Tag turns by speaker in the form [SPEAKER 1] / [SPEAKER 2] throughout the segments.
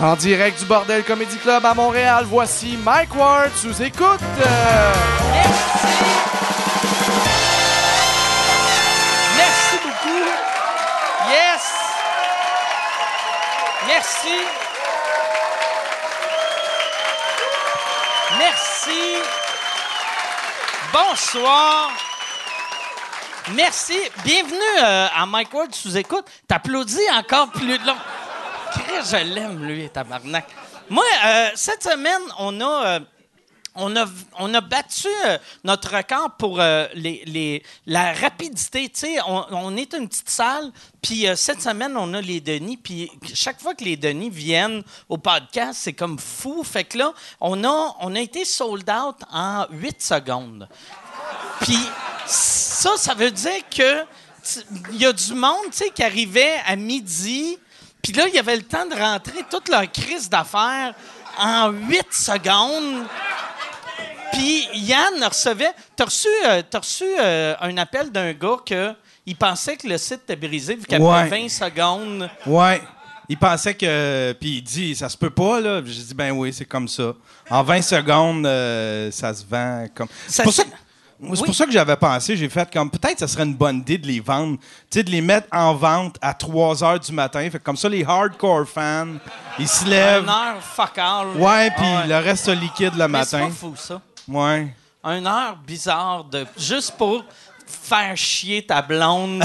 [SPEAKER 1] En direct du Bordel Comedy Club à Montréal, voici Mike Ward sous écoute. Euh,
[SPEAKER 2] Merci beaucoup. Yes. Merci. Merci. Bonsoir. Merci. Bienvenue euh, à Mike Ward sous écoute. T'applaudis encore plus long. Chris, je l'aime, lui, tabarnak. Moi, euh, cette semaine, on a. euh, on a, on a battu euh, notre record pour euh, les, les- la rapidité. Tu sais, on, on est une petite salle, puis euh, cette semaine, on a les Denis. Puis chaque fois que les Denis viennent au podcast, c'est comme fou. Fait que là, on a, on a été sold out en 8 secondes. Puis ça, ça veut dire que tu- il y a du monde, tu sais, qui arrivait à midi, puis là, il y avait le temps de rentrer toute leur crise d'affaires en 8 secondes. Puis Yann recevait. T'as reçu, euh, t'as reçu euh, un appel d'un gars que il pensait que le site était brisé vu qu'après
[SPEAKER 3] Ouais.
[SPEAKER 2] 20 secondes.
[SPEAKER 3] Ouais. Il pensait que. Puis il dit, ça se peut pas, là. Puis J'ai dit, ben oui, c'est comme ça. En 20 secondes, euh, ça se vend comme.
[SPEAKER 2] Ça
[SPEAKER 3] C'est pour,
[SPEAKER 2] se-
[SPEAKER 3] ça que- moi, c'est
[SPEAKER 2] Oui.
[SPEAKER 3] pour ça que j'avais pensé, j'ai fait comme. Peut-être ça serait une bonne idée de les vendre. Tu sais, de les mettre en vente à 3 heures du matin. Fait que comme ça, les hardcore fans, ils se
[SPEAKER 2] Un
[SPEAKER 3] lèvent.
[SPEAKER 2] heure, fuck all.
[SPEAKER 3] Euh, Ouais, puis
[SPEAKER 2] Ah ouais.
[SPEAKER 3] le reste liquide le
[SPEAKER 2] Mais C'est
[SPEAKER 3] matin.
[SPEAKER 2] pas fou, ça.
[SPEAKER 3] Ouais.
[SPEAKER 2] Une heure bizarre de juste pour faire chier ta blonde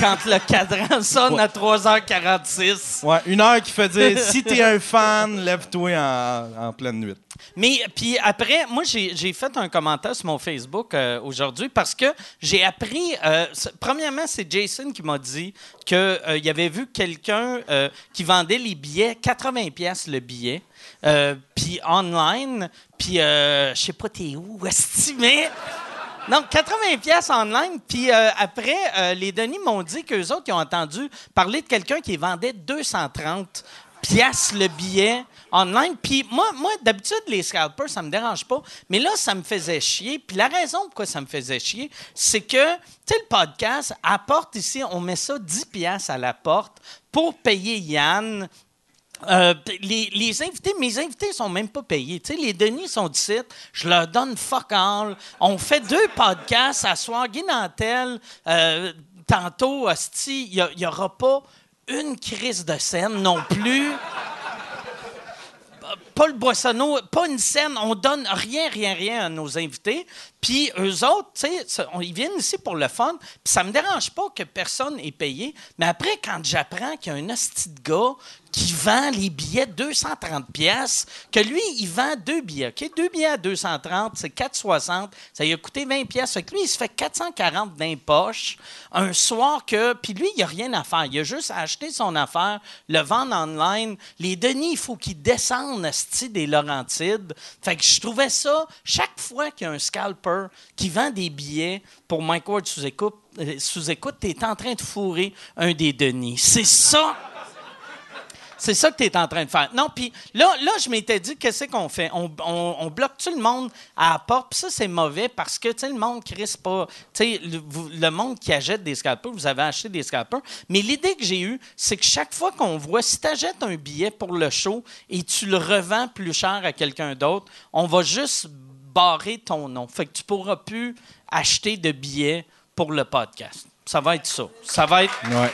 [SPEAKER 2] quand le cadran sonne à 3h46.
[SPEAKER 3] Ouais, une heure qui fait dire si t'es un fan, lève-toi en, en pleine nuit.
[SPEAKER 2] Mais puis après, moi, j'ai j'ai fait un commentaire sur mon Facebook euh, aujourd'hui parce que j'ai appris. euh, c- premièrement, c'est Jason qui m'a dit qu'il il avait vu quelqu'un euh, qui vendait les billets, 80 pièces le billet, euh, puis online, puis euh, je sais pas t'es où, estimé. Donc, 80 pièces online. Puis euh, après, euh, les Denis m'ont dit qu'eux autres, ils ont entendu parler de quelqu'un qui vendait 230 pièces le billet online. Puis moi, moi d'habitude, les scalpers, ça me dérange pas. Mais là, ça me faisait chier. Puis la raison pourquoi ça me faisait chier, c'est que, tu sais, le podcast, à la porte ici, on met ça 10 pièces à la porte pour payer Yann, euh, p- les, les invités, mes invités sont même pas payés. Tu sais, les Denis sont d'ici, je leur donne fuck all. On fait deux podcasts à soir. Guy Nantel, euh, tantôt, hostie, il y a- il y aura pas une crise de scène non plus. Paul Boissonneau, pas une scène, on donne rien, rien, rien à nos invités. Puis eux autres, tu sais, ça- on- ils viennent ici pour le fun. Puis ça me dérange pas que personne ait payé. Mais après, quand j'apprends qu'il y a un hostie de gars qui vend les billets 230 pièces, que lui, il vend deux billets, OK? Deux billets à 230, c'est 4,60. Ça lui a coûté 20 pièces. Fait que lui, il se fait 440 d'un poche un soir que... Puis lui, il a rien à faire. Il a juste à acheter son affaire, le vendre online. Les Denis, il faut qu'ils descendent à style des Laurentides. Fait que je trouvais ça, chaque fois qu'il y a un scalper qui vend des billets pour Mike Ward sous écoute, euh, sous écoute, t'es en train de fourrer un des Denis. C'est ça! C'est ça que tu es en train de faire. Non, puis là, là, je m'étais dit, qu'est-ce qu'on fait? On, on- on bloque-tu le monde à la porte? Puis ça, c'est mauvais parce que, tu sais, le monde crisse pas. Tu sais, le, vous- le monde qui achète des scalpers, vous avez acheté des scalpers. Mais l'idée que j'ai eue, c'est que chaque fois qu'on voit, si tu achètes un billet pour le show et tu le revends plus cher à quelqu'un d'autre, on va juste barrer ton nom. Fait que tu pourras plus acheter de billets pour le podcast. Ça va être ça. Ça va être.
[SPEAKER 3] Ouais.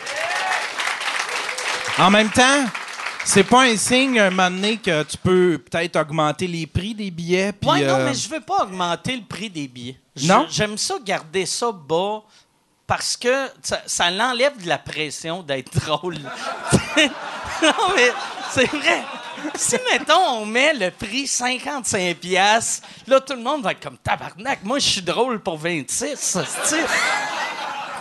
[SPEAKER 3] En même temps, c'est pas un signe, un moment donné, que tu peux peut-être augmenter les prix des billets. puis,
[SPEAKER 2] Ouais, non,
[SPEAKER 3] euh,
[SPEAKER 2] mais je veux pas augmenter le prix des billets. Je-
[SPEAKER 3] Non?
[SPEAKER 2] J'aime ça garder ça bas parce que ça, ça l'enlève de la pression d'être drôle. non, mais c'est vrai. Si, mettons, on met le prix 55$, piastres, là, tout le monde va être comme tabarnak. Moi, je suis drôle pour 26. tu sais.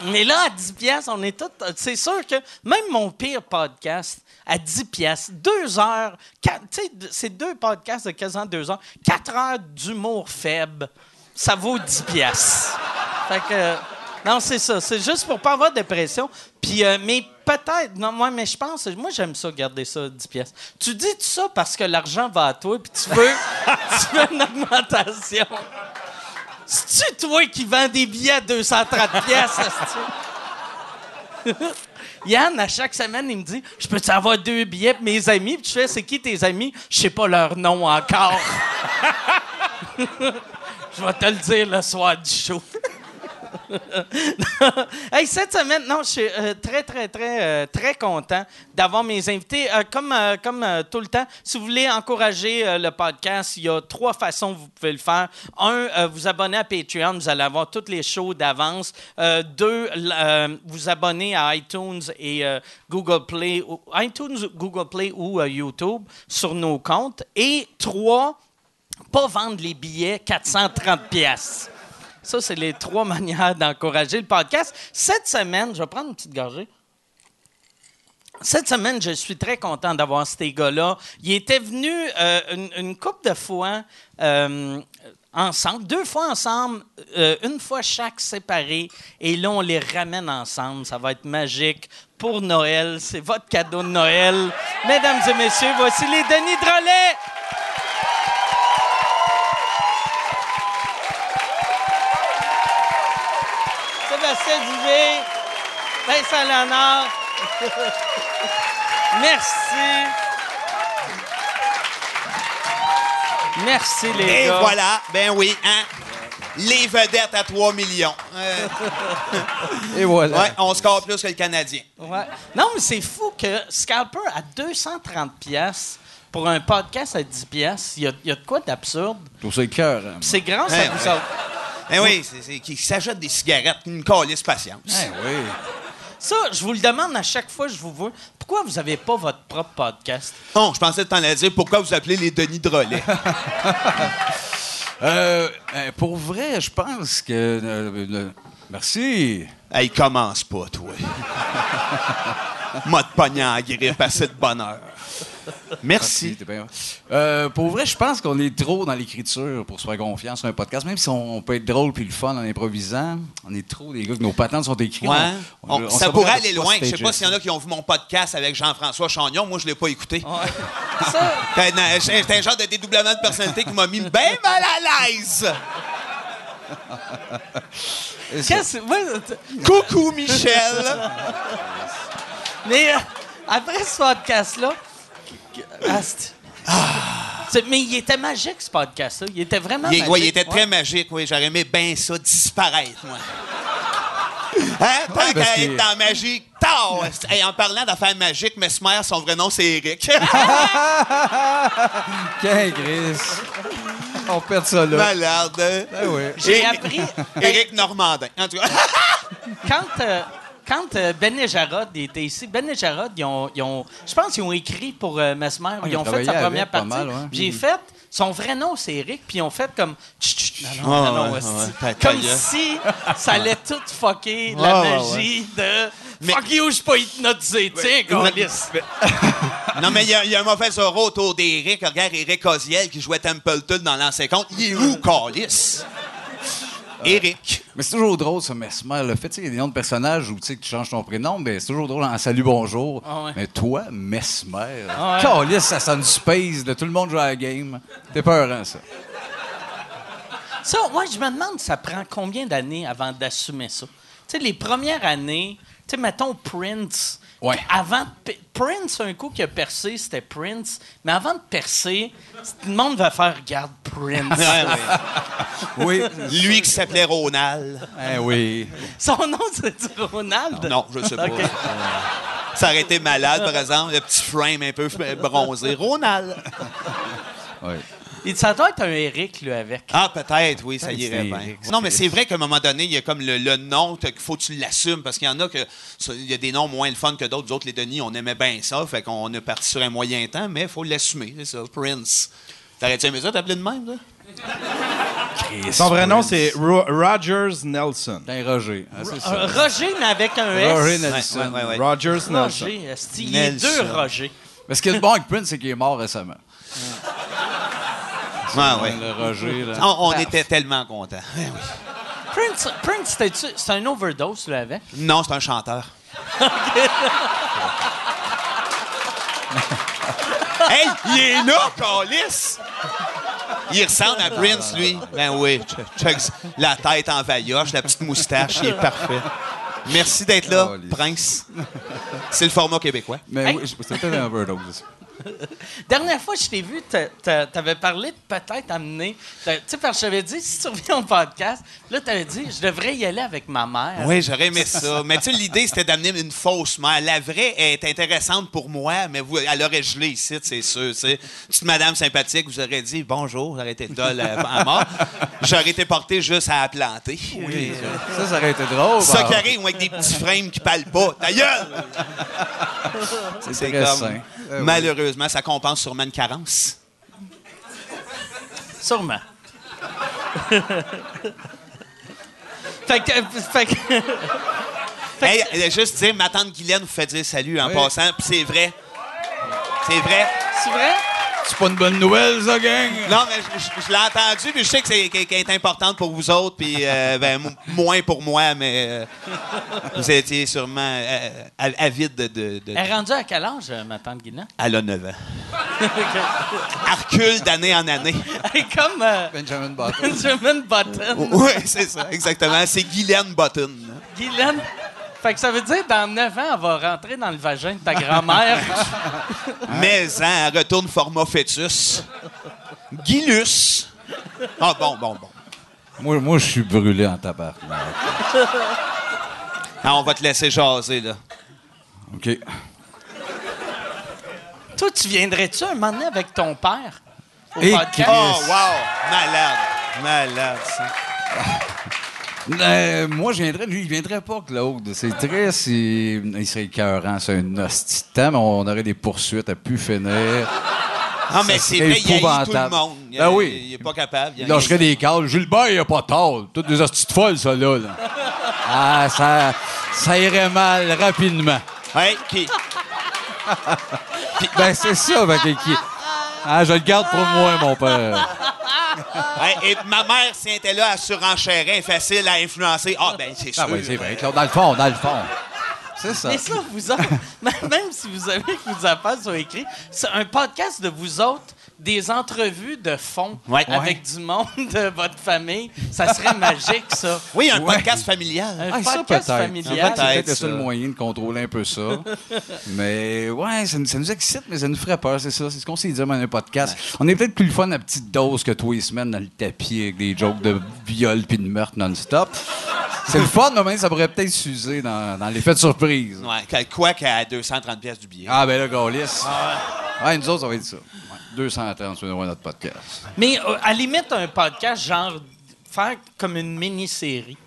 [SPEAKER 2] Mais là, à 10 piastres, on est tous... C'est sûr que même mon pire podcast, à 10 piastres, deux heures, quatre- tu sais, c'est deux podcasts de quasiment deux heures, quatre heures d'humour faible, ça vaut 10 piastres. Fait que... Non, c'est ça. C'est juste pour pas avoir de pression. Puis, euh, mais peut-être... Non, moi, mais je pense... Moi, j'aime ça, garder ça, 10 piastres. Tu dis tout ça parce que l'argent va à toi, puis tu veux, tu veux une augmentation. C'est-tu toi qui vends des billets à 230 pièces? Yann, à chaque semaine, il me dit Je peux-tu avoir deux billets pour mes amis Puis je fais C'est qui tes amis Je sais pas leur nom encore. Je vais te le dire le soir du show. hey, cette semaine, non, je suis euh, très, très, très, euh, très content d'avoir mes invités. Euh, comme euh, comme euh, tout le temps, si vous voulez encourager euh, le podcast, il y a trois façons que vous pouvez le faire. Un, euh, vous abonner à Patreon, vous allez avoir toutes les shows d'avance. Euh, deux, l- euh, vous abonner à iTunes et euh, Google Play, ou- iTunes, Google Play ou euh, YouTube sur nos comptes. Et trois, pas vendre les billets 430 pièces. Ça, c'est les trois manières d'encourager le podcast. Cette semaine, je vais prendre une petite gorgée. Cette semaine, je suis très content d'avoir ces gars-là. Ils étaient venus euh, une, une couple de fois euh, ensemble, deux fois ensemble, euh, une fois chaque séparés. Et là, on les ramène ensemble. Ça va être magique pour Noël. C'est votre cadeau de Noël. Mesdames et messieurs, voici les Denis Drolet. Sébastien Dubé, Vincent Léonard. Merci. Merci, les
[SPEAKER 4] Et
[SPEAKER 2] gars.
[SPEAKER 4] voilà, ben oui, hein? Les vedettes à 3 millions. Euh,
[SPEAKER 1] Et voilà.
[SPEAKER 4] ouais, on score plus que le Canadien.
[SPEAKER 2] Ouais. Non, mais c'est fou que Scalper à 230 pièces pour un podcast à 10 pièces, il y a- il y, a de quoi d'absurde.
[SPEAKER 1] Je trouve ça écœurant, moi.
[SPEAKER 2] Puis C'est grâce
[SPEAKER 4] Ouais,
[SPEAKER 2] à vous
[SPEAKER 4] ouais.
[SPEAKER 2] autres.
[SPEAKER 4] Ben oui, c'est- c'est qui s'achète des cigarettes, une calisse patience.
[SPEAKER 2] Ça, je vous le demande à chaque fois que je vous vois. Pourquoi vous n'avez pas votre propre podcast?
[SPEAKER 4] Bon, je pensais t'en aller dire pourquoi vous appelez les Denis Drolet.
[SPEAKER 5] Euh, euh, pour vrai, je pense que. euh, le- merci.
[SPEAKER 4] hey, commence pas, toi. Moi, de pogner en grippe à cette bonne heure. Merci.
[SPEAKER 5] t'es bien- Euh, pour vrai, je pense qu'on est trop dans l'écriture pour se faire confiance sur un podcast. Même si on, on peut être drôle puis le fun en improvisant, on est trop des gars que nos patentes sont écrites.
[SPEAKER 4] Ouais.
[SPEAKER 5] On- on-
[SPEAKER 4] On-
[SPEAKER 5] on
[SPEAKER 4] ça
[SPEAKER 5] sait
[SPEAKER 4] pourrait
[SPEAKER 5] pas
[SPEAKER 4] aller
[SPEAKER 5] de
[SPEAKER 4] loin. Je sais
[SPEAKER 5] stager
[SPEAKER 4] pas s'il y en a qui ont vu mon podcast avec Jean-François Chagnon. Moi, je l'ai pas écouté.
[SPEAKER 2] Ça,
[SPEAKER 4] T'es un- t'es un genre de dédoublement de personnalité qui m'a mis bien mal à l'aise.
[SPEAKER 2] qu'est-ce ouais, t-
[SPEAKER 4] Coucou, Michel.
[SPEAKER 2] Mais euh, après ce podcast-là. que- ah, c'est- C'est- Mais il était magique, ce podcast-là. Il était vraiment
[SPEAKER 4] Il,
[SPEAKER 2] magique.
[SPEAKER 4] ouais, il était très
[SPEAKER 2] Ouais.
[SPEAKER 4] magique, oui. J'aurais aimé bien ça disparaître, moi. Hein? Tant
[SPEAKER 5] parce
[SPEAKER 4] qu'à
[SPEAKER 5] qu'il-
[SPEAKER 4] être dans magie, tard! Hey, en parlant d'affaires magiques, Mesmer, son vrai nom, c'est Eric.
[SPEAKER 5] Quel Chris.
[SPEAKER 1] On perd ça là.
[SPEAKER 4] Malade.
[SPEAKER 1] ouais.
[SPEAKER 2] J'ai
[SPEAKER 4] Et-
[SPEAKER 2] appris.
[SPEAKER 4] Eric Normandin. En tout cas,
[SPEAKER 2] quand euh, quand euh, Ben et Jarod étaient ici, Ben et Jarod, ils ont, ils ont- je pense qu'ils ont écrit pour euh, Mesmer.
[SPEAKER 4] Ah,
[SPEAKER 2] ils,
[SPEAKER 5] ils ont
[SPEAKER 2] ont fait sa
[SPEAKER 5] travaillé
[SPEAKER 2] première
[SPEAKER 5] avec pas
[SPEAKER 2] partie.
[SPEAKER 5] mal, ouais.
[SPEAKER 2] J'ai
[SPEAKER 5] Mhm.
[SPEAKER 4] Mm-hmm.
[SPEAKER 2] fait. Son vrai nom, c'est Eric, puis ils ont fait comme. Tch, tch, non, non,
[SPEAKER 4] Ah
[SPEAKER 2] non, non,
[SPEAKER 4] ouais,
[SPEAKER 2] hostie.
[SPEAKER 4] ouais, ta- ta
[SPEAKER 2] Comme
[SPEAKER 4] gueule.
[SPEAKER 2] si ça allait tout fucker la
[SPEAKER 4] Ouais, ouais,
[SPEAKER 2] magie de.
[SPEAKER 4] Mais-
[SPEAKER 2] Fuck you, je suis pas hypnotisé, tu sais,
[SPEAKER 4] non,
[SPEAKER 2] câlisse.
[SPEAKER 4] non, mais il y, a- il y a un mauvais euro autour d'Eric. Regarde Eric Oziel qui jouait Templeton dans l'an 50. Il est où, Calis?
[SPEAKER 2] Euh.
[SPEAKER 4] Eric.
[SPEAKER 5] Mais c'est toujours drôle, ce mesmer. Le fait, tu sais, il y a des noms de personnages où tu sais que tu changes ton prénom, mais c'est toujours drôle en salut, bonjour.
[SPEAKER 2] Ah ouais.
[SPEAKER 5] Mais toi, mesmer.
[SPEAKER 2] Ah ouais.
[SPEAKER 5] Calisse, ça sonne space de tout le monde joue à la game. T'es peurant, ça.
[SPEAKER 2] Ça, ouais, je me demande, ça prend combien d'années avant d'assumer ça? Tu sais, les premières années, tu sais, mettons Prince.
[SPEAKER 5] Ouais.
[SPEAKER 2] Avant de pe- Prince, un coup qui a percé, c'était Prince. Mais avant de percer, le monde va faire Regarde Prince.
[SPEAKER 5] Oui.
[SPEAKER 4] Lui qui s'appelait Ronald.
[SPEAKER 5] Eh oui.
[SPEAKER 2] Son nom, c'est Ronald.
[SPEAKER 4] Non, je sais pas.
[SPEAKER 2] Ok.
[SPEAKER 4] Ça aurait été malade, par exemple, le petit frame un peu f- bronzé. Ronald.
[SPEAKER 5] Ouais.
[SPEAKER 2] Il ça doit être un Eric, lui, avec.
[SPEAKER 4] Ah, peut-être, oui, ça
[SPEAKER 5] Peut-être
[SPEAKER 4] irait
[SPEAKER 5] c'est
[SPEAKER 4] bien.
[SPEAKER 5] Eric,
[SPEAKER 4] Non, mais c'est vrai qu'à un moment donné, il y a comme le, le nom t'as- qu'il faut que tu l'assumes, parce qu'il y en a que. ça- Il y a des noms moins le fun que d'autres. D'autres, les Denis, on aimait bien ça, fait qu'on est parti sur un moyen temps, mais il faut l'assumer, c'est ça. Prince. T'aurais-tu aimé ça, t'appeler de même, là?
[SPEAKER 5] Chris
[SPEAKER 3] Son vrai nom,
[SPEAKER 5] Prince.
[SPEAKER 3] c'est Ro- Rogers Nelson.
[SPEAKER 5] Putain, Roger. Ah, c'est ça.
[SPEAKER 2] Euh, Roger, mais avec un S.
[SPEAKER 5] Roger
[SPEAKER 2] Roger,
[SPEAKER 5] Nelson.
[SPEAKER 4] Ouais, ouais, ouais.
[SPEAKER 3] Rogers
[SPEAKER 2] Ah,
[SPEAKER 3] Nelson.
[SPEAKER 2] esti, il y a
[SPEAKER 4] Nelson.
[SPEAKER 2] deux Roger.
[SPEAKER 5] Mais ce qui est bon avec Prince, c'est qu'il est mort récemment.
[SPEAKER 4] Ouais, ouais.
[SPEAKER 5] Le Roger, là.
[SPEAKER 4] On, on était tellement contents.
[SPEAKER 2] Prince, Prince c'était-tu- c'est un overdose, lui, avec.
[SPEAKER 4] Non, c'est un chanteur. hey, il est là, Calis! Il ressemble à Prince, lui. Ben oui, check- check ça. la tête en vailloche, la petite moustache, il est parfait. Merci d'être là,
[SPEAKER 5] Oh, les-
[SPEAKER 4] Prince. C'est le format québécois.
[SPEAKER 5] Mais
[SPEAKER 2] Hey.
[SPEAKER 5] oui, je- c'était peut-être un overdose.
[SPEAKER 2] Dernière fois que je t'ai vu, t'a- t'a- t'avais parlé de peut-être amener. t'a- Tu sais, parce que je t'avais dit, si tu reviens au podcast, là, t'avais dit, je devrais y aller avec ma mère.
[SPEAKER 4] Oui, j'aurais aimé ça. Mais tu sais, l'idée, c'était d'amener une fausse mère. La vraie est intéressante pour moi, mais vous, elle aurait gelé ici, c'est sûr. tu sais. Petite madame sympathique, vous aurait dit bonjour, j'aurais été dole à, à mort. J'aurais été porté juste à la planter. Oui.
[SPEAKER 5] Ça, ça aurait été drôle.
[SPEAKER 4] C'est ça
[SPEAKER 5] bah,
[SPEAKER 4] qui arrive, moi, avec des petits frames qui parlent pas. Ta gueule!
[SPEAKER 5] C'est
[SPEAKER 4] C'est
[SPEAKER 5] très
[SPEAKER 4] comme-
[SPEAKER 5] sain. Euh,
[SPEAKER 4] Malheureusement, ça compense sûrement une carence.
[SPEAKER 2] Sûrement. fait que. Fait que
[SPEAKER 4] Hey, euh, juste dire, ma tante Guylaine vous fait dire salut en
[SPEAKER 5] Oui.
[SPEAKER 4] passant, puis c'est vrai. C'est vrai.
[SPEAKER 2] c'est vrai?
[SPEAKER 5] C'est pas une bonne nouvelle, ça, gang!
[SPEAKER 4] Non, mais je, je- je l'ai entendu, puis je sais que c'est qu'elle- qu'elle est importante pour vous autres, puis euh, ben, mo- moins pour moi, mais euh, vous étiez sûrement euh, av- avide de. de- de-
[SPEAKER 2] Elle est rendue à quel âge, euh, ma tante Guinan?
[SPEAKER 4] Elle a 9 ans. Hercule d'année en année.
[SPEAKER 2] Elle est comme euh,
[SPEAKER 5] Benjamin Button.
[SPEAKER 2] Benjamin Button.
[SPEAKER 4] oui, c'est ça, exactement. C'est Guylaine Button.
[SPEAKER 2] Guylaine. Fait que ça veut dire, dans 9 ans, elle va rentrer dans le vagin de ta grand-mère.
[SPEAKER 4] Mais hein, elle retourne format fœtus. Guilus. Ah, bon, bon, bon.
[SPEAKER 5] Moi, moi, je suis brûlé en tabarnak.
[SPEAKER 4] Ah, on va te laisser jaser, là.
[SPEAKER 5] OK.
[SPEAKER 2] Toi, tu viendrais-tu un moment donné avec ton père? Au
[SPEAKER 5] Et
[SPEAKER 2] podcast?
[SPEAKER 5] Christ.
[SPEAKER 4] Oh, wow! Malade! Malade, ça.
[SPEAKER 5] Euh, moi, je viendrais. Lui, il viendrait pas, Claude. C'est très... c'est- Il serait écœurant. C'est un hostie de temps, mais on aurait des poursuites à pu finir.
[SPEAKER 4] Ah, mais
[SPEAKER 5] Ça
[SPEAKER 4] c'est
[SPEAKER 5] serait
[SPEAKER 4] vrai, il haït tout le
[SPEAKER 5] épouvantable.
[SPEAKER 4] monde. Il,
[SPEAKER 5] Ben oui.
[SPEAKER 4] Il est pas capable. Il,
[SPEAKER 5] Il lâcherait des câbles. Gilbert, il a pas tort. Toutes des hosties de folles, ça, là. là. Ah, ça, ça irait mal rapidement.
[SPEAKER 4] Ouais, qui-
[SPEAKER 5] Ben, c'est ça, ben, qui- qui- Ah, je le garde pour moi, mon père.
[SPEAKER 4] Ouais, et ma mère, si elle était là, à surenchérer, facile à influencer. Ah, ben, c'est sûr.
[SPEAKER 5] Ah oui, c'est vrai, Claude. Dans le fond, dans le fond. C'est ça.
[SPEAKER 2] Mais ça, vous autres, même- même si vous avez que vos affaires sont écrites, c'est un podcast de vous autres, des entrevues de fond
[SPEAKER 4] Ouais.
[SPEAKER 2] avec du monde de votre famille. Ça serait magique, ça.
[SPEAKER 4] Oui, un
[SPEAKER 5] Ouais.
[SPEAKER 4] podcast familial.
[SPEAKER 2] Un
[SPEAKER 5] Ah, ça
[SPEAKER 2] podcast
[SPEAKER 5] peut-être.
[SPEAKER 2] familial.
[SPEAKER 5] En fait, c'est peut-être le
[SPEAKER 4] Peut-être,
[SPEAKER 5] seul
[SPEAKER 4] ça.
[SPEAKER 5] moyen de contrôler un peu ça. mais ouais, ça, nous- ça nous excite, mais ça nous ferait peur, c'est ça. C'est ce qu'on s'est dit dans un podcast. On est peut-être plus le fun à petite dose que tous les semaines dans le tapis avec des jokes de viol puis de meurtre non-stop. C'est le fun, mais ça pourrait peut-être s'user dans, dans l'effet de surprise.
[SPEAKER 4] Ouais, que- quoi qu'à 230 pièces du billet.
[SPEAKER 5] Ah ben là, Gaulis.
[SPEAKER 2] Ah,
[SPEAKER 5] Ouais, nous autres, ça va être ça. Ouais, 230 sur notre podcast.
[SPEAKER 2] Mais euh, à la limite, un podcast, genre, faire comme une mini-série.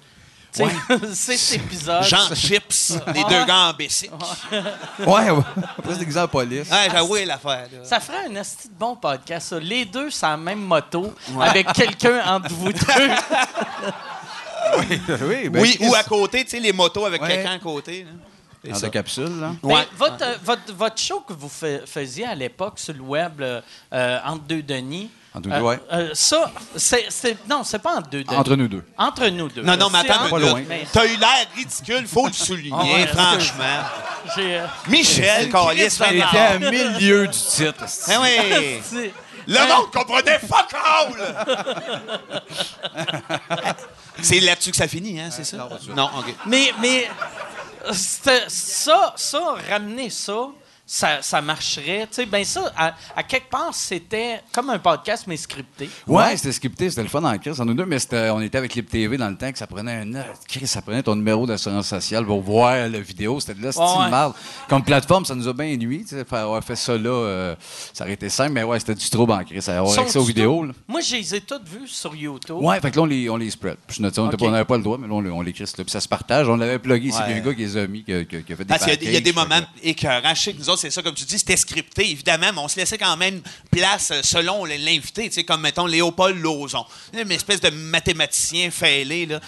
[SPEAKER 2] Tu sais, Six épisodes.
[SPEAKER 4] Jean Chips, les deux gars en bicycle.
[SPEAKER 5] Ah, Ouais, ouais. Après, c'est la police.
[SPEAKER 4] Ouais, j'avoue l'affaire. là.
[SPEAKER 2] Ça ferait un esti de bon podcast, ça. Les deux sur la même moto, avec quelqu'un entre vous deux.
[SPEAKER 5] oui, ben,
[SPEAKER 4] Oui,
[SPEAKER 5] Chris,
[SPEAKER 4] ou à côté, tu sais, les motos avec
[SPEAKER 5] Ouais. Ah,
[SPEAKER 4] quelqu'un à côté. là. C'est
[SPEAKER 5] Dans
[SPEAKER 4] ça.
[SPEAKER 5] la capsule, là.
[SPEAKER 2] Ben,
[SPEAKER 4] Ouais.
[SPEAKER 2] votre, euh, votre, votre show que vous fa- faisiez à l'époque sur le web, euh, euh, Entre deux Denis.
[SPEAKER 5] Entre deux,
[SPEAKER 2] euh,
[SPEAKER 5] ouais.
[SPEAKER 2] euh, ça, c'est, c'est- Non, c'est pas entre deux Denis.
[SPEAKER 5] Entre nous deux.
[SPEAKER 2] Entre nous deux.
[SPEAKER 4] Non, non, mais
[SPEAKER 2] C'est
[SPEAKER 4] attends,
[SPEAKER 2] entre-
[SPEAKER 5] Pas loin.
[SPEAKER 2] mais
[SPEAKER 4] t'as eu l'air ridicule, faut le
[SPEAKER 2] Ah ouais,
[SPEAKER 4] souligner,
[SPEAKER 2] c'est-
[SPEAKER 4] franchement.
[SPEAKER 2] j'ai, euh,
[SPEAKER 4] Michel, Calis,
[SPEAKER 5] Il était à milieu du titre.
[SPEAKER 4] Ah oui!
[SPEAKER 2] c'est-
[SPEAKER 4] Le monde comprenait fuck all! c'est là-dessus que ça finit, hein, c'est ça?
[SPEAKER 5] non, pas sûr.
[SPEAKER 4] Non, OK.
[SPEAKER 2] Mais, mais euh, c'était- ça, ça, ramener ça, ça, ça marcherait. Tu sais, ben ça, à, à quelque part, c'était comme un podcast, mais scripté.
[SPEAKER 5] Ouais, c'était scripté, c'était le fun en crise, en nous deux, mais c'était- on était avec Lip TV dans le temps que ça prenait un heure. Chris, ça prenait ton numéro d'assurance sociale pour voir la vidéo. C'était de la style
[SPEAKER 2] Ouais.
[SPEAKER 5] marde. Comme plateforme, ça nous a bien ennuyé. tu sais, faire avoir fait ça là, euh, ça aurait été simple, mais ouais, c'était du trouble en crise. Avoir accès aux
[SPEAKER 2] Sont-ils
[SPEAKER 5] vidéos.
[SPEAKER 2] tous-
[SPEAKER 5] là.
[SPEAKER 2] Moi, je les ai toutes vues sur YouTube.
[SPEAKER 5] Ouais, fait que là, on les, on les spread. Puis, je me dis, on était pas-
[SPEAKER 2] Ok.
[SPEAKER 5] on n'avait pas le droit, mais là, on, les- on les crisse, là. Puis ça se partage. On l'avait plugué. C'est
[SPEAKER 4] Ouais.
[SPEAKER 5] le gars qui les a mis, qui a, qui a- qui a fait des
[SPEAKER 4] Parce qu'il y a- il y, a des
[SPEAKER 5] packages,
[SPEAKER 4] moments
[SPEAKER 5] fait
[SPEAKER 4] écœurants. Je sais que nous autres, c'est ça, comme tu dis, c'était scripté, évidemment, mais on se laissait quand même place euh, selon l- l'invité, tu sais, comme, mettons, Léopold Lauzon. Une espèce de mathématicien fêlé, là.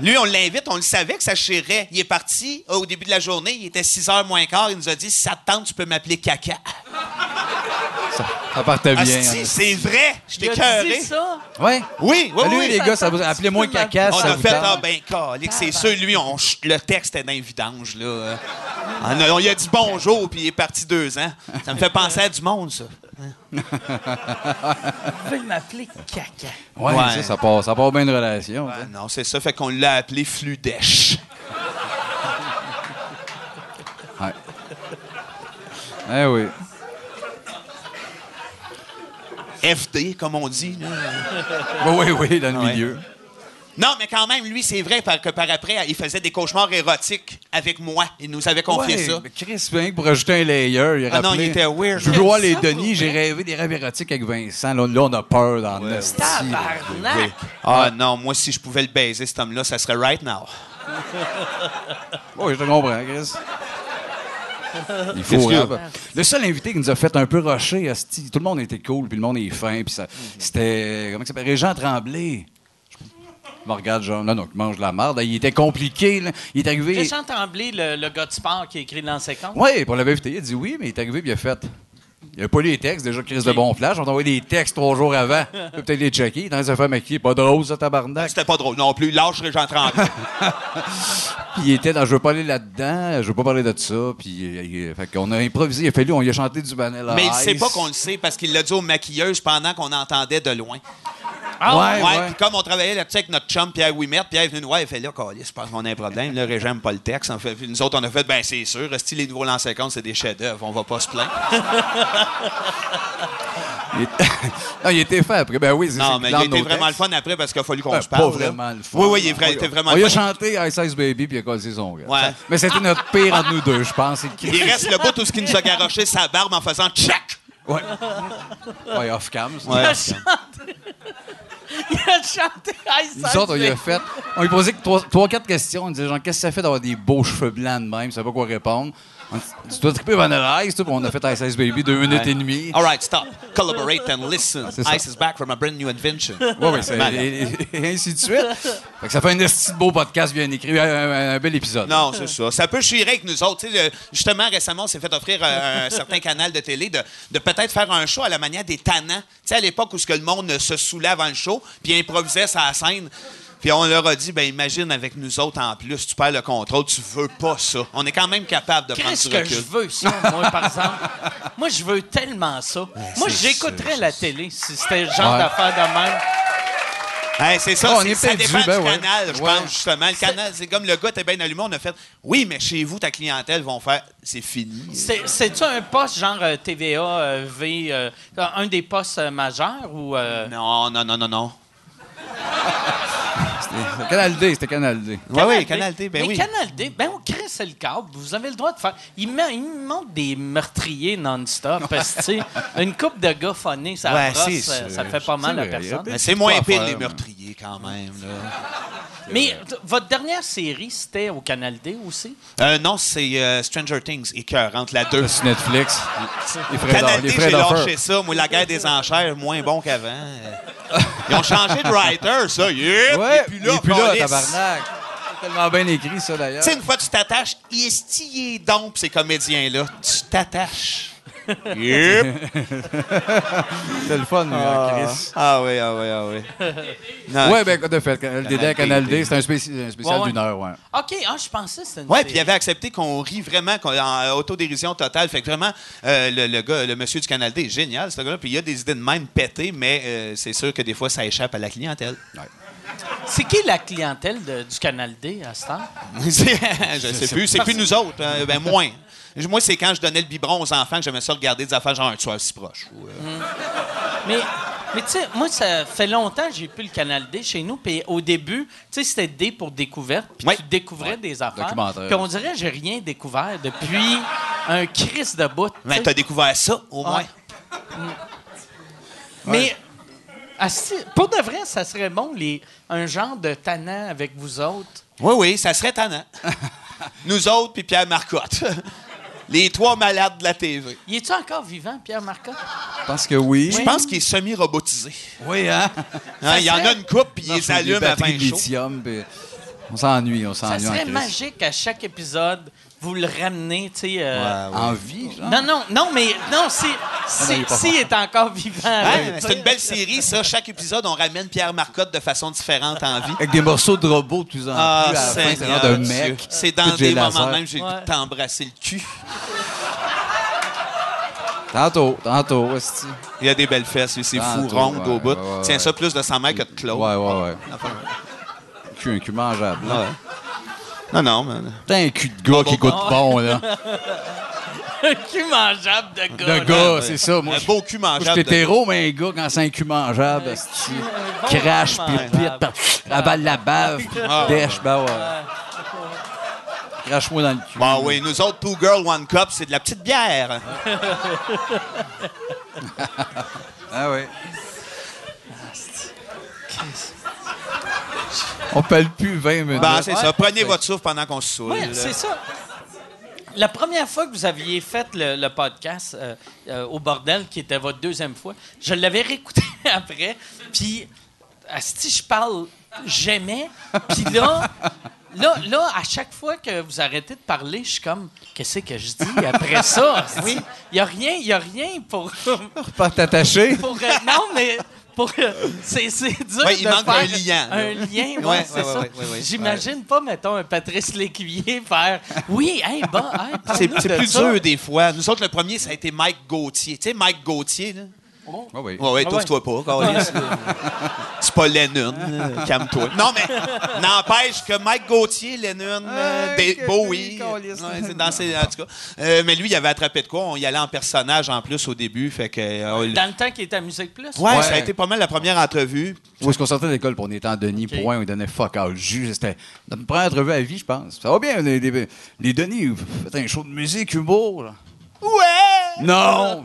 [SPEAKER 4] Lui, on l'invite, on le savait que ça chirait. Il est parti euh, au début de la journée, il était 6 h moins quart, il nous a dit « Si ça te tente, tu peux m'appeler caca.
[SPEAKER 5] que Ça, ça partait » bien. hein.
[SPEAKER 4] Asti, c'est vrai! Je
[SPEAKER 2] Il
[SPEAKER 4] t'ai
[SPEAKER 2] a dit
[SPEAKER 4] cœuré.
[SPEAKER 2] ça.
[SPEAKER 5] Ouais.
[SPEAKER 4] Oui, oui,
[SPEAKER 5] Salut,
[SPEAKER 4] oui.
[SPEAKER 5] les gars, ça vous- appelez-moi
[SPEAKER 2] Excuse-moi.
[SPEAKER 5] caca.
[SPEAKER 4] On
[SPEAKER 5] ça
[SPEAKER 4] a
[SPEAKER 5] vous
[SPEAKER 4] fait,
[SPEAKER 5] tente.
[SPEAKER 4] ah ben, calique, c'est sûr, lui, on, ch- le texte est d'un vidange, là. Euh, On, a, on lui a dit bonjour, puis il est parti deux ans. Ça me fait penser à du monde, ça.
[SPEAKER 2] Ils veulent m'appeler caca.
[SPEAKER 5] Ouais,
[SPEAKER 4] Ouais.
[SPEAKER 5] Ça, ça part, ça part bien une relation.
[SPEAKER 4] Ah non, c'est ça, fait qu'on l'a appelé Fludèche.
[SPEAKER 5] Eh oui.
[SPEAKER 4] FD, comme on dit. là.
[SPEAKER 5] Ah Oui, oui, dans le
[SPEAKER 4] Ouais.
[SPEAKER 5] milieu.
[SPEAKER 4] Non, mais quand même, lui, c'est vrai par- que par après, il faisait des cauchemars érotiques avec moi. Il nous avait confié
[SPEAKER 5] Ouais,
[SPEAKER 4] ça.
[SPEAKER 5] mais Chris, rien que pour ajouter un layer, il a
[SPEAKER 4] Ah non,
[SPEAKER 5] rappelé,
[SPEAKER 4] il était weird.
[SPEAKER 5] Je veux voir les
[SPEAKER 2] Ça,
[SPEAKER 5] Denis,
[SPEAKER 2] pour
[SPEAKER 5] j'ai rêvé des rêves érotiques avec Vincent. Là, là, on a peur dans le esti, là.
[SPEAKER 2] Tabarnak!
[SPEAKER 4] Ah non, moi, si je pouvais le baiser, cet homme-là, ça serait right now.
[SPEAKER 5] Oui, je te comprends, Chris. Il
[SPEAKER 4] Qu'est-ce
[SPEAKER 5] faut
[SPEAKER 4] qu'il y a?
[SPEAKER 5] rap. Le seul invité qui nous a fait un peu rusher, esti, tout le monde était cool, puis le monde est fin,
[SPEAKER 4] Mhm.
[SPEAKER 5] puis ça. C'était. Comment il s'appelle? Régent Tremblay. Je me regarde, genre, non, non, je mange de la merde. Il était compliqué, là. Il est arrivé.
[SPEAKER 2] Régent Tremblay, le, le gars de sport qui a écrit dans ses comptes.
[SPEAKER 5] Oui, pour l'avait invité, il a dit oui, mais il est arrivé, puis il a fait. Il n'y a pas les textes, déjà, crise de bon flash. On t'a envoyé des textes trois jours avant. Il peut Peut-être les checker. Il est dans les affaires maquillées. Pas drôle, ça, tabarnak.
[SPEAKER 4] C'était pas drôle non plus. Lâche Jean Tremblay.
[SPEAKER 5] Puis il était dans Je veux pas aller là-dedans, je veux pas parler de ça. Puis euh, fait qu'on a improvisé, il a fallu, on lui a chanté du Vanilla
[SPEAKER 4] mais il sait
[SPEAKER 5] Ice.
[SPEAKER 4] pas qu'on le sait parce qu'il l'a dit aux maquilleuses pendant qu'on entendait de loin.
[SPEAKER 5] Ah
[SPEAKER 4] ouais,
[SPEAKER 5] ouais, ouais.
[SPEAKER 4] Puis comme on travaillait là-dessus avec notre chum Pierre Wimette, Pierre est venu nous voir, il fait là, calé, je pense qu'on a un problème. Là, Régent aime pas le texte. En fait, nous autres, on a fait, ben c'est sûr, si les nouveaux lancers comptes, c'est des chefs-d'œuvre, on va pas se plaindre.
[SPEAKER 5] Il est- non, il était fait après. Ben oui, c'est
[SPEAKER 4] Non,
[SPEAKER 5] c'est
[SPEAKER 4] mais il
[SPEAKER 5] dans
[SPEAKER 4] a
[SPEAKER 5] nos
[SPEAKER 4] été vraiment le
[SPEAKER 5] textes.
[SPEAKER 4] fun après parce qu'il a fallu qu'on
[SPEAKER 5] Ben,
[SPEAKER 4] se parle.
[SPEAKER 5] pas
[SPEAKER 4] là.
[SPEAKER 5] vraiment le fun.
[SPEAKER 4] Oui, oui, il est vrai-
[SPEAKER 5] Ouais.
[SPEAKER 4] il était vraiment
[SPEAKER 5] On lui
[SPEAKER 4] le
[SPEAKER 5] a
[SPEAKER 4] fun.
[SPEAKER 5] chanté Ice Ice Baby, puis il a cassé son gars.
[SPEAKER 4] Ouais.
[SPEAKER 5] Mais c'était notre pire entre nous deux, je pense. Il
[SPEAKER 4] Il reste le bout où ce qui nous a garoché sa barbe en faisant tchac.
[SPEAKER 5] Ouais. Ouais, off-cam. ça.
[SPEAKER 2] Il a chanté. Il a chanté Ice
[SPEAKER 5] Nous autres, on lui a
[SPEAKER 2] Ice
[SPEAKER 5] fait. On lui posait que trois, trois, quatre questions. On disait genre, qu'est-ce que ça fait d'avoir des beaux cheveux blancs de même? Je savais pas quoi répondre. On dit, tu dois triper Vanilla Ice, toi, puis on a fait Ice Ice Baby deux minutes et demie.
[SPEAKER 4] All right, stop. Collaborate and listen.
[SPEAKER 5] c'est ça.
[SPEAKER 4] Ice is back from a brand new invention.
[SPEAKER 5] Oui, oui, c'est-
[SPEAKER 4] Malade.
[SPEAKER 5] et, et- et ainsi de suite. Fait que ça fait un esti de beau podcast bien écrit, un, un- un bel épisode.
[SPEAKER 4] Non, c'est ça. Ça peut chier avec nous autres. Tu sais, le- justement, récemment, on s'est fait offrir euh, un certain canal de télé de, de peut-être faire un show à la manière des tannants. Tu sais, à l'époque où ce que le monde euh, se saoulait avant le show, puis improvisait sa scène. Puis on leur a dit, ben imagine avec nous autres en plus, tu perds le contrôle, tu veux pas ça. On est quand même capable de prendre
[SPEAKER 2] Qu'est-ce
[SPEAKER 4] du
[SPEAKER 2] que je
[SPEAKER 4] recul.
[SPEAKER 2] veux, ça, moi, par exemple? Moi, je veux tellement ça. Moi, j'écouterais la télé si c'était le genre
[SPEAKER 5] Ouais.
[SPEAKER 2] d'affaire de même.
[SPEAKER 4] Hey, Ben, c'est ça,
[SPEAKER 5] Ah, on
[SPEAKER 4] c'est-
[SPEAKER 5] est
[SPEAKER 4] ça
[SPEAKER 5] peut-être
[SPEAKER 4] dépend
[SPEAKER 5] dû, ben
[SPEAKER 4] du
[SPEAKER 5] ouais.
[SPEAKER 4] canal, je
[SPEAKER 5] Ouais.
[SPEAKER 4] pense, justement. Le canal, c'est comme le gars, t'es bien allumé, on a fait « Oui, mais chez vous, ta clientèle vont faire « C'est fini.
[SPEAKER 2] C'est- C'est-tu un poste genre euh, TVA, euh, V, euh, un des postes euh, majeurs ou. euh, »
[SPEAKER 4] Non, non, non, non, non.
[SPEAKER 5] C'était Canal D, c'était Canal D.
[SPEAKER 4] Oui, oui, Canal D, ben
[SPEAKER 2] Mais
[SPEAKER 4] oui.
[SPEAKER 2] Canal D, ben on crée c'est le câble. Vous avez le droit de faire. Ils me, ils me montrent des meurtriers non-stop. Parce que, tu sais, une coupe de gars phonés, ça
[SPEAKER 4] Ouais,
[SPEAKER 2] brosse,
[SPEAKER 4] c'est
[SPEAKER 2] euh, ça
[SPEAKER 5] sûr.
[SPEAKER 2] fait pas mal à
[SPEAKER 5] C'est vrai,
[SPEAKER 2] personne.
[SPEAKER 5] yep.
[SPEAKER 4] Mais c'est moins
[SPEAKER 5] Pas à
[SPEAKER 4] pire,
[SPEAKER 5] faire,
[SPEAKER 4] les
[SPEAKER 5] mais-
[SPEAKER 4] meurtriers, quand même. là.
[SPEAKER 2] Mais t- votre dernière série, c'était au Canal D aussi?
[SPEAKER 4] Euh, non, c'est euh, Stranger Things, écœurante, la 2.
[SPEAKER 5] Sur Netflix. Les frais d'or-
[SPEAKER 4] Canal
[SPEAKER 5] les
[SPEAKER 4] D,
[SPEAKER 5] frais
[SPEAKER 4] j'ai
[SPEAKER 5] d'offert.
[SPEAKER 4] lâché ça. Moi, la guerre des enchères, moins bon qu'avant. Euh, Ils ont changé de writer, ça. Yep,
[SPEAKER 5] Ouais,
[SPEAKER 4] il est
[SPEAKER 5] il est plus là,
[SPEAKER 4] câlisse.
[SPEAKER 5] tabarnak. C'est tellement bien écrit, ça, d'ailleurs.
[SPEAKER 4] Tu sais, une fois, tu t'attaches. Est-ce donc, ces comédiens-là? Tu t'attaches. Yep.
[SPEAKER 5] C'était le fun, lui, hein, Chris.
[SPEAKER 4] Ah oui, ah oui, ah oui. Non,
[SPEAKER 5] Ouais, ben, quoi de fait, Canal D,
[SPEAKER 4] Canal
[SPEAKER 5] Canal
[SPEAKER 4] D.
[SPEAKER 5] D, c'était un spéci- un spécial
[SPEAKER 2] Ouais, ouais.
[SPEAKER 5] d'une heure, ouais.
[SPEAKER 2] OK, ah, je pensais que c'était une
[SPEAKER 4] Ouais, puis
[SPEAKER 2] série.
[SPEAKER 4] il avait accepté qu'on rit vraiment, qu'on, en autodérision totale. Fait que vraiment, euh, le, le gars, le monsieur du Canal D est génial, ce gars-là. Puis il y a des idées de même pétées, mais euh, c'est sûr que des fois, ça échappe à la clientèle.
[SPEAKER 2] C'est qui la clientèle de- du Canal D à ce temps?
[SPEAKER 4] je sais plus, c'est plus nous autres, hein, ben moins. Moi, c'est quand je donnais le biberon aux enfants que j'aimais ça regarder des affaires genre un soir si proche. ou, euh,
[SPEAKER 2] Mais, mais tu sais, moi, ça fait longtemps que j'ai plus le Canal D chez nous. Puis au début, tu sais, c'était D pour découverte. Puis
[SPEAKER 4] Ouais.
[SPEAKER 2] tu découvrais des affaires.
[SPEAKER 5] Documentaire.
[SPEAKER 2] Puis on dirait que j'ai rien découvert depuis un Christ de bout. tu
[SPEAKER 4] Mais
[SPEAKER 2] sais.
[SPEAKER 4] Ben, t'as découvert ça, au moins.
[SPEAKER 2] Ouais. Mm. Mais asti, pour de vrai, ça serait bon, les, un genre de tannant avec vous autres.
[SPEAKER 4] Oui, oui, ça serait tannant. nous autres, puis Pierre Marcotte. Les trois malades de la TV.
[SPEAKER 2] Il est-tu encore vivant, Pierre Marcotte?
[SPEAKER 5] Je pense que oui.
[SPEAKER 4] Je pense qu'il est semi-robotisé.
[SPEAKER 5] Oui, hein?
[SPEAKER 4] Hein, Il y en a une coupe, puis
[SPEAKER 5] Non,
[SPEAKER 4] il les
[SPEAKER 5] sur des
[SPEAKER 4] allume à
[SPEAKER 5] batteries
[SPEAKER 4] 20
[SPEAKER 5] de
[SPEAKER 4] chaud.
[SPEAKER 5] lithium, puis on s'ennuie, on
[SPEAKER 2] Ça
[SPEAKER 4] Ah,
[SPEAKER 5] s'ennuie en
[SPEAKER 2] serait
[SPEAKER 5] Chris.
[SPEAKER 2] magique à chaque épisode, vous le ramenez, tu sais. euh,
[SPEAKER 5] En vie, genre?
[SPEAKER 2] Non, non, non, mais non, si, si,
[SPEAKER 5] Ah il est pas
[SPEAKER 2] si
[SPEAKER 5] mort.
[SPEAKER 2] il est encore vivant.
[SPEAKER 5] Ah,
[SPEAKER 2] là,
[SPEAKER 4] Hein,
[SPEAKER 2] tu
[SPEAKER 4] C'est
[SPEAKER 2] sais.
[SPEAKER 4] une belle série, ça. Chaque épisode, on ramène Pierre Marcotte de façon différente en vie.
[SPEAKER 5] Avec des morceaux de robots de plus en plus. à la fin, Ah, c'est
[SPEAKER 4] Ah, Seigneur
[SPEAKER 5] genre de
[SPEAKER 4] Dieu.
[SPEAKER 5] mec.
[SPEAKER 4] C'est dans
[SPEAKER 5] Tout des
[SPEAKER 4] des moments
[SPEAKER 5] lasers.
[SPEAKER 4] même, j'ai le goût
[SPEAKER 2] Ouais.
[SPEAKER 4] de t'embrasser le cul.
[SPEAKER 5] Tantôt, tantôt, esti.
[SPEAKER 4] Il y a des belles fesses, lui, c'est
[SPEAKER 5] Ah,
[SPEAKER 4] fou,
[SPEAKER 5] toi,
[SPEAKER 4] ronde
[SPEAKER 5] ouais,
[SPEAKER 4] au bout.
[SPEAKER 5] ouais, ouais,
[SPEAKER 4] Tiens
[SPEAKER 5] ouais.
[SPEAKER 4] ça plus de sa mère que de Claude.
[SPEAKER 5] Ouais, ouais, ouais.
[SPEAKER 4] Ah,
[SPEAKER 5] Cul, un cul mangeable. là.
[SPEAKER 4] Ouais. Non, non, mais... Ah,
[SPEAKER 5] Putain, un cul de gars qui goûte bon, là.
[SPEAKER 2] un cul mangeable de gars.
[SPEAKER 5] Le
[SPEAKER 2] là.
[SPEAKER 5] gars, Ah, c'est ça. Moi,
[SPEAKER 4] Un
[SPEAKER 5] je-
[SPEAKER 4] beau cul
[SPEAKER 5] moi,
[SPEAKER 4] mangeable.
[SPEAKER 5] Je suis hétéro, mais un gars, quand c'est un cul mangeable, esti, crache,
[SPEAKER 2] cul
[SPEAKER 5] puis
[SPEAKER 2] mangeable.
[SPEAKER 5] pite, par- avale la bave,
[SPEAKER 4] Ah,
[SPEAKER 5] dèche, ben ouais. Crache-moi dans le cul.
[SPEAKER 4] Bon, Bah oui, nous autres, Two Girl, One Cup, c'est de la petite bière.
[SPEAKER 5] Ah oui. On parle plus 20 minutes.
[SPEAKER 4] Ben, c'est
[SPEAKER 2] Ouais.
[SPEAKER 4] ça. Prenez votre souffle pendant qu'on se saoule.
[SPEAKER 2] Ouais, c'est ça. La première fois que vous aviez fait le, le podcast euh, euh, au bordel, qui était votre deuxième fois, je l'avais réécouté après, puis si je parle, j'aimais, puis là, là, là, à chaque fois que vous arrêtez de parler, je suis comme, qu'est-ce que je dis après ça Oui, il y a rien, il y a rien pour,
[SPEAKER 5] Pas t'attacher.
[SPEAKER 2] pour euh, non mais pour euh, c'est c'est dur
[SPEAKER 4] Ouais, il
[SPEAKER 2] de
[SPEAKER 4] manque
[SPEAKER 2] faire
[SPEAKER 4] un lien, là.
[SPEAKER 2] un lien, ouais,
[SPEAKER 4] Ouais,
[SPEAKER 2] c'est
[SPEAKER 4] ouais,
[SPEAKER 2] ça.
[SPEAKER 4] ouais, ouais, ouais, ouais.
[SPEAKER 2] J'imagine pas mettons un Patrice Lécuyer faire oui, hey bon, hey,
[SPEAKER 4] C'est
[SPEAKER 2] parle-nous de
[SPEAKER 4] c'est plus
[SPEAKER 2] ça.
[SPEAKER 4] dur des fois. Nous autres, le premier, ça a été Mike Gauthier. Tu sais, Mike Gauthier, là.
[SPEAKER 5] Ah oui.
[SPEAKER 4] Ouais, ouais,
[SPEAKER 2] Ah
[SPEAKER 4] toi toi pas. câlisse, là. C'est pas Lennon. euh, Calme-toi. Non, mais n'empêche que Mike Gauthier, Lennon, euh,
[SPEAKER 3] Ah,
[SPEAKER 4] Dave
[SPEAKER 3] que-
[SPEAKER 4] Bowie.
[SPEAKER 3] câlisse.
[SPEAKER 4] Ouais, c'est dans ces- en tout cas. Euh, mais lui, il avait attrapé de quoi? On y allait en personnage en plus au début. Fait que. euh, on-
[SPEAKER 2] Dans le temps qu'il était à musique plus.
[SPEAKER 4] Ouais,
[SPEAKER 5] Ouais.
[SPEAKER 4] ça a été pas mal la première entrevue.
[SPEAKER 5] Où est-ce qu'on sortait de l'école, puis on était en Denis,
[SPEAKER 2] Ok.
[SPEAKER 5] point, on donnait fuck out. Juste, c'était notre première entrevue à vie, je pense. Ça va bien, les, les, les Denis, vous faites un show de musique, humour. là.
[SPEAKER 4] Ouais!
[SPEAKER 5] Non!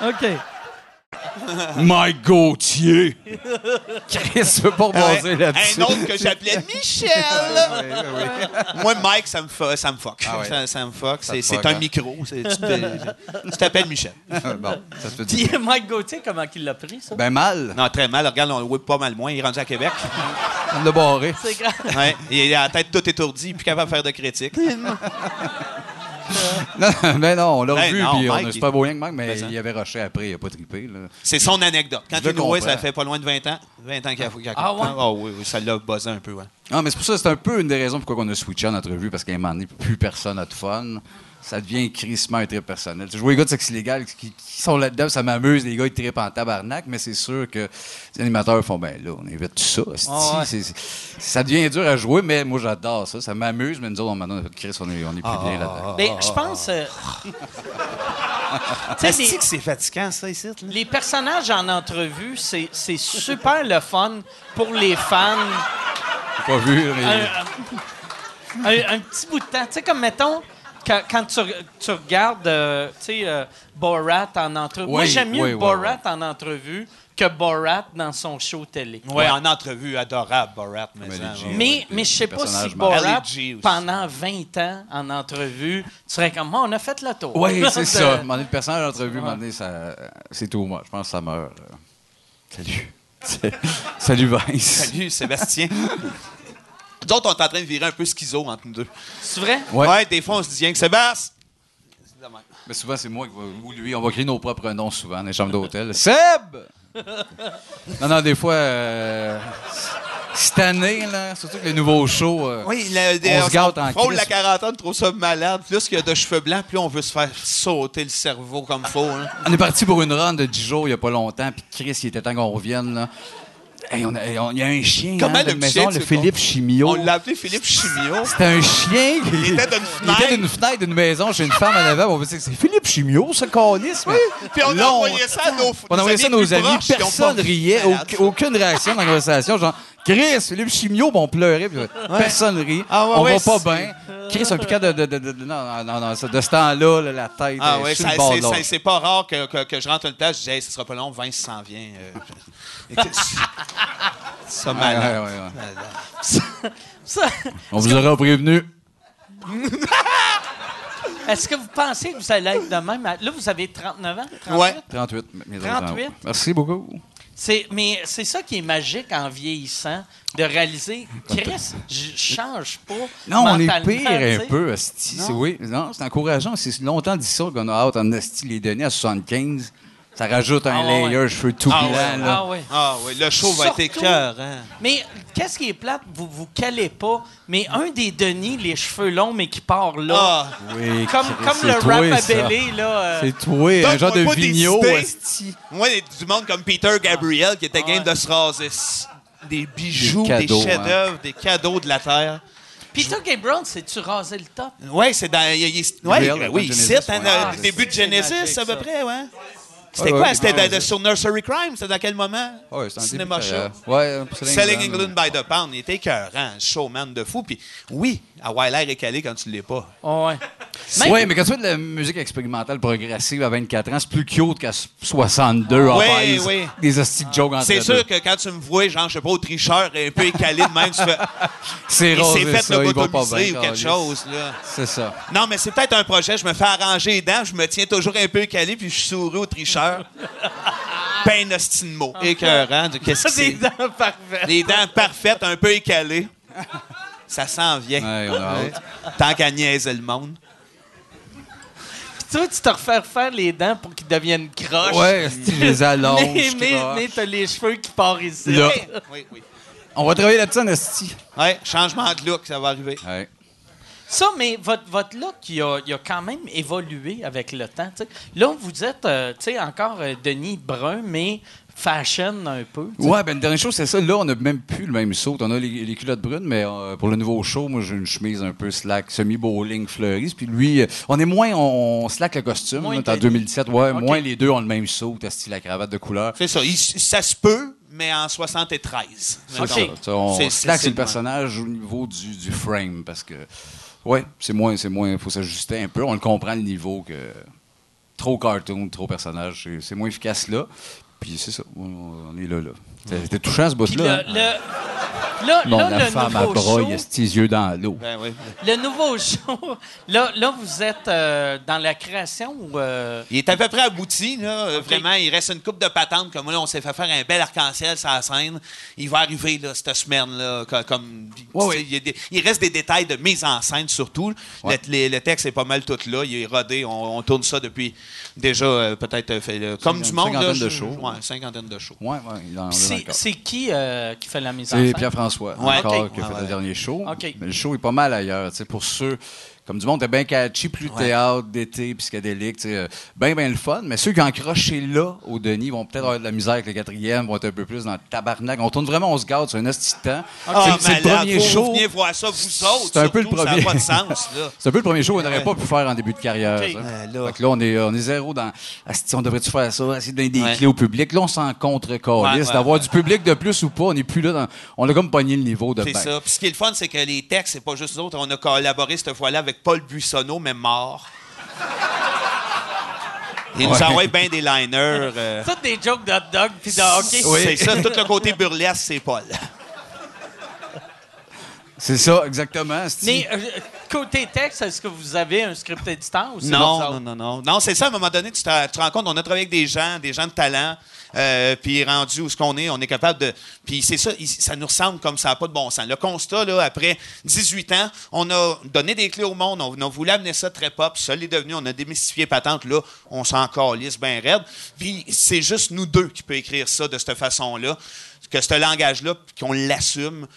[SPEAKER 6] ha! OK.
[SPEAKER 5] Mike Gauthier! Chris veut pas baser là-dessus.
[SPEAKER 4] Un autre que j'appelais Michel. Moi, Mike, ça me fa- ça me fuck.
[SPEAKER 5] Ah ouais.
[SPEAKER 4] ça, ça me fuck.
[SPEAKER 5] te
[SPEAKER 4] C'est c'est
[SPEAKER 5] fuck,
[SPEAKER 4] un
[SPEAKER 5] hein.
[SPEAKER 4] micro. C'est- Tu te- tu t'appelles Michel.
[SPEAKER 5] bon, ça se fait dire.
[SPEAKER 2] Puis Mike Gauthier comment qu'il l'a pris ça
[SPEAKER 5] Ben mal,
[SPEAKER 4] Non, très mal. Regarde, on le whip pas mal moins. Il est rendu à Québec.
[SPEAKER 5] on l'a barré.
[SPEAKER 2] C'est grave.
[SPEAKER 4] Ouais. Il est à la tête tout étourdie, plus capable de faire de critiques.
[SPEAKER 5] Non, mais non, on l'a
[SPEAKER 4] Ben
[SPEAKER 5] revu,
[SPEAKER 4] non,
[SPEAKER 5] puis on
[SPEAKER 4] Mike,
[SPEAKER 5] a super beau rien que Mike,
[SPEAKER 4] Mais
[SPEAKER 5] mais
[SPEAKER 4] ça.
[SPEAKER 5] il avait rushé après, il a pas trippé. Là.
[SPEAKER 4] C'est son anecdote. Quand
[SPEAKER 5] Je
[SPEAKER 4] il
[SPEAKER 5] le
[SPEAKER 4] nous whip, ça
[SPEAKER 5] comprends.
[SPEAKER 4] fait pas loin de 20 ans. 20 ans qu'il a qu'il a-
[SPEAKER 2] Ah ouais?
[SPEAKER 4] oui, oui, ça l'a buzzé un peu. ouais.
[SPEAKER 5] Non, Ah, mais c'est pour ça, c'est un peu une des raisons pourquoi on a switché en entrevue, parce qu'à un moment donné, plus personne a de fun. Ça devient crissement un trip personnel. Tu vois, les gars de Sexe Illégal qui, qui sont là-dedans, ça m'amuse, les gars, ils trippent en tabarnak, mais c'est sûr que les animateurs font, ben là, on évite tout ça. hostie.
[SPEAKER 2] Ah ouais.
[SPEAKER 5] C'est- c'est- ça devient dur à jouer, mais moi, j'adore ça. Ça m'amuse, mais nous autres, on, maintenant, on a fait Chris, on est, on est plus bien là-dedans.
[SPEAKER 2] Mais je pense euh, tu sais, les-
[SPEAKER 4] Est-ce que c'est fatigant, ça, ici? là?
[SPEAKER 2] Les personnages en entrevue, c'est c'est super le fun pour les fans. ah.
[SPEAKER 5] J'ai pas vu, mais.
[SPEAKER 2] un, un- un petit bout de temps. Tu sais, comme mettons, quand, quand tu, re- tu regardes euh, tu sais, euh, Borat en entrevue. Moi,
[SPEAKER 5] Oui,
[SPEAKER 2] j'aime mieux
[SPEAKER 5] oui, oui,
[SPEAKER 2] Borat en entrevue que Borat dans son show télé.
[SPEAKER 4] Ouais, en entrevue, adorable, Borat. Mais,
[SPEAKER 5] Mais
[SPEAKER 4] ça,
[SPEAKER 5] les
[SPEAKER 4] ouais.
[SPEAKER 5] G.
[SPEAKER 2] Mais,
[SPEAKER 5] puis
[SPEAKER 2] mais je sais
[SPEAKER 5] les
[SPEAKER 2] pas
[SPEAKER 5] personnages
[SPEAKER 2] si
[SPEAKER 5] marrent.
[SPEAKER 2] Borat,
[SPEAKER 4] LG aussi.
[SPEAKER 2] pendant 20 ans en entrevue, tu serais comme, moi, on a fait le tour.
[SPEAKER 5] Oui,
[SPEAKER 2] De-
[SPEAKER 5] c'est ça. Demander le personnage d'entrevue, demander ça. C'est tout, moi. Je pense que ça meurt. là. Salut. Salut, Vince.
[SPEAKER 4] Salut, Sébastien. Nous autres, on est en train de virer un peu schizo entre nous deux.
[SPEAKER 2] C'est vrai?
[SPEAKER 5] Ouais.
[SPEAKER 4] Ouais. des fois, on se dit rien que Sébastien.
[SPEAKER 5] Mais souvent, c'est moi qui va- ou lui. On va crier nos propres noms souvent dans les chambres d'hôtel. Seb! Non, non, des fois, euh, cette année, là, surtout que les nouveaux shows, euh,
[SPEAKER 4] Oui, la- des-
[SPEAKER 5] on se gâte en
[SPEAKER 4] frôle la
[SPEAKER 5] crise.
[SPEAKER 4] quarantaine, trouve ça malade. Plus qu'il y a de cheveux blancs, plus on veut se faire sauter le cerveau comme faux. hein.
[SPEAKER 5] On est parti pour une run de 10 jours il n'y a pas longtemps, puis Chris, il était temps qu'on revienne. Là. Hey, on a- on- il y a un chien
[SPEAKER 4] Comment
[SPEAKER 5] hein, de
[SPEAKER 4] le chien,
[SPEAKER 5] maison,
[SPEAKER 4] tu
[SPEAKER 5] le
[SPEAKER 4] sais
[SPEAKER 5] Philippe Chimio.
[SPEAKER 4] On l'a appelé Philippe Chimio.
[SPEAKER 5] C'était un chien qui.
[SPEAKER 4] Il était d'une
[SPEAKER 5] Il
[SPEAKER 4] fenêtre.
[SPEAKER 5] était d'une fenêtre d'une maison chez une femme en avant. On va dire que c'est Philippe Chimio, ce calice. Oui.
[SPEAKER 4] Puis on a envoyé ça à nos,
[SPEAKER 5] On a envoyé ça à
[SPEAKER 4] plus
[SPEAKER 5] nos amis,
[SPEAKER 4] proches qui ont pas
[SPEAKER 5] personne
[SPEAKER 4] vu.
[SPEAKER 5] riait,
[SPEAKER 4] Malade.
[SPEAKER 5] auc- aucune réaction dans la conversation. Genre, Chris, Philippe Chimio, bon, on pleurait, puis personne rit.
[SPEAKER 4] Ah ouais,
[SPEAKER 5] on
[SPEAKER 4] ouais,
[SPEAKER 5] va
[SPEAKER 4] c'est-
[SPEAKER 5] pas bien. Chris, un piquant de, de, de, de, de- non, non, non, non, ça- de ce temps-là, là, la tête
[SPEAKER 4] Ah
[SPEAKER 5] euh,
[SPEAKER 4] ouais,
[SPEAKER 5] sur
[SPEAKER 4] ça-
[SPEAKER 5] le bord de
[SPEAKER 4] c'est-
[SPEAKER 5] l'autre.
[SPEAKER 4] c'est- c'est pas rare que, que- que je rentre une place, je dis, hey, ce sera pas long, Vince s'en vient. euh. Et que- ça
[SPEAKER 5] Ouais, ouais,
[SPEAKER 4] malade.
[SPEAKER 5] ouais, ouais.
[SPEAKER 2] Ça-
[SPEAKER 5] On vous aura prévenu.
[SPEAKER 2] Est-ce que vous pensez que vous allez être de même? à- Là, vous avez 39 ans? 38?
[SPEAKER 4] Ouais.
[SPEAKER 5] 38, mes
[SPEAKER 2] 38.
[SPEAKER 5] Merci beaucoup.
[SPEAKER 2] C'est, mais c'est ça qui est magique en vieillissant, de réaliser, Chris, je change pas.
[SPEAKER 5] Non, on est
[SPEAKER 2] mentalement,
[SPEAKER 5] pire
[SPEAKER 2] tu
[SPEAKER 5] un
[SPEAKER 2] sais.
[SPEAKER 5] peu, asti. C'est- Oui, non, c'est encourageant. C'est longtemps dit ça qu'on a hâte en asti les données à 75. Ça rajoute un
[SPEAKER 2] Ah ouais,
[SPEAKER 5] layer
[SPEAKER 2] ouais.
[SPEAKER 5] cheveux tout
[SPEAKER 2] Ah
[SPEAKER 5] blanc.
[SPEAKER 2] ouais,
[SPEAKER 5] là.
[SPEAKER 2] ah ouais.
[SPEAKER 4] Ah oui, le show va être
[SPEAKER 2] Surtout-
[SPEAKER 4] écœurant. hein.
[SPEAKER 2] Mais qu'est-ce qui est plate? Vous vous calez pas, mais un des Denis, les cheveux longs, mais qui part là.
[SPEAKER 4] Ah,
[SPEAKER 5] Oui,
[SPEAKER 2] comme
[SPEAKER 5] Chris,
[SPEAKER 2] comme
[SPEAKER 5] c'est
[SPEAKER 2] le
[SPEAKER 5] toi,
[SPEAKER 2] rap à
[SPEAKER 5] ça.
[SPEAKER 2] Bélé, là. euh,
[SPEAKER 5] C'est toi, un
[SPEAKER 4] Donne-moi
[SPEAKER 5] genre de
[SPEAKER 4] pas des
[SPEAKER 5] vigno.
[SPEAKER 4] idées.
[SPEAKER 5] asti.
[SPEAKER 4] Moi, il y a du monde comme Peter Gabriel qui était game de se raser s- des bijoux, des,
[SPEAKER 5] Des cadeaux, hein.
[SPEAKER 4] chefs-d'œuvre, des cadeaux de la terre.
[SPEAKER 2] Peter Gabriel, c'est-tu rasé le top?
[SPEAKER 4] Ouais, c'est dans. il- il- ouais,
[SPEAKER 5] Gabriel,
[SPEAKER 4] ben
[SPEAKER 5] avant
[SPEAKER 4] oui,
[SPEAKER 5] Genesis,
[SPEAKER 4] c'est hein,
[SPEAKER 5] ouais.
[SPEAKER 4] dans
[SPEAKER 2] Ah,
[SPEAKER 4] le début de
[SPEAKER 2] c'est
[SPEAKER 4] Genesis,
[SPEAKER 2] magique,
[SPEAKER 4] à peu
[SPEAKER 2] ça.
[SPEAKER 4] près, ouais. C'était
[SPEAKER 5] Ouais,
[SPEAKER 4] quoi?
[SPEAKER 5] ouais,
[SPEAKER 4] C'était
[SPEAKER 5] ouais,
[SPEAKER 4] dans- sur Nursery Crime? C'était dans quel moment?
[SPEAKER 5] Ouais, c'est un
[SPEAKER 4] Cinéma
[SPEAKER 5] début de
[SPEAKER 4] show.
[SPEAKER 5] carrière. Ouais, euh, pour
[SPEAKER 4] Selling England by the Pound, il était écœurant, showman de fou. Puis oui, à l'air est calé quand tu l'es pas.
[SPEAKER 2] Ah ouais.
[SPEAKER 5] Oui,
[SPEAKER 2] Même-
[SPEAKER 5] mais quand tu fais de la musique expérimentale progressive à 24 ans, c'est plus cute qu'à 62 en
[SPEAKER 4] Ouais,
[SPEAKER 5] base.
[SPEAKER 4] ouais.
[SPEAKER 5] Des hosties de jokes entre
[SPEAKER 4] C'est
[SPEAKER 5] deux.
[SPEAKER 4] sûr que quand tu me vois, genre, je sais pas, au tricheur, un peu écalé de même, tu fais.
[SPEAKER 5] C'est
[SPEAKER 4] Il
[SPEAKER 5] rose,
[SPEAKER 4] s'est fait
[SPEAKER 5] ça,
[SPEAKER 4] le
[SPEAKER 5] il va pas
[SPEAKER 4] lobotomiser
[SPEAKER 5] bien,
[SPEAKER 4] ou quelque
[SPEAKER 5] Carlis.
[SPEAKER 4] chose, là.
[SPEAKER 5] C'est ça.
[SPEAKER 4] Non, mais c'est peut-être un projet. Je me fais arranger les dents, je me tiens toujours un peu calé, puis je souris au tricheur. Ben hostie de mots. Écœurant. du- Qu'est-ce
[SPEAKER 2] Des
[SPEAKER 4] que c'est?
[SPEAKER 2] dents parfaites.
[SPEAKER 4] Les dents parfaites, un peu écalées. Ça s'en vient.
[SPEAKER 5] Ouais, on a hâte.
[SPEAKER 4] Tant qu'à niaiser le monde.
[SPEAKER 2] Puis toi, tu te refais refaire les dents pour qu'ils deviennent croches.
[SPEAKER 5] Ouais, asti, je les allonge.
[SPEAKER 2] Mais, mais,
[SPEAKER 5] croche.
[SPEAKER 2] mais t'as les cheveux qui partent ici.
[SPEAKER 5] Là.
[SPEAKER 4] Oui, oui, oui.
[SPEAKER 5] On va travailler là-dessus en esti.
[SPEAKER 4] Ouais, changement de look, ça va arriver.
[SPEAKER 5] Ouais.
[SPEAKER 2] Ça, mais votre, votre look, il a, il a quand même évolué avec le temps. tu sais. Là, vous êtes euh, tu sais, encore euh, Denis Brun, mais fashion un peu. tu sais.
[SPEAKER 5] Ouais, ben, le dernier show, c'est ça. Là, on n'a même plus le même saut. On a les, les culottes brunes, mais euh, pour le nouveau show, moi, j'ai une chemise un peu slack, semi-bowling, fleurie. Puis lui, euh, on est moins, on, on slack le costume.
[SPEAKER 2] Moins
[SPEAKER 5] On est en
[SPEAKER 2] Denis.
[SPEAKER 5] 2017. Ouais,
[SPEAKER 2] Ok.
[SPEAKER 5] moins les deux ont le même saut, t'as style la cravate de couleur.
[SPEAKER 4] C'est ça. Il- ça se peut, mais en 73.
[SPEAKER 5] C'est
[SPEAKER 4] mettons.
[SPEAKER 5] ça. Tu sais, On
[SPEAKER 4] C'est-
[SPEAKER 5] slack,
[SPEAKER 4] c'est
[SPEAKER 5] c'est le
[SPEAKER 4] le même.
[SPEAKER 5] personnage au niveau du, du frame, parce que, ouais, c'est moins, c'est moins, faut s'ajuster un peu. On le comprend le niveau que trop cartoon, trop personnage, c'est- c'est moins efficace là. Puis c'est ça, on, on est là, là. C'était- C'était touchant ce hein.
[SPEAKER 2] Puis
[SPEAKER 5] bout-là.
[SPEAKER 2] le, le- là,
[SPEAKER 5] Mon
[SPEAKER 2] là, le
[SPEAKER 5] femme à
[SPEAKER 2] nouveau
[SPEAKER 5] broye,
[SPEAKER 2] show,
[SPEAKER 5] est yeux dans l'eau.
[SPEAKER 4] Ben oui.
[SPEAKER 2] le nouveau show, là, là, vous êtes euh, dans la création ou euh,
[SPEAKER 4] Il est à peu près abouti, là. Euh, Vraiment, il reste une coupe de patente. Comme là, on s'est fait faire un bel arc-en-ciel sur la scène. Il va arriver, là, cette semaine, là. co- Comme, tu sais,
[SPEAKER 5] ouais.
[SPEAKER 4] Il, y a des- il reste des détails de mise en scène, surtout.
[SPEAKER 5] Ouais.
[SPEAKER 4] Le, les- le texte est pas mal tout là. Il est rodé. On, on tourne ça depuis déjà, euh, peut-être, euh, fait, là, comme du
[SPEAKER 5] Cinquantaine
[SPEAKER 4] monde. là,
[SPEAKER 5] de
[SPEAKER 4] je-
[SPEAKER 5] shows.
[SPEAKER 4] Ouais, cinquantaine de shows.
[SPEAKER 5] Ouais, ouais, il en
[SPEAKER 2] puis
[SPEAKER 5] il
[SPEAKER 2] c'est,
[SPEAKER 5] en a encore.
[SPEAKER 2] c'est qui euh, qui fait la mise en
[SPEAKER 5] C'est
[SPEAKER 2] scène?
[SPEAKER 5] Pierre-François,
[SPEAKER 4] Ouais,
[SPEAKER 5] encore,
[SPEAKER 4] ok.
[SPEAKER 5] qui a fait
[SPEAKER 4] Ah,
[SPEAKER 5] le
[SPEAKER 4] ouais.
[SPEAKER 5] dernier show.
[SPEAKER 2] Ok.
[SPEAKER 5] Mais le show est pas mal ailleurs. tu sais, Pour ceux, comme du monde, t'es bien catchy, plus théâtre, d'été, psychédélique. tu sais, euh, Ben, ben le fun. Mais ceux qui ont accroché là, au Denis, vont peut-être avoir de la misère avec le quatrième, vont être un peu plus dans le tabarnak. On tourne vraiment, on se garde, c'est un hostie de temps.
[SPEAKER 4] Ah,
[SPEAKER 5] C'est- C'est le
[SPEAKER 4] malade,
[SPEAKER 5] premier
[SPEAKER 4] faut
[SPEAKER 5] show.
[SPEAKER 4] venir voir ça, vous autres.
[SPEAKER 5] C'est un peu le
[SPEAKER 4] surtout,
[SPEAKER 5] premier.
[SPEAKER 4] Ça n'a pas de sens, là.
[SPEAKER 5] C'est un peu le premier show qu'on n'aurait pas pu faire en début de carrière.
[SPEAKER 2] Ok.
[SPEAKER 5] ça.
[SPEAKER 4] Euh, là.
[SPEAKER 5] Fait que là, on est, on est zéro dans. Asti, on devrait-tu faire ça? Essayer de donner des
[SPEAKER 4] Ouais.
[SPEAKER 5] clés au public. Là, on s'en contre
[SPEAKER 4] Ouais, ouais,
[SPEAKER 5] D'avoir
[SPEAKER 4] ouais.
[SPEAKER 5] du public de plus ou pas, on n'est plus là. Dans... On a comme pogné le niveau de
[SPEAKER 4] C'est
[SPEAKER 5] bain.
[SPEAKER 4] ça. Puis ce qui est le fun, c'est que les textes, c'est pas juste nous autres. On a collaboré cette fois-là avec Paul Buissonneau, mais mort. Il nous
[SPEAKER 5] Ouais.
[SPEAKER 4] envoie bien des liners. euh.
[SPEAKER 2] Toutes des jokes d'hot dog puis de hockey.
[SPEAKER 4] C'est ça, tout le côté burlesque, c'est Paul.
[SPEAKER 5] C'est ça, exactement. asti.
[SPEAKER 2] Mais euh, côté texte, est-ce que vous avez un script éditeur ou c'est
[SPEAKER 4] Non,
[SPEAKER 2] vous autres?
[SPEAKER 4] non, non, non. Non, c'est ça, à un moment donné, tu te, tu te rends compte, on a travaillé avec des gens, des gens de talent, euh, puis rendu où ce qu'on est, on est capable de... Puis c'est ça, il- ça nous ressemble comme ça, n'a pas de bon sens. Le constat, là, après 18 ans, on a donné des clés au monde, on, on voulait amener ça très pop, ça l'est devenu, on a démystifié patente, là, on s'en calisse bien raide. Puis c'est juste nous deux qui peut écrire ça de cette façon-là, que ce langage-là, puis qu'on l'assume,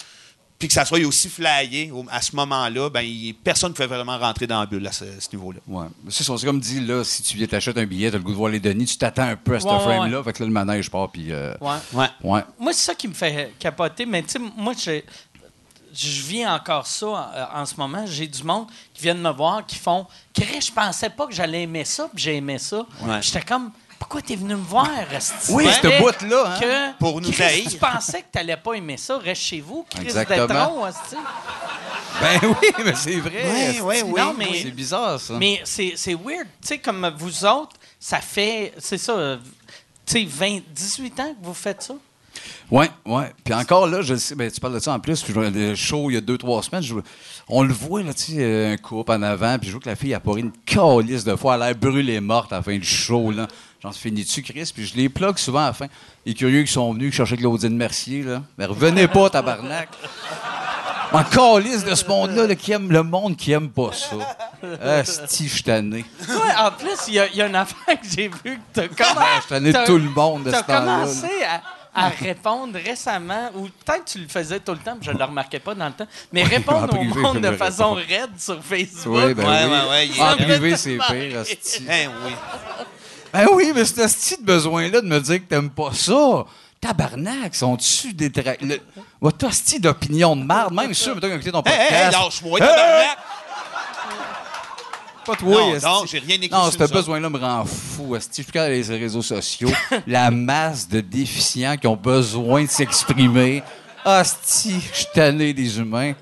[SPEAKER 4] puis que ça soit aussi flyé au- à ce moment-là, ben, il- personne ne pouvait vraiment rentrer dans la bulle à ce- ce niveau-là.
[SPEAKER 5] Ouais. Mais C'est ça, c'est comme dit, là, si tu viens t'achètes un billet, t'as le goût de voir les Denis, tu t'attends un peu à ce
[SPEAKER 2] Ouais, ouais,
[SPEAKER 5] frame-là. Fait que là, le manège part, puis. euh,
[SPEAKER 2] Ouais.
[SPEAKER 4] Ouais.
[SPEAKER 5] ouais.
[SPEAKER 2] Moi, c'est ça qui me fait capoter, mais tu sais, moi, je, je vis encore ça euh, en, en ce moment. J'ai du monde qui viennent me voir, qui font « Chris, je pensais pas que j'allais aimer ça, puis j'ai aimé ça.
[SPEAKER 4] Ouais.
[SPEAKER 2] J'étais comme « Pourquoi t'es venu me voir, esti?
[SPEAKER 5] Oui,
[SPEAKER 2] Ouais.
[SPEAKER 5] cette boîte-là, hein?
[SPEAKER 2] Que,
[SPEAKER 4] Pour nous
[SPEAKER 2] Chris,
[SPEAKER 4] haïr.
[SPEAKER 2] tu pensais que t'allais pas aimer ça, reste chez vous, Chris
[SPEAKER 5] Exactement.
[SPEAKER 2] Détron, esti.
[SPEAKER 5] Ben oui, mais c'est vrai.
[SPEAKER 4] Oui,
[SPEAKER 5] asti.
[SPEAKER 4] oui, oui.
[SPEAKER 2] Non, mais-
[SPEAKER 5] C'est bizarre, ça.
[SPEAKER 2] Mais c'est c'est weird. Tu sais, comme vous autres, ça fait, c'est ça, euh, tu sais, 20 18 ans que vous faites ça.
[SPEAKER 5] Ouais, ouais. Puis encore là, je le sais, ben, tu parles de ça en plus. Puis je- le show, il y a deux, trois semaines, je- on le voit, là, tu sais, euh, un couple en avant. Puis je vois que la fille a pourri une calice de fois. Elle a l'air brûlée morte à la fin du show, là. J'en finis-tu, Chris? Puis je les plug souvent à la fin. Les curieux qui sont venus chercher Claudine Mercier, là. Mais revenez pas, tabarnak! En calice de ce monde-là, là, qui aime le monde qui aime pas ça. Asti, je suis tanné.
[SPEAKER 2] Toi, en plus, il y, a- il y a une affaire que j'ai vue que t'as commencé.
[SPEAKER 5] Ah, Je suis tanné de tout le monde de
[SPEAKER 2] T'as
[SPEAKER 5] ce temps-là. là.
[SPEAKER 2] commencé à, à répondre récemment, ou peut-être que tu le faisais tout le temps, puis je ne le remarquais pas dans le temps, mais
[SPEAKER 5] en
[SPEAKER 2] répondre au
[SPEAKER 5] privé, je
[SPEAKER 2] monde
[SPEAKER 5] le
[SPEAKER 2] de
[SPEAKER 5] réponds.
[SPEAKER 2] façon raide sur Facebook.
[SPEAKER 5] Oui, ben
[SPEAKER 4] Ouais,
[SPEAKER 5] oui.
[SPEAKER 4] ouais, ouais, il est
[SPEAKER 5] en
[SPEAKER 4] là.
[SPEAKER 5] privé, c'est pire, asti.
[SPEAKER 4] Eh oui.
[SPEAKER 5] Ben oui, mais c'est ce petit besoin-là de me dire que t'aimes pas ça. Tabarnak, sont-tu des tra... Le... Ouais, toi, ce d'opinion de marde, même sûr, mettons, écouté ton
[SPEAKER 4] Hé,
[SPEAKER 5] podcast. Eh,
[SPEAKER 4] hé, hé, Eh, lâche-moi, tabarnak!
[SPEAKER 5] pas toi,
[SPEAKER 4] Non,
[SPEAKER 5] esti.
[SPEAKER 4] non, j'ai rien écrit
[SPEAKER 5] Non,
[SPEAKER 4] sur
[SPEAKER 5] ce
[SPEAKER 4] ça.
[SPEAKER 5] besoin-là me rend fou, esti. Je suis plus capable d'aller sur les réseaux sociaux, la masse de déficients qui ont besoin de s'exprimer. Asti, je suis tanné des humains.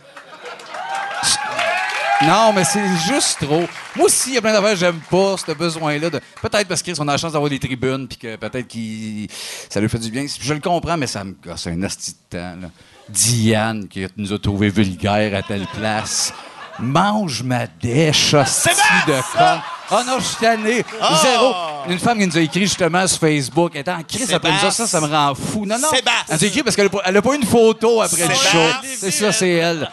[SPEAKER 5] Non, mais c'est juste trop. Moi aussi, il y a plein d'affaires que j'aime pas, ce besoin-là. De... Peut-être parce qu'on a la chance d'avoir des tribunes, puis que peut-être que ça lui fait du bien. Je le comprends, mais ça me gosse un asti de temps. là. Diane, qui nous a trouvé vulgaire à telle place. Mange ma dèche, asti de con. Ah non, je suis tanné. Zéro. Une femme qui nous a écrit justement sur Facebook, elle était en crise après nous autres. ça, ça me rend fou. Non, non.
[SPEAKER 4] Sébastien.
[SPEAKER 5] Elle nous a écrit parce qu'elle a pas- elle a pas eu une photo après le
[SPEAKER 4] Sébastien.
[SPEAKER 5] show. C'est
[SPEAKER 4] hein.
[SPEAKER 5] ça, c'est elle.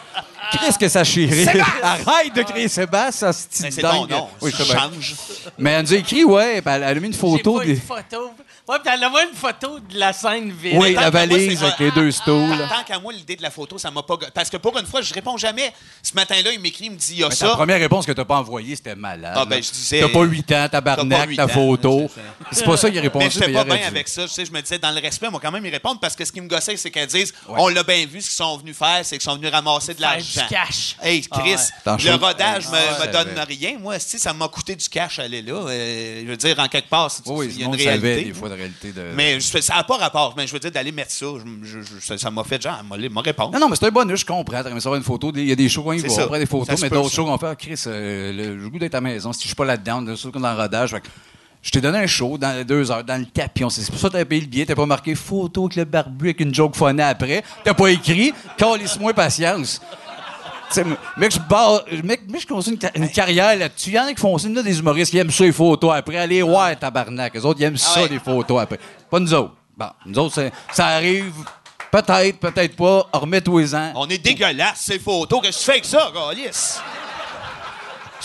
[SPEAKER 5] Qu'est-ce que ça chérit? Arrête de crier Sébastien, ça
[SPEAKER 4] Mais
[SPEAKER 5] c'est
[SPEAKER 4] c'est ton nom.
[SPEAKER 5] Oui, je sais bien.
[SPEAKER 4] Change.
[SPEAKER 5] Mais elle nous a écrit, ouais, puis elle, elle a mis une
[SPEAKER 2] J'ai
[SPEAKER 5] photo
[SPEAKER 2] pas une
[SPEAKER 5] des.
[SPEAKER 2] photo. Ouais, puis elle envoie une photo de la scène vide.
[SPEAKER 5] Oui,
[SPEAKER 4] tant
[SPEAKER 5] la
[SPEAKER 4] qu'à moi,
[SPEAKER 5] valise
[SPEAKER 4] c'est-
[SPEAKER 5] avec les deux stools.
[SPEAKER 4] Tant qu'à moi, l'idée de la photo, ça m'a pas. go- Parce que pour une fois, je réponds jamais. Ce matin-là, il m'écrit, il me dit, il y a
[SPEAKER 5] Mais ta
[SPEAKER 4] ça.
[SPEAKER 5] première réponse que t'as pas envoyée, c'était malade.
[SPEAKER 4] Ah, ben,
[SPEAKER 5] là.
[SPEAKER 4] je disais-
[SPEAKER 5] T'as pas 8 ans,
[SPEAKER 4] T'as pas
[SPEAKER 5] tabarnak,
[SPEAKER 4] huit
[SPEAKER 5] ta
[SPEAKER 4] ans,
[SPEAKER 5] photo.
[SPEAKER 4] c'est ça.
[SPEAKER 5] C'est pas ça qu'il a répondu.
[SPEAKER 4] Mais j'étais
[SPEAKER 5] mais
[SPEAKER 4] pas
[SPEAKER 5] il aurait
[SPEAKER 4] bien
[SPEAKER 5] dû.
[SPEAKER 4] avec ça. Je, sais, je me disais, dans le respect, on va quand même y répondre parce que ce qui me gossait, c'est qu'elles disent on l'a bien vu, ce qu'ils sont venus faire, c'est qu'ils sont venus ramasser de
[SPEAKER 2] Faire
[SPEAKER 4] l'argent.
[SPEAKER 2] du cash. Ah,
[SPEAKER 4] Hey, Chris,
[SPEAKER 5] T'en
[SPEAKER 4] le
[SPEAKER 5] chaud-
[SPEAKER 4] rodage me,
[SPEAKER 5] Ah ouais.
[SPEAKER 4] me donne rien. Moi, si ça m'a coûté du cash aller là. Euh, je veux dire, en quelque part, c'est-
[SPEAKER 5] Oui, oui,
[SPEAKER 4] il y
[SPEAKER 5] tout
[SPEAKER 4] a
[SPEAKER 5] le
[SPEAKER 4] une
[SPEAKER 5] monde
[SPEAKER 4] réalité.
[SPEAKER 5] savait des fois de réalité de.
[SPEAKER 4] Euh, Mais je fais- ça n'a pas rapport. Mais je veux dire, d'aller mettre ça, je- je- je- ça- ça m'a fait genre, elle m'a- elle m'a répondu.
[SPEAKER 5] Non, non, mais c'est un bonus, je comprends. T'as aimé ça avoir une photo. Il y a des shows qu'on
[SPEAKER 4] C'est
[SPEAKER 5] va
[SPEAKER 4] ça.
[SPEAKER 5] prendre des
[SPEAKER 4] Ça
[SPEAKER 5] photos,
[SPEAKER 4] se
[SPEAKER 5] mais
[SPEAKER 4] peut,
[SPEAKER 5] d'autres
[SPEAKER 4] ça.
[SPEAKER 5] shows qu'on fait, Ah, Chris, euh, le, le goût d'être à la maison, si je suis pas là-dedans, on est sûr qu'on est en rodage. Fait que je t'ai donné un show dans les deux heures, dans le tapis. On s'est- C'est pour ça que t'as payé le billet, t'as pas marqué photo avec le barbu, avec une joke phonée après. T'as pas écrit, calisse-moi patience. Tu sais, Mec, je barre- mec, mec, je construis une, ca- une carrière là-dessus. Il y en a qui font ça, il y en a des humoristes qui aiment ça, les photos après. Allez, ouais, tabarnak. Les autres, ils aiment ça,
[SPEAKER 4] Ah ouais.
[SPEAKER 5] les photos après. Pas nous autres. Bon, nous autres, c'est- ça arrive. Peut-être, peut-être pas. Remets-toi-en.
[SPEAKER 4] On est dégueulasse, ces photos. Qu'est-ce que tu fais avec ça, Galice?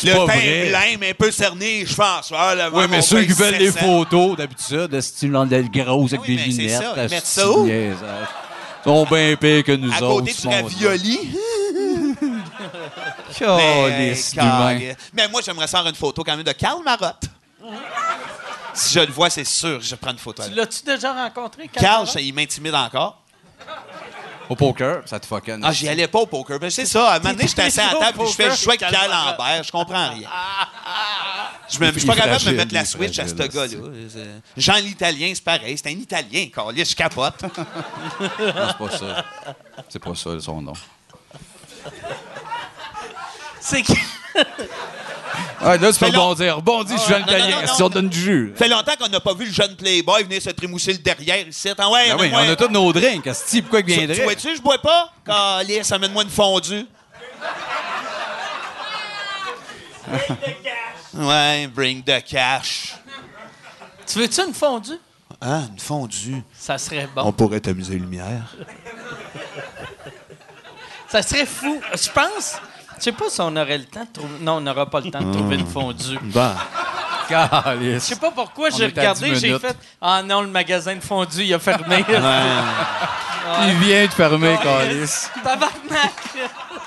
[SPEAKER 4] Le
[SPEAKER 5] pas
[SPEAKER 4] teint
[SPEAKER 5] vrai.
[SPEAKER 4] blême, un peu cerné, je pense. Ah, là,
[SPEAKER 5] Oui, mais
[SPEAKER 4] mon
[SPEAKER 5] ceux qui
[SPEAKER 4] teint
[SPEAKER 5] veulent les
[SPEAKER 4] cessant.
[SPEAKER 5] photos, d'habitude, de stimulant de grosse avec
[SPEAKER 4] Oui,
[SPEAKER 5] des
[SPEAKER 4] mais c'est
[SPEAKER 5] lunettes.
[SPEAKER 4] ça,
[SPEAKER 5] la
[SPEAKER 4] ils mettent
[SPEAKER 5] petite
[SPEAKER 4] ça où?
[SPEAKER 5] niaise, hein. Ils sont bien pires que nous
[SPEAKER 4] À
[SPEAKER 5] autres.
[SPEAKER 4] côté du ravioli.
[SPEAKER 5] Calice
[SPEAKER 4] Mais,
[SPEAKER 5] d'humain.
[SPEAKER 4] calice. Mais moi, j'aimerais ça avoir une photo quand même de Karl Marotte.
[SPEAKER 5] Mm-hmm.
[SPEAKER 4] si je le vois, c'est sûr que je prends une photo avec.
[SPEAKER 2] L'as-tu déjà rencontré,
[SPEAKER 4] Karl,
[SPEAKER 2] Carl?
[SPEAKER 4] ça, il m'intimide encore.
[SPEAKER 5] Au poker, ça te fuck
[SPEAKER 4] Ah, j'y allais pas au poker. Mais c'est ça. À un moment donné, j'étais assis à la
[SPEAKER 2] toujours
[SPEAKER 4] table
[SPEAKER 2] au
[SPEAKER 4] et je fais
[SPEAKER 2] poker, Ah,
[SPEAKER 4] je joue avec
[SPEAKER 2] Karl
[SPEAKER 4] Karl
[SPEAKER 2] Marotte.
[SPEAKER 4] Lambert. Je comprends rien. Je me-
[SPEAKER 5] Il-
[SPEAKER 4] je suis pas
[SPEAKER 5] il
[SPEAKER 4] capable de me
[SPEAKER 5] fragile,
[SPEAKER 4] mettre la
[SPEAKER 5] il
[SPEAKER 4] Switch à ce
[SPEAKER 5] fragile,
[SPEAKER 4] gars-là. C'est- Jean l'Italien, c'est pareil. C'est un Italien, Carlis. Je capote.
[SPEAKER 5] Non, c'est pas ça. C'est pas ça, son nom.
[SPEAKER 2] C'est qui?
[SPEAKER 5] Ah, là, tu peux
[SPEAKER 4] Mais là-
[SPEAKER 5] rebondir. Rebondis, je suis
[SPEAKER 4] non, non,
[SPEAKER 5] italien.
[SPEAKER 4] non,
[SPEAKER 5] Si on
[SPEAKER 4] non.
[SPEAKER 5] donne du jus.
[SPEAKER 4] Ça fait longtemps qu'on n'a pas vu le jeune Playboy venir se trémousser le derrière ici. Ah ouais,
[SPEAKER 5] Ah oui, on
[SPEAKER 4] amène-moi-
[SPEAKER 5] a tous nos drinks. Asti, pourquoi il
[SPEAKER 4] Tu- Tu
[SPEAKER 5] viendrait?
[SPEAKER 4] vois-tu, je bois pas? Calice, amène-moi une fondue. ouais, bring the cash.
[SPEAKER 2] Tu veux-tu une fondue?
[SPEAKER 4] Ah, une fondue.
[SPEAKER 2] Ça serait bon.
[SPEAKER 4] pourrait t'amuser lumière.
[SPEAKER 2] Ça serait fou. Je pense. Je sais pas si on aurait le temps de trouver. Non, on n'aura pas le
[SPEAKER 4] Hmm.
[SPEAKER 2] temps de trouver une fondue. Je
[SPEAKER 5] Calice.
[SPEAKER 2] sais pas pourquoi
[SPEAKER 5] On
[SPEAKER 2] j'ai
[SPEAKER 5] est à dix
[SPEAKER 2] regardé, j'ai
[SPEAKER 5] minutes.
[SPEAKER 2] fait Ah non, le magasin de fondue, il a fermé.
[SPEAKER 5] Il vient de fermer, Calice.
[SPEAKER 2] Tabarnak!
[SPEAKER 4] Hmm.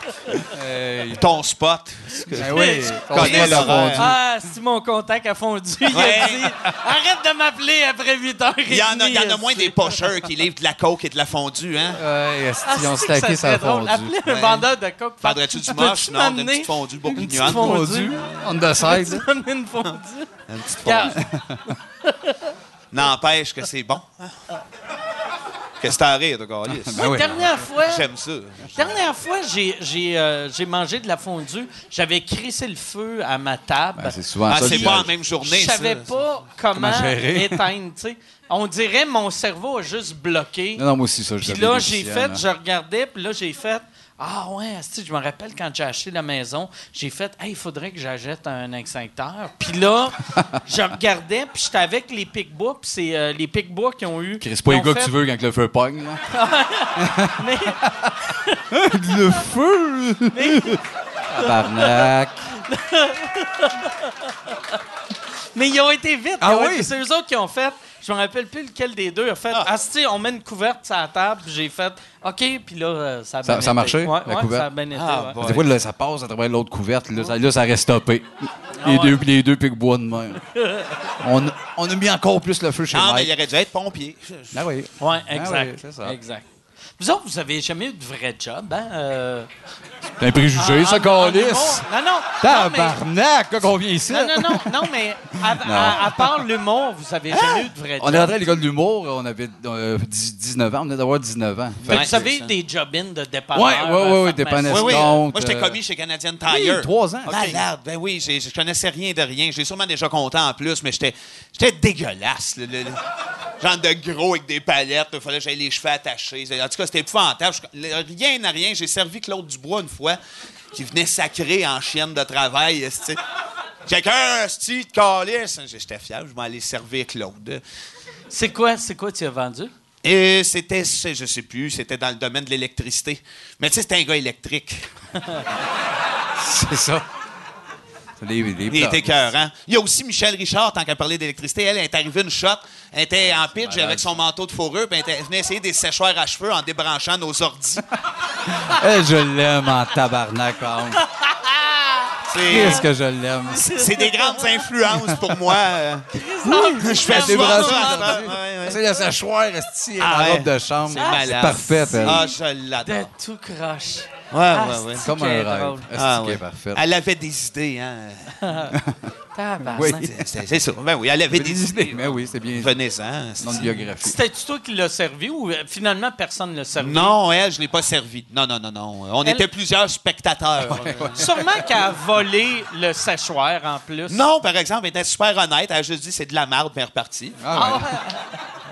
[SPEAKER 5] Hey.
[SPEAKER 4] Ton spot.
[SPEAKER 5] Ben oui, on
[SPEAKER 4] Calice,
[SPEAKER 5] voit la
[SPEAKER 4] ouais.
[SPEAKER 5] fondue.
[SPEAKER 2] Ah, si mon contact a fondu, il a
[SPEAKER 4] Ouais.
[SPEAKER 2] dit Arrête de m'appeler après 8 heures.
[SPEAKER 4] Il y en a, il y en a moins des pocheurs qui livrent de la coke et de la fondue, hein?
[SPEAKER 5] Ouais,
[SPEAKER 2] Ah,
[SPEAKER 5] esti, on
[SPEAKER 2] c'est
[SPEAKER 5] se
[SPEAKER 2] que ça
[SPEAKER 5] taquait
[SPEAKER 2] serait
[SPEAKER 5] sa
[SPEAKER 2] drôle.
[SPEAKER 5] fondue.
[SPEAKER 2] Appeler un vendeur de coke.
[SPEAKER 4] Prendrais-tu du moche?
[SPEAKER 2] Peux-tu
[SPEAKER 4] Non, d'une
[SPEAKER 2] m'amener
[SPEAKER 4] petite fondue
[SPEAKER 2] une petite
[SPEAKER 4] bourguignonne.
[SPEAKER 2] fondue?
[SPEAKER 5] Fondue, on the side.
[SPEAKER 2] Tu m'amener une fondue?
[SPEAKER 4] Une petite fondue.
[SPEAKER 2] Car-
[SPEAKER 4] N'empêche que c'est bon. Qu'est-ce que t'as à rire, de câlisse?
[SPEAKER 5] Ben oui.
[SPEAKER 2] Dernière fois,
[SPEAKER 4] J'aime ça.
[SPEAKER 2] dernière fois, j'ai, j'ai, euh, j'ai mangé de la fondue. J'avais crissé le feu à ma table.
[SPEAKER 5] Ben, c'est souvent
[SPEAKER 4] Ah,
[SPEAKER 5] ça.
[SPEAKER 4] c'est
[SPEAKER 5] que-
[SPEAKER 4] pas en même journée,
[SPEAKER 2] Je savais
[SPEAKER 4] ça.
[SPEAKER 2] pas comment,
[SPEAKER 5] gérer.
[SPEAKER 2] éteindre. tu sais. On dirait mon cerveau a juste bloqué.
[SPEAKER 5] Non, non, moi aussi, ça. je
[SPEAKER 2] Puis là,
[SPEAKER 5] l'avais des
[SPEAKER 2] j'ai
[SPEAKER 5] siennes,
[SPEAKER 2] fait,
[SPEAKER 5] hein.
[SPEAKER 2] je regardais, puis là, j'ai fait. Ah ouais, asti, je me rappelle quand j'ai acheté la maison, j'ai fait Hey, il faudrait que j'achète un extincteur. Puis là, je regardais, puis j'étais avec les Picbois, puis c'est euh, les Picbois qui ont eu.
[SPEAKER 5] Chris, c'est pas
[SPEAKER 2] qui
[SPEAKER 5] les
[SPEAKER 2] ont
[SPEAKER 5] gars que
[SPEAKER 2] fait-
[SPEAKER 5] tu veux quand le feu pogne, là.
[SPEAKER 2] Mais-
[SPEAKER 5] Le feu! Tabarnak!
[SPEAKER 2] Mais ils ont été vite.
[SPEAKER 5] Ah
[SPEAKER 2] Ils ont
[SPEAKER 5] oui?
[SPEAKER 2] été- C'est eux autres qui ont fait. Je me rappelle plus lequel des deux a fait. Ah, si, on met une couverte sur la table. Puis J'ai fait OK. Puis là, euh, ça a
[SPEAKER 5] Ça-
[SPEAKER 2] bien
[SPEAKER 5] ça a
[SPEAKER 2] été.
[SPEAKER 5] marché,
[SPEAKER 2] Ouais,
[SPEAKER 5] la
[SPEAKER 2] ouais,
[SPEAKER 5] couverte?
[SPEAKER 2] ça a bien été. ouais.
[SPEAKER 5] Des fois, là, ça passe à travers l'autre couverte, là, ça, là, ça reste stoppé. Les
[SPEAKER 2] Ah ouais.
[SPEAKER 5] deux, les deux pics bois de main. On, on a mis encore plus le feu chez
[SPEAKER 4] Ah, mais
[SPEAKER 5] Mike.
[SPEAKER 4] il aurait dû être pompier.
[SPEAKER 5] Ah oui.
[SPEAKER 2] Ouais,
[SPEAKER 5] Ah
[SPEAKER 2] exact.
[SPEAKER 5] oui, c'est ça.
[SPEAKER 2] Exact. Vous autres, vous avez jamais eu de vrai job, hein? euh,
[SPEAKER 5] T'as un préjugé,
[SPEAKER 2] en-
[SPEAKER 5] ça,
[SPEAKER 2] en- en
[SPEAKER 5] Calis?
[SPEAKER 2] humour? ah, Non, non. non, mais-
[SPEAKER 5] Tabarnak, là, qu'on vient ici.
[SPEAKER 2] Non, non, non, non, mais à, à- à part l'humour, vous avez jamais eu de vrai
[SPEAKER 5] Ah! On est
[SPEAKER 2] job.
[SPEAKER 5] rentré à l'école d'humour, on avait euh, 10 19 ans, on venait d'avoir 19 ans.
[SPEAKER 2] Fait que
[SPEAKER 5] Fait-
[SPEAKER 2] vous avez eu des job-ins de dépanneur.
[SPEAKER 5] Ouais, ouais, ouais,
[SPEAKER 2] euh,
[SPEAKER 5] ouais,
[SPEAKER 2] pharmacien.
[SPEAKER 5] dépanneur.
[SPEAKER 4] Oui, oui.
[SPEAKER 5] Donc,
[SPEAKER 4] Moi, j'étais
[SPEAKER 5] euh,
[SPEAKER 4] commis chez Canadian Tire.
[SPEAKER 5] oui, trois ans.
[SPEAKER 4] OK. Malade. Ben oui, j'ai- je connaissais rien de rien. J'ai sûrement déjà content en plus, mais j'étais j'étais dégueulasse. le- le- le- genre de gros avec des palettes. Il fallait que j'aille les cheveux attachés. En tout cas, c'était épouvantable. Je- le- rien à rien. J'ai servi Claude Dubois une fois, qui venait sacré en chienne de travail. esti. Quelqu'un, esti, de calice. J'étais fier. Je vais aller servir Claude.
[SPEAKER 2] C'est quoi, c'est quoi tu as vendu?
[SPEAKER 4] Et c'était, c'est- je sais plus, c'était dans le domaine de l'électricité. Mais tu sais, c'était un gars électrique.
[SPEAKER 5] C'est ça. Les, les
[SPEAKER 4] Il était écœurant. Il y a aussi Michel Richard, tant qu'à parler d'électricité. Elle, elle est arrivée une shot. Elle était en pitch avec son manteau de fourrure. Puis elle était- elle venait essayer des séchoirs à cheveux en débranchant nos ordis.
[SPEAKER 5] Eh, je l'aime en tabarnak, par contre.
[SPEAKER 4] C'est,
[SPEAKER 5] Qu'est-ce que je l'aime.
[SPEAKER 4] c'est des grandes influences pour moi. euh. Je fais
[SPEAKER 5] Elle
[SPEAKER 4] souvent
[SPEAKER 5] débranche
[SPEAKER 4] ça.
[SPEAKER 5] dans-
[SPEAKER 4] Ouais, ouais.
[SPEAKER 5] C'est la séchoir, esti,
[SPEAKER 4] Ah
[SPEAKER 5] la
[SPEAKER 4] ouais.
[SPEAKER 5] robe de chambre.
[SPEAKER 4] C'est malade.
[SPEAKER 5] parfait, elle.
[SPEAKER 4] Ah, je
[SPEAKER 2] De
[SPEAKER 4] l'adore.
[SPEAKER 2] tout croche.
[SPEAKER 4] Ouais, ouais, ouais.
[SPEAKER 2] Asti.
[SPEAKER 5] Comme un
[SPEAKER 2] qu'elle est
[SPEAKER 5] rêve.
[SPEAKER 2] drôle.
[SPEAKER 5] Esti
[SPEAKER 4] Ah,
[SPEAKER 5] qu'elle est
[SPEAKER 4] ouais.
[SPEAKER 5] parfaite.
[SPEAKER 4] Elle avait des idées, hein.
[SPEAKER 2] Tabarnak.
[SPEAKER 5] Oui.
[SPEAKER 4] C'est, c'est- c'est ça. Ben oui, elle avait des idées.
[SPEAKER 5] Mais oui, c'est bien.
[SPEAKER 4] Venez-en.
[SPEAKER 5] Nom de
[SPEAKER 4] asti.
[SPEAKER 5] biographie.
[SPEAKER 2] C'était-tu toi qui l'as servi ou euh, finalement personne ne l'a servi?
[SPEAKER 4] Non, elle, je l'ai pas servi. Non, non, non, non. On
[SPEAKER 2] Elle-
[SPEAKER 4] était plusieurs spectateurs.
[SPEAKER 2] Sûrement qu'elle a volé le séchoir en plus.
[SPEAKER 4] Non, par exemple, elle était super honnête. Elle a juste dit c'est de la merde, mais elle est repartie.
[SPEAKER 5] Ah, ouais.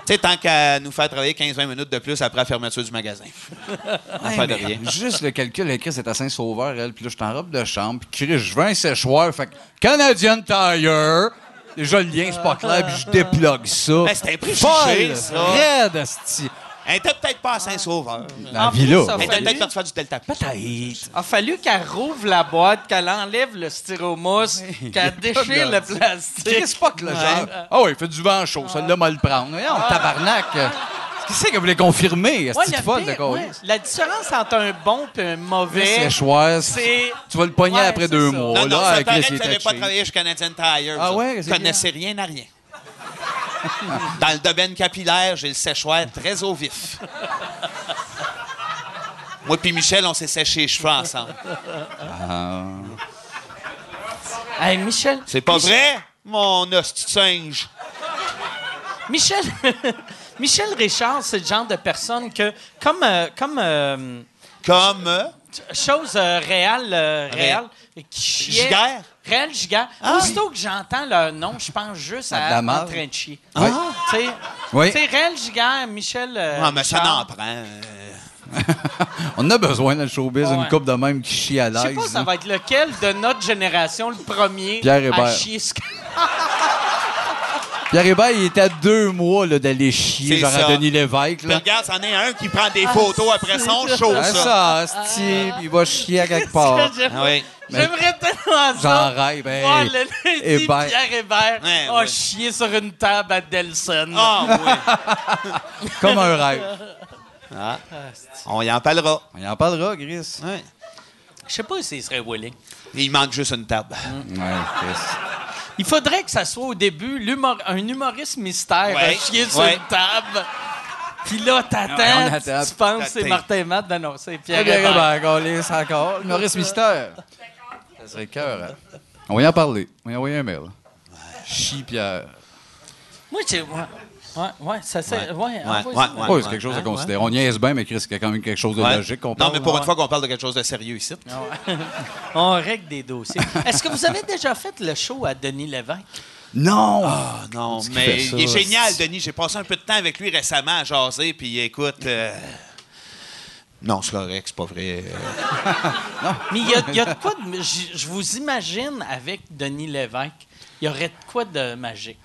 [SPEAKER 4] Tu sais, tant qu'à nous faire travailler 15-20 minutes de plus après la fermeture du magasin.
[SPEAKER 5] Ouais,
[SPEAKER 4] Affaire de
[SPEAKER 5] mais
[SPEAKER 4] rien.
[SPEAKER 5] Juste le calcul, elle, Chris est à Saint-Sauveur, elle, puis là, je suis en robe de chambre, puis Chris, je veux un séchoir, fait que Canadian Tire. Déjà, le lien, c'est pas clair, puis je déplogue ça.
[SPEAKER 4] Ben, c'était un prix
[SPEAKER 5] Folle,
[SPEAKER 4] chiché, ça.
[SPEAKER 5] raide, esti.
[SPEAKER 4] Elle était peut-être pas à Saint-Sauveur.
[SPEAKER 5] La
[SPEAKER 2] En plus,
[SPEAKER 5] villa.
[SPEAKER 2] ça
[SPEAKER 4] Elle était
[SPEAKER 2] fait-
[SPEAKER 4] peut-être partie faire du Delta.
[SPEAKER 5] Peut-être.
[SPEAKER 2] a fallu qu'elle rouvre la boîte, qu'elle enlève le styromousse, qu'elle déchire le plastique.
[SPEAKER 5] Chris, pas que le genre. Ah ouais, il fait du vent chaud, ça l'a mal prendre. Voyons, tabarnak. Qu'est-ce que vous voulez confirmer,
[SPEAKER 2] Ouais,
[SPEAKER 5] esti
[SPEAKER 2] le
[SPEAKER 5] de folle,
[SPEAKER 2] pire,
[SPEAKER 5] de câlisse?
[SPEAKER 2] ouais, la différence entre un bon et un
[SPEAKER 5] Le
[SPEAKER 2] mauvais.
[SPEAKER 5] séchoir,
[SPEAKER 2] c'est-
[SPEAKER 5] tu vas le pogner
[SPEAKER 2] Ouais,
[SPEAKER 5] après
[SPEAKER 2] c'est
[SPEAKER 5] deux
[SPEAKER 2] ça.
[SPEAKER 5] mois.
[SPEAKER 4] Non, non,
[SPEAKER 5] là,
[SPEAKER 4] ça paraît
[SPEAKER 5] Chris,
[SPEAKER 4] que
[SPEAKER 5] il
[SPEAKER 4] vous
[SPEAKER 5] est
[SPEAKER 4] n'avez pas
[SPEAKER 5] touché.
[SPEAKER 4] travaillé chez Canadian Tire.
[SPEAKER 5] Ah
[SPEAKER 4] vous
[SPEAKER 5] ouais,
[SPEAKER 4] autres.
[SPEAKER 5] c'est
[SPEAKER 4] connaissez rien à rien. Dans le domaine capillaire, j'ai le séchoir très au vif. Moi puis Michel, on s'est séché les cheveux ensemble.
[SPEAKER 2] Hey, Michel.
[SPEAKER 4] C'est pas vrai? Mon hostie de singe.
[SPEAKER 2] Michel, Michel Richard, c'est le genre de personne que, comme, euh, comme euh,
[SPEAKER 4] Comme... euh,
[SPEAKER 2] chose euh, réelle,
[SPEAKER 5] Ah,
[SPEAKER 2] euh, réelle, qui chiait.
[SPEAKER 4] Giguère?
[SPEAKER 2] Réel Giguère. Aussitôt que j'entends leur nom, je pense juste
[SPEAKER 5] Ah, de la
[SPEAKER 2] à
[SPEAKER 5] marde.
[SPEAKER 2] en train de chier.
[SPEAKER 5] Oui.
[SPEAKER 2] Tu sais,
[SPEAKER 5] Oui.
[SPEAKER 2] tu sais, Réal Giguère, Michel. euh,
[SPEAKER 4] Ah, mais ça
[SPEAKER 2] Richard.
[SPEAKER 4] n'en prend. euh.
[SPEAKER 5] On a besoin dans le showbiz,
[SPEAKER 2] Ouais.
[SPEAKER 5] une coupe de même qui chie à
[SPEAKER 2] Je sais pas,
[SPEAKER 5] l'aise.
[SPEAKER 4] hein.
[SPEAKER 2] ça va être lequel de notre génération, le premier
[SPEAKER 5] Pierre Hébert.
[SPEAKER 2] à chier ce
[SPEAKER 5] Pierre Hébert, il était à deux mois là, d'aller chier,
[SPEAKER 4] C'est
[SPEAKER 5] genre à
[SPEAKER 4] ça.
[SPEAKER 5] Denis Lévesque.
[SPEAKER 4] Puis
[SPEAKER 5] Là.
[SPEAKER 4] regarde, c'en est un qui prend des photos après son show, Ben,
[SPEAKER 5] Ah,
[SPEAKER 4] Ah, ça.
[SPEAKER 5] ça, asti, puis il va chier à quelque part.
[SPEAKER 2] que j'aime-
[SPEAKER 4] Ah oui.
[SPEAKER 2] J'aimerais tellement
[SPEAKER 5] J'en
[SPEAKER 2] ça.
[SPEAKER 5] rêve. hey.
[SPEAKER 2] Oh, le lundi,
[SPEAKER 5] Hébert.
[SPEAKER 2] Pierre Hébert
[SPEAKER 4] Ouais,
[SPEAKER 2] a
[SPEAKER 4] ouais.
[SPEAKER 2] chié sur une table à Delson.
[SPEAKER 4] Ah oui.
[SPEAKER 5] Comme un rêve.
[SPEAKER 4] On y en parlera.
[SPEAKER 5] On en parlera, Chris.
[SPEAKER 4] Ouais.
[SPEAKER 2] Je sais pas s'il serait willing.
[SPEAKER 4] Il manque juste une table.
[SPEAKER 5] Ouais, Chris.
[SPEAKER 2] Il faudrait que ça soit au début l'humor- un humoriste mystère
[SPEAKER 4] Ouais,
[SPEAKER 2] à chier sur
[SPEAKER 4] ouais,
[SPEAKER 2] une table. Puis là,
[SPEAKER 5] Ouais, on
[SPEAKER 2] t'attends,
[SPEAKER 5] attend.
[SPEAKER 2] tu, tu penses que c'est
[SPEAKER 4] T'attends.
[SPEAKER 2] Martin Matt d'annoncer Pierre
[SPEAKER 5] Pierre Hébert,
[SPEAKER 2] Hébert.
[SPEAKER 5] câlisse, encore. Maurice Mystère. Ça serait cœur. hein. On va y en parler. On va y envoyer un mail. Chie Pierre.
[SPEAKER 2] Moi, j'ai- moi, Ouais, ouais, ça c'est.
[SPEAKER 4] Ouais.
[SPEAKER 2] Ouais,
[SPEAKER 4] Ouais,
[SPEAKER 2] envoie
[SPEAKER 4] ouais,
[SPEAKER 2] ça.
[SPEAKER 4] ouais.
[SPEAKER 5] Oui, c'est quelque chose à
[SPEAKER 4] Hein,
[SPEAKER 5] considérer. On niaise bien, mais Chris, c'est quand même quelque chose de
[SPEAKER 4] Ouais.
[SPEAKER 5] logique qu'on
[SPEAKER 4] Non,
[SPEAKER 5] parle.
[SPEAKER 4] mais pour
[SPEAKER 2] ouais.
[SPEAKER 4] une fois qu'on parle de quelque chose de sérieux ici.
[SPEAKER 2] Ouais. On règle des dossiers. Est-ce que vous avez déjà fait le show à Denis Lévesque?
[SPEAKER 5] Non!
[SPEAKER 4] Ah non,
[SPEAKER 5] Qu'est-ce qu'il
[SPEAKER 4] mais
[SPEAKER 5] fait ça?
[SPEAKER 4] il est génial, Denis. J'ai passé un peu de temps avec lui récemment à jaser, puis écoute. euh, Non, c'est correct, c'est pas vrai. Euh,
[SPEAKER 2] Mais il y a, il y a de quoi de. Je je vous imagine avec Denis Lévesque, il y aurait de quoi de magique.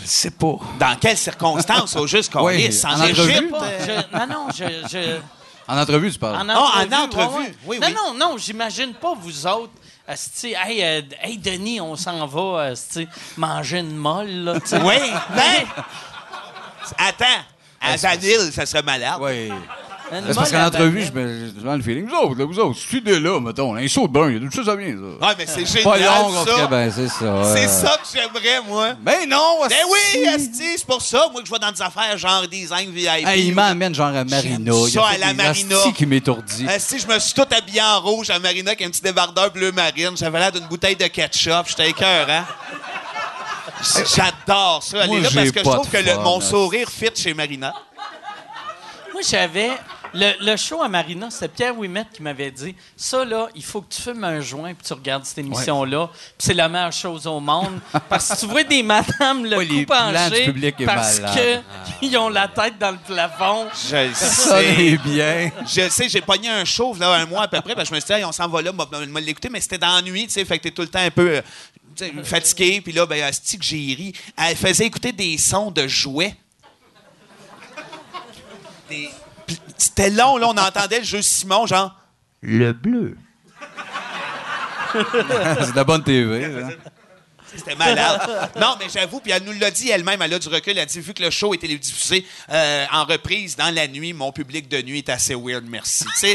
[SPEAKER 5] Je sais pas.
[SPEAKER 4] Dans quelles circonstances, au juste qu'on
[SPEAKER 5] Oui,
[SPEAKER 4] est, en,
[SPEAKER 5] en entrevue.
[SPEAKER 4] Égypte?
[SPEAKER 2] Pas- je- non, non, je. je-
[SPEAKER 5] En entrevue, tu parles.
[SPEAKER 2] en
[SPEAKER 4] Ah, en
[SPEAKER 2] entrevue,
[SPEAKER 4] entrevue,
[SPEAKER 2] ouais, ouais.
[SPEAKER 4] oui,
[SPEAKER 2] non,
[SPEAKER 4] oui.
[SPEAKER 2] non, non, j'imagine pas vous autres. asti, hey, euh, hey, Denis, on s'en va asti, manger une molle. Là, tu sais. Hein?
[SPEAKER 4] Oui,
[SPEAKER 5] Ben,
[SPEAKER 4] mais. Attends, à Zanil, ça serait malade.
[SPEAKER 5] Oui.
[SPEAKER 2] Une
[SPEAKER 5] C'est parce
[SPEAKER 2] molle à
[SPEAKER 5] qu'en entrevue,
[SPEAKER 2] Bagnères.
[SPEAKER 5] je me je me demande le feeling. Vous autres, là, vous autres, tu es là, mettons, un saut de bain, il y a d'autres choses à bien, ça.
[SPEAKER 4] Ouais, Ah, mais c'est
[SPEAKER 5] Pas
[SPEAKER 4] génial,
[SPEAKER 5] long, on
[SPEAKER 4] ça.
[SPEAKER 5] se ben, c'est ça.
[SPEAKER 4] C'est
[SPEAKER 5] euh.
[SPEAKER 4] ça que j'aimerais, moi.
[SPEAKER 5] Mais non!
[SPEAKER 4] Ben oui,
[SPEAKER 5] asti.
[SPEAKER 4] asti, c'est pour ça, moi, que je vais dans des affaires genre design VIP.
[SPEAKER 5] Hey, il m'emmène genre à Marina. Il y a
[SPEAKER 4] ça, à
[SPEAKER 5] fait
[SPEAKER 4] la
[SPEAKER 5] des
[SPEAKER 4] Marina. Euh,
[SPEAKER 5] astis qui m'étourdit.
[SPEAKER 4] Asti, je me suis tout habillé en rouge à Marina avec un petit débardeur bleu marine. J'avais l'air d'une bouteille de ketchup. J'étais écœurant. J'adore ça. Elle
[SPEAKER 5] Moi,
[SPEAKER 4] est là
[SPEAKER 5] j'ai
[SPEAKER 4] parce que je
[SPEAKER 5] pas
[SPEAKER 4] trouve
[SPEAKER 5] de
[SPEAKER 4] que le-
[SPEAKER 5] fun,
[SPEAKER 4] mon
[SPEAKER 5] asti.
[SPEAKER 4] sourire fit chez Marina.
[SPEAKER 2] Moi, j'avais. Le, le show à Marina, c'était Pierre Ouimet qui m'avait dit Ça, là, il faut que tu fumes un joint puis tu regardes cette émission-là. Puis c'est la meilleure chose au monde. Parce que tu vois des madames le
[SPEAKER 5] Ouais,
[SPEAKER 2] cou
[SPEAKER 5] les plans
[SPEAKER 2] penché
[SPEAKER 5] du public est
[SPEAKER 2] parce
[SPEAKER 5] malade.
[SPEAKER 2] qu'ils ont la tête dans le plafond.
[SPEAKER 4] Je le
[SPEAKER 5] Ça,
[SPEAKER 4] sais.
[SPEAKER 5] c'est bien.
[SPEAKER 4] Je le sais, j'ai pogné un chauve là, un mois à peu près. parce que je me suis dit, Hey, on s'en va là, m'a- m'a l'écouter, mais c'était dans la nuit, tu sais. Fait que t'es tout le temps un peu euh, tu sais, fatigué. Puis là, ben, Asti, que j'ai ri. Elle faisait écouter des sons de jouets. Des- Puis C'était long, là. On entendait le jeu Simon, genre.
[SPEAKER 5] c'est de la bonne hein. TV. là.
[SPEAKER 4] C'était malade. Non, mais j'avoue, puis elle nous l'a dit elle-même, elle a du recul, elle a dit, vu que le show est télédiffusé euh, en reprise dans la nuit, mon public de nuit est assez weird, merci. Tu sais,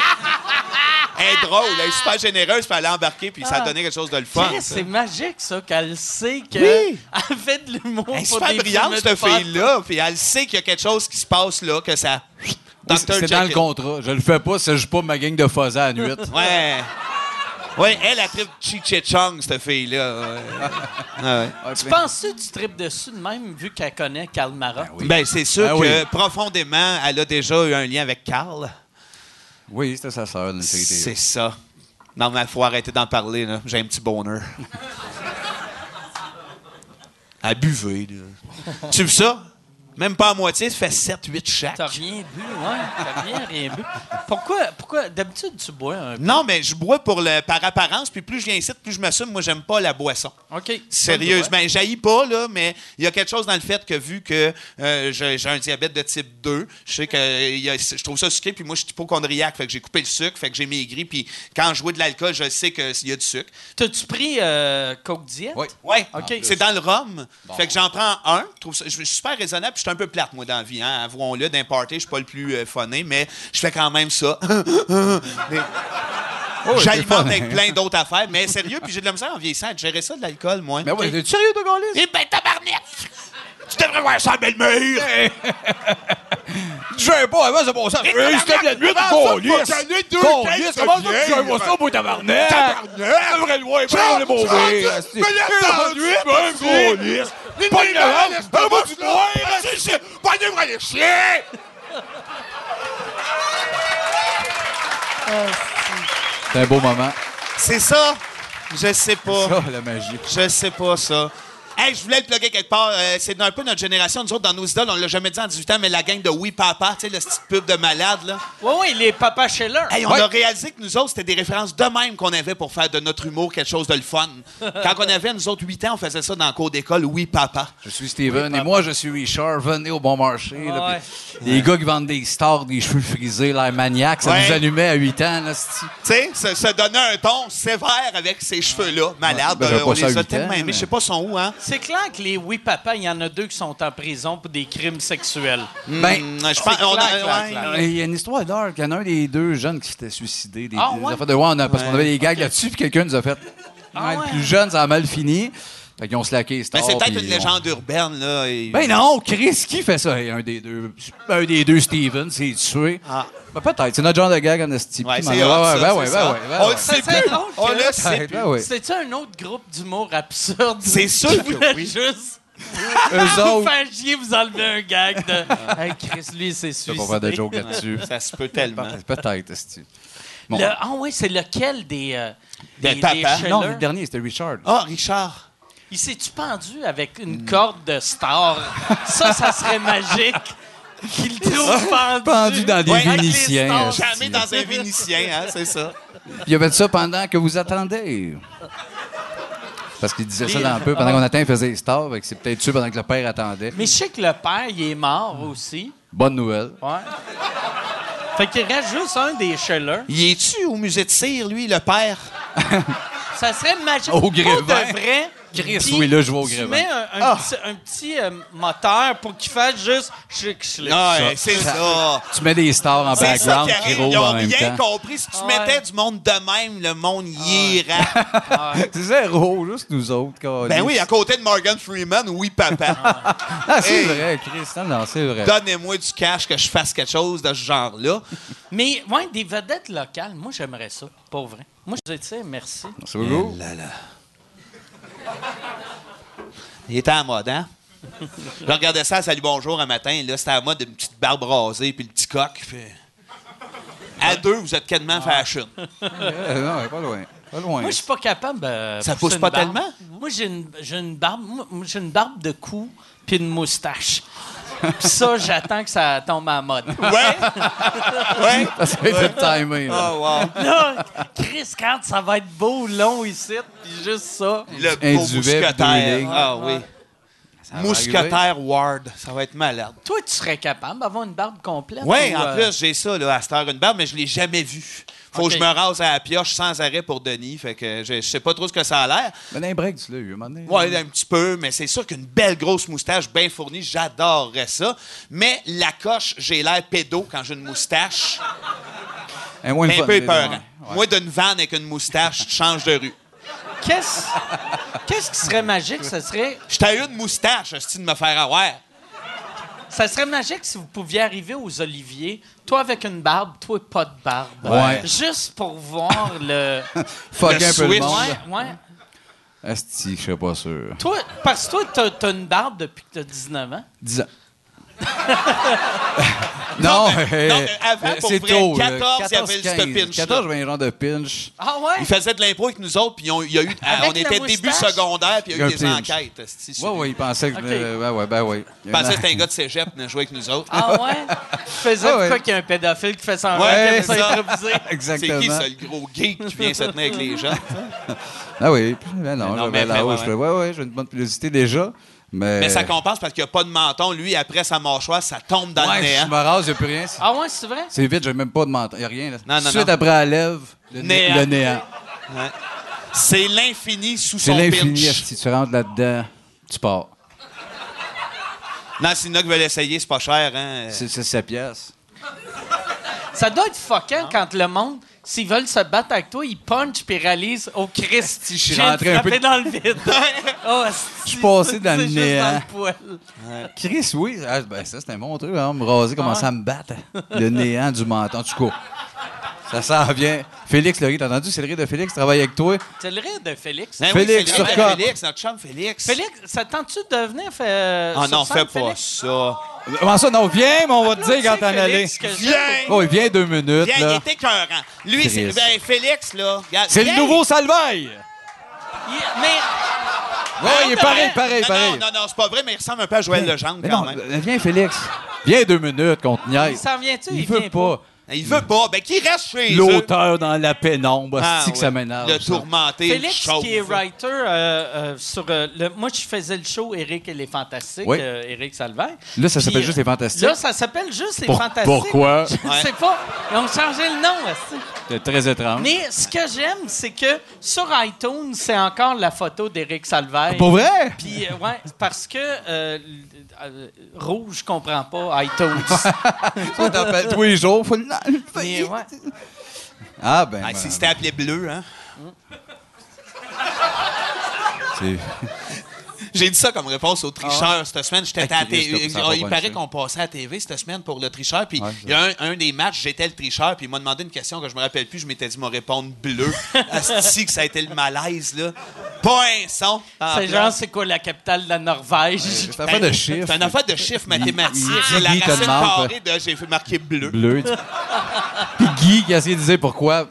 [SPEAKER 4] elle est drôle, elle est super généreuse, puis elle a embarqué, puis ça a donné quelque chose de le fun.
[SPEAKER 2] Ah. Chris, C'est magique, ça, qu'elle sait que
[SPEAKER 4] Oui.
[SPEAKER 2] elle fait de l'humour.
[SPEAKER 4] Elle est
[SPEAKER 2] pour
[SPEAKER 4] super
[SPEAKER 2] des
[SPEAKER 4] brillante,
[SPEAKER 2] fumées de
[SPEAKER 4] cette
[SPEAKER 2] pot.
[SPEAKER 4] fille-là, puis elle sait qu'il y a quelque chose qui se passe là, que ça...
[SPEAKER 5] Oui,
[SPEAKER 4] Dr.
[SPEAKER 5] C'est c'est dans le
[SPEAKER 4] Jekyll.
[SPEAKER 5] contrat. Je le fais pas, ça joue pas ma gang de faisans à nuit.
[SPEAKER 4] Ouais. Ouais, elle, elle tripe Chi-Chi-Chong, cette fille-là. Ouais. Ouais.
[SPEAKER 2] Tu penses-tu que tu tripes dessus de même, vu qu'elle connaît Karl Marat?
[SPEAKER 4] Ben, c'est sûr
[SPEAKER 5] Ah
[SPEAKER 4] que
[SPEAKER 5] oui.
[SPEAKER 4] profondément, elle a déjà eu un lien avec Carl.
[SPEAKER 5] Oui, c'était sa sœur d'une série
[SPEAKER 4] C'est
[SPEAKER 5] TV.
[SPEAKER 4] ça. Non, mais il faut arrêter d'en parler, là. J'ai un petit bonheur. à buver, là. tu veux ça? Même pas à moitié, ça fait 7-8 chaque.
[SPEAKER 2] T'as rien bu, ouais. T'as bien rien bu. Pourquoi, pourquoi d'habitude, tu bois un peu?
[SPEAKER 4] Non, mais je bois pour le, par apparence, puis plus je viens ici, plus je m'assume. Moi, j'aime pas la boisson.
[SPEAKER 2] OK.
[SPEAKER 4] Sérieusement, je jaillis pas, là, mais il y a quelque chose dans le fait que vu que euh, j'ai j'ai un diabète de type 2, je sais que euh, il y a- je trouve ça sucré, puis moi, je suis hypochondriaque, fait que j'ai coupé le sucre, fait que j'ai maigri, puis quand je bois de l'alcool, je sais qu'il y a du sucre.
[SPEAKER 2] T'as-tu pris euh, Coke Diet?
[SPEAKER 5] Oui.
[SPEAKER 4] Oui,
[SPEAKER 2] OK.
[SPEAKER 4] c'est dans le rhum. Fait que j'en prends un. Je trouve ça- je suis super raisonnable. puis Je suis un peu plate, moi, dans la vie. Hein? Avouons-le, d'un party, je suis pas le plus euh, funné, mais je fais quand même ça. Mais- J'alimente
[SPEAKER 5] fun,
[SPEAKER 4] avec
[SPEAKER 5] hein?
[SPEAKER 4] plein d'autres affaires. Mais sérieux, puis j'ai de la misère en vieillissant à gérer ça de l'alcool, moi.
[SPEAKER 5] Mais ouais, t'es sérieux, toi, Gaulis?
[SPEAKER 4] Eh ben, tabarnak! Tu devrais voir ça, belle-mère!
[SPEAKER 5] Je viens pas avant, c'est bon ça. Hey, c'était la nuit, Gaulis! Gaulis, comment ça, tu viens pas ça, beau tabarnak? Tabarnak! Je devrais le voir, prends le mauvais. Ah, Mais la nuit, même, Gaulis! Pas de la pas du noir! Pas de aller chier! C'est un beau moment.
[SPEAKER 4] C'est ça? Je sais pas.
[SPEAKER 5] Ça, la magie.
[SPEAKER 4] Je sais pas ça. Hey, je voulais le plugger quelque part. Euh, c'est un peu notre génération. Nous autres, dans nos idoles, on l'a jamais dit en 18 ans, mais la gang de Oui Papa, tu sais, le petit pub de malade, là.
[SPEAKER 2] Oui, oui, les Papa Scheller.
[SPEAKER 4] Hey, on
[SPEAKER 5] Ouais.
[SPEAKER 4] a réalisé que nous autres, c'était des références de même qu'on avait pour faire de notre humour quelque chose de le fun. Quand on avait, nous autres, 8 ans, on faisait ça dans le cours d'école, Oui Papa.
[SPEAKER 5] Je suis Steven et moi je suis Richard. Venez au bon marché. là,
[SPEAKER 2] Ouais.
[SPEAKER 5] puis Les gars qui vendent des stars, des cheveux frisés, l'air maniaque, ça
[SPEAKER 4] Ouais.
[SPEAKER 5] nous allumait à 8 ans. Là, c'ti.
[SPEAKER 4] Tu sais, se, se donner un ton sévère avec ces cheveux-là. Malade,
[SPEAKER 5] Ouais, ben, j'avais
[SPEAKER 4] euh,
[SPEAKER 5] pas
[SPEAKER 4] on
[SPEAKER 5] ça à
[SPEAKER 4] les a
[SPEAKER 5] huit
[SPEAKER 4] tellement
[SPEAKER 5] ans,
[SPEAKER 4] aimés.
[SPEAKER 5] mais-
[SPEAKER 4] Je sais pas son où, hein.
[SPEAKER 2] C'est clair que les oui papa, il y en a deux qui sont en prison pour des crimes sexuels.
[SPEAKER 5] Ben,
[SPEAKER 4] Hum, je pense. on a-
[SPEAKER 2] clair, clair,
[SPEAKER 4] Ah, ouais.
[SPEAKER 2] clair.
[SPEAKER 5] il y a une histoire d'heure qu'il y en a un des deux jeunes qui s'était suicidé. Des,
[SPEAKER 2] Ah,
[SPEAKER 5] des
[SPEAKER 2] ouais?
[SPEAKER 5] affaires de ouais, on a- parce qu'on avait des gags là-dessus, puis quelqu'un nous a fait.
[SPEAKER 2] Ah,
[SPEAKER 5] Ouais,
[SPEAKER 2] ouais.
[SPEAKER 5] Le plus jeune, ça a mal fini. Fait qu'ils ont slacké les
[SPEAKER 4] Ben,
[SPEAKER 5] stars.
[SPEAKER 4] c'est peut-être
[SPEAKER 5] Oh, puis
[SPEAKER 4] une
[SPEAKER 5] on-
[SPEAKER 4] légende urbaine, là. et-
[SPEAKER 5] Ben non, Chris, qui fait ça? Hey, un des deux, un des deux Steven, c'est tué.
[SPEAKER 4] Ah.
[SPEAKER 5] Ben, peut-être, c'est notre genre de gag en esti.
[SPEAKER 4] Ouais,
[SPEAKER 5] Puis,
[SPEAKER 4] c'est
[SPEAKER 5] ben,
[SPEAKER 4] hot, ça,
[SPEAKER 5] ouais, ben,
[SPEAKER 4] c'est
[SPEAKER 5] ouais,
[SPEAKER 4] ça.
[SPEAKER 5] ben, ouais, ben,
[SPEAKER 4] On
[SPEAKER 5] ouais.
[SPEAKER 4] le sait
[SPEAKER 2] Ça,
[SPEAKER 4] plus.
[SPEAKER 2] drôle
[SPEAKER 4] On
[SPEAKER 2] que-
[SPEAKER 4] le sait
[SPEAKER 5] Ben, ouais.
[SPEAKER 2] C'est-tu un autre groupe d'humour absurde?
[SPEAKER 4] C'est sûr
[SPEAKER 2] qui
[SPEAKER 4] que
[SPEAKER 2] voulait
[SPEAKER 4] oui.
[SPEAKER 2] juste
[SPEAKER 5] Eux
[SPEAKER 2] Ah, Vous
[SPEAKER 5] autres.
[SPEAKER 2] faire chier, vous enlevez un gag de. hey, Chris, lui, c'est
[SPEAKER 5] Je vais
[SPEAKER 2] suicidé.
[SPEAKER 5] pas faire de joke là-dessus.
[SPEAKER 4] Ça se peut tellement.
[SPEAKER 5] Peut-être, est Bon.
[SPEAKER 2] Le- Ah oui, c'est lequel des. euh,
[SPEAKER 4] Des papas.
[SPEAKER 2] Scheller?
[SPEAKER 5] Non, le dernier, c'était Richard.
[SPEAKER 4] Ah, Richard.
[SPEAKER 2] Il s'est-tu pendu avec une corde de star? ça, ça serait magique qu'il trouve pendu.
[SPEAKER 5] Pendu dans des
[SPEAKER 4] Ouais, avec les
[SPEAKER 5] Vénitiens. esti.
[SPEAKER 4] Jamais dans un Vénitien, hein, c'est ça.
[SPEAKER 5] Il a fait ça pendant que vous attendez. Parce qu'il disait ça dans un peu. Pendant qu'on attend, il faisait les stars. fait que C'est peut-être sûr pendant que le père attendait.
[SPEAKER 2] Mais je sais que le père, il est mort aussi.
[SPEAKER 5] Bonne nouvelle.
[SPEAKER 2] Ouais. Fait qu'il reste juste un des Scheller.
[SPEAKER 4] Il est-tu au musée de cire, lui, le père?
[SPEAKER 2] Ça serait magique.
[SPEAKER 5] Au
[SPEAKER 2] Pour
[SPEAKER 5] Grévin.
[SPEAKER 2] de vrai.
[SPEAKER 5] Chris,
[SPEAKER 2] Puis,
[SPEAKER 5] oui, là, je vais au
[SPEAKER 2] tu
[SPEAKER 5] Grévin. Ah!
[SPEAKER 2] mets un, un petit, un petit, euh, moteur pour qu'il fasse juste... chlic, chlic.
[SPEAKER 4] Ah, ouais, c'est ça.
[SPEAKER 5] Tu mets des stars en
[SPEAKER 4] C'est ça
[SPEAKER 5] background,
[SPEAKER 4] qui arrive.
[SPEAKER 5] Kiro,
[SPEAKER 4] Ils ont
[SPEAKER 5] en même
[SPEAKER 4] rien
[SPEAKER 5] temps.
[SPEAKER 4] compris. Si tu
[SPEAKER 2] Ouais.
[SPEAKER 4] mettais du monde de même, le monde y ira.
[SPEAKER 5] Ah, C'est zéro, juste nous autres.
[SPEAKER 4] Ben
[SPEAKER 5] câlisse.
[SPEAKER 4] oui, à côté de Morgan Freeman, oui, papa.
[SPEAKER 5] Ah, c'est
[SPEAKER 4] Hey.
[SPEAKER 5] vrai, Chris. Non, non, c'est vrai.
[SPEAKER 4] Donnez-moi du cash que je fasse quelque chose de ce genre-là.
[SPEAKER 5] Oh.
[SPEAKER 2] Mais, ouais, des vedettes locales, moi, j'aimerais ça, pour vrai. Moi, je sais, merci.
[SPEAKER 5] C'est
[SPEAKER 4] Oh
[SPEAKER 5] beaucoup.
[SPEAKER 4] Il était à la mode, hein? Je regardais ça à Salut Bonjour un matin. Là, c'était à la mode une petite barbe rasée puis le petit coq. puis- À deux, vous êtes
[SPEAKER 5] Ah.
[SPEAKER 4] quasiment fashion.
[SPEAKER 5] Euh, non, pas loin. Pas loin.
[SPEAKER 2] Moi, je suis pas capable. euh,
[SPEAKER 4] Ça
[SPEAKER 2] pousser
[SPEAKER 4] pousse
[SPEAKER 2] une
[SPEAKER 4] pas
[SPEAKER 2] barbe.
[SPEAKER 4] tellement?
[SPEAKER 2] Moi, j'ai une, j'ai une barbe, moi, moi, j'ai une barbe de cou puis une moustache. Puis ça, j'attends que ça tombe à mode.
[SPEAKER 4] Ouais! Ouais!
[SPEAKER 5] Ça va être timé, là.
[SPEAKER 4] Oh, wow.
[SPEAKER 2] Là, Chris, quand ça va être beau, long ici, puis juste ça.
[SPEAKER 4] Le
[SPEAKER 5] Un
[SPEAKER 4] beau
[SPEAKER 5] duvet, puis deux
[SPEAKER 4] mousquetaire.
[SPEAKER 5] lignes.
[SPEAKER 4] Ah oui.
[SPEAKER 5] va
[SPEAKER 4] Mousquetaire Ward. Ça va être malade.
[SPEAKER 2] Toi, tu serais capable d'avoir une barbe complète?
[SPEAKER 4] Oui,
[SPEAKER 2] ou,
[SPEAKER 4] en
[SPEAKER 2] euh,
[SPEAKER 4] plus, j'ai ça, là, à cette heure, une barbe, mais je l'ai jamais vue. Faut
[SPEAKER 2] OK.
[SPEAKER 4] que je me rase à la pioche sans arrêt pour Denis. Fait que je, je sais pas trop ce que ça a l'air.
[SPEAKER 5] Ben, dans les breaks, tu l'as eu, à un moment donné.
[SPEAKER 4] Oui, un petit peu, mais c'est sûr qu'une belle grosse moustache bien fournie, j'adorerais ça. Mais la coche, j'ai l'air pédo quand j'ai une moustache.
[SPEAKER 5] Un, moins
[SPEAKER 4] C'est un
[SPEAKER 5] fun,
[SPEAKER 4] peu
[SPEAKER 5] les
[SPEAKER 4] épeurant.
[SPEAKER 5] deux. Ouais.
[SPEAKER 4] Moi, d'une vanne avec une moustache, tu changes de rue.
[SPEAKER 2] Qu'est-ce qu'est-ce qui serait magique? Ça serait,
[SPEAKER 4] J'étais une moustache, hostie, de me faire avoir.
[SPEAKER 2] ça serait magique si vous pouviez arriver aux Oliviers, toi avec une barbe, toi pas de barbe.
[SPEAKER 5] Ouais.
[SPEAKER 2] Juste pour voir le.
[SPEAKER 5] Fuck un
[SPEAKER 4] Le
[SPEAKER 5] peu le
[SPEAKER 4] switch.
[SPEAKER 5] monde.
[SPEAKER 2] ouais, ouais.
[SPEAKER 5] Asti, je serais pas sûr.
[SPEAKER 2] Toi, parce que toi, t'as, t'as une barbe depuis que t'as 19 ans.
[SPEAKER 5] 10 ans. non,
[SPEAKER 4] mais-
[SPEAKER 5] euh,
[SPEAKER 4] non, mais avant, pour
[SPEAKER 5] c'est
[SPEAKER 4] vrai,
[SPEAKER 5] tôt.
[SPEAKER 4] 14,
[SPEAKER 5] là.
[SPEAKER 4] il y avait le
[SPEAKER 5] 14,
[SPEAKER 4] stop pinch,
[SPEAKER 5] 14, j'avais un genre de pinch.
[SPEAKER 2] Ah
[SPEAKER 4] Il
[SPEAKER 2] ouais?
[SPEAKER 4] faisait de l'impro avec nous autres, puis on, il y a eu, euh,
[SPEAKER 2] Avec
[SPEAKER 4] on
[SPEAKER 2] la
[SPEAKER 4] était
[SPEAKER 2] moustache?
[SPEAKER 4] début secondaire, puis il y a eu
[SPEAKER 5] Un
[SPEAKER 4] des
[SPEAKER 5] pinch.
[SPEAKER 4] enquêtes. hostie, sur
[SPEAKER 5] Ouais,
[SPEAKER 4] lui.
[SPEAKER 5] ouais, il pensait que.
[SPEAKER 2] Ok.
[SPEAKER 5] euh, ouais, ouais, ben ouais.
[SPEAKER 4] Je pensais que c'était un gars de cégep venait jouer avec nous autres.
[SPEAKER 2] Ah ouais? Tu faisais
[SPEAKER 5] Ah
[SPEAKER 2] de
[SPEAKER 5] ouais.
[SPEAKER 2] quoi qu'il y a un pédophile qui fait semblant
[SPEAKER 4] Ouais,
[SPEAKER 2] qu'il aime ça
[SPEAKER 4] c'est ça.
[SPEAKER 2] improviser?
[SPEAKER 4] C'est qui,
[SPEAKER 5] Exactement. Euh.
[SPEAKER 4] ça, le gros geek qui vient se tenir avec les gens?
[SPEAKER 5] Ah oui, puis, ben non,
[SPEAKER 4] non, mais-
[SPEAKER 5] j'avais la
[SPEAKER 4] mais
[SPEAKER 5] hausse.
[SPEAKER 4] ouais,
[SPEAKER 5] je- Ouais, ouais, j'ai une bonne pilosité déjà. Mais,
[SPEAKER 4] Mais ça compense parce qu'il n'y a pas de menton. Lui, après sa mâchoire, ça tombe dans
[SPEAKER 5] Ouais,
[SPEAKER 4] le hein.
[SPEAKER 5] je
[SPEAKER 4] néant.
[SPEAKER 5] me rase, il n'y a plus rien.
[SPEAKER 2] Ah ouais, c'est vrai?
[SPEAKER 5] C'est vite, j'ai même pas de menton. Il n'y a rien. Là.
[SPEAKER 4] Non, non,
[SPEAKER 5] Tout de suite
[SPEAKER 4] non.
[SPEAKER 5] après la lèvre, le né-
[SPEAKER 4] Néant.
[SPEAKER 5] le néant.
[SPEAKER 4] C'est l'infini sous
[SPEAKER 5] C'est
[SPEAKER 4] son
[SPEAKER 5] l'infini.
[SPEAKER 4] pinch.
[SPEAKER 5] Si tu rentres là-dedans, tu pars.
[SPEAKER 4] Non, s'il y en a qui veulent essayer, c'est pas cher. Hein?
[SPEAKER 5] C'est c'est sa pièce.
[SPEAKER 2] Ça doit être fuckant quand le monde, s'ils veulent se battre avec toi, ils punchent puis réalisent au Christ,
[SPEAKER 5] je suis
[SPEAKER 2] j'ai
[SPEAKER 5] rentré un
[SPEAKER 2] frappé
[SPEAKER 5] peu-
[SPEAKER 2] dans le vide. oh, je
[SPEAKER 5] suis passé dans le néant.
[SPEAKER 2] Dans le poêle.
[SPEAKER 5] Chris, oui. Ah, ben, ça, c'était un bon truc. Hein, me raser, commencer à me battre. Le néant du menton. Tu cours. Ça s'en vient. Félix, le rire, t'as entendu? C'est le rire de Félix. Travaille avec toi.
[SPEAKER 2] C'est le rire de Félix.
[SPEAKER 4] Ben
[SPEAKER 5] Félix,
[SPEAKER 4] c'est le
[SPEAKER 5] Turcotte.
[SPEAKER 4] vrai Félix, notre chum Félix.
[SPEAKER 2] Félix, ça tente-tu de euh, venir faire.
[SPEAKER 4] Ah non, fais pas ça.
[SPEAKER 5] Comment ça? Non, viens, mais on va te dire quand t'en allais.
[SPEAKER 4] Viens!
[SPEAKER 5] Oh, il vient deux minutes.
[SPEAKER 4] Viens, il
[SPEAKER 5] là.
[SPEAKER 4] est écœurant. Lui, c'est.
[SPEAKER 5] Chris.
[SPEAKER 4] Ben, Félix, là. regarde,
[SPEAKER 5] C'est le
[SPEAKER 4] viens.
[SPEAKER 5] nouveau Salveille.
[SPEAKER 2] Mais.
[SPEAKER 5] Oui, il est pareil, pareil,
[SPEAKER 4] Non,
[SPEAKER 5] pareil.
[SPEAKER 4] Non, non, non, c'est pas vrai, mais il ressemble un peu à Joël Legendre
[SPEAKER 5] Mais
[SPEAKER 4] quand
[SPEAKER 5] non,
[SPEAKER 4] même.
[SPEAKER 5] viens, Félix. Viens deux minutes qu'on te
[SPEAKER 2] Il
[SPEAKER 5] niaise.
[SPEAKER 2] s'en vient-tu?
[SPEAKER 5] Il
[SPEAKER 2] vient
[SPEAKER 5] veut pas.
[SPEAKER 4] Il veut pas. Ben, qu'il reste chez eux.
[SPEAKER 5] L'auteur dans la pénombre,
[SPEAKER 4] Ah,
[SPEAKER 5] c'est que
[SPEAKER 4] ouais.
[SPEAKER 5] ça m'énerve.
[SPEAKER 4] Le
[SPEAKER 5] ça.
[SPEAKER 4] tourmenté.
[SPEAKER 2] Félix,
[SPEAKER 4] le chauve.
[SPEAKER 2] qui est writer euh, euh, sur euh, le. Moi, je faisais le show Eric et les Fantastiques,
[SPEAKER 5] Oui.
[SPEAKER 2] euh, Eric Salvaire.
[SPEAKER 5] Là, ça
[SPEAKER 2] Puis,
[SPEAKER 5] s'appelle juste Les
[SPEAKER 2] euh,
[SPEAKER 5] Fantastiques.
[SPEAKER 2] Là, ça s'appelle juste les
[SPEAKER 5] Pour-
[SPEAKER 2] Fantastiques.
[SPEAKER 5] pourquoi?
[SPEAKER 2] Je ne
[SPEAKER 4] Ouais.
[SPEAKER 2] sais pas. Ils ont changé le nom. aussi.
[SPEAKER 5] C'est très étrange.
[SPEAKER 2] Mais ce que j'aime, c'est que sur iTunes, c'est encore la photo d'Éric Salvaire.
[SPEAKER 5] Pour vrai?
[SPEAKER 2] Puis, euh, ouais, parce que euh, l- euh, Rouge comprend pas iTunes.
[SPEAKER 5] Ça t'appelle tous les jours. Faut
[SPEAKER 2] Mais,
[SPEAKER 5] l'enlever.
[SPEAKER 2] ouais.
[SPEAKER 5] Ah, ben.
[SPEAKER 4] Ah,
[SPEAKER 5] ben,
[SPEAKER 4] si c'était appelé bleu, hein.
[SPEAKER 5] c'est-
[SPEAKER 4] J'ai dit ça comme réponse au tricheur cette semaine. J'étais
[SPEAKER 5] Ah,
[SPEAKER 4] à la
[SPEAKER 5] Christ,
[SPEAKER 4] télé-
[SPEAKER 5] ça va
[SPEAKER 4] Il
[SPEAKER 5] pas
[SPEAKER 4] paraît
[SPEAKER 5] marcher.
[SPEAKER 4] qu'on passait à la TV cette semaine pour le tricheur. Puis
[SPEAKER 5] Ouais,
[SPEAKER 4] il y a un, un des matchs, j'étais le tricheur. Puis il m'a demandé une question que je me rappelle plus. Je m'étais dit, me répondre bleu. Asti que ça a été le malaise, là. Pas un son. Ah,
[SPEAKER 2] C'est genre, c'est quoi la capitale de la Norvège?
[SPEAKER 5] Ah, C'est un affaire de chiffres.
[SPEAKER 4] Ben, C'est une affaire de chiffres mathématiques.
[SPEAKER 5] il-
[SPEAKER 4] la
[SPEAKER 5] il te
[SPEAKER 4] racine
[SPEAKER 5] demande.
[SPEAKER 4] carrée de j'ai fait marquer bleu.
[SPEAKER 5] bleu. tu- Puis Guy qui a essayé de dire pourquoi.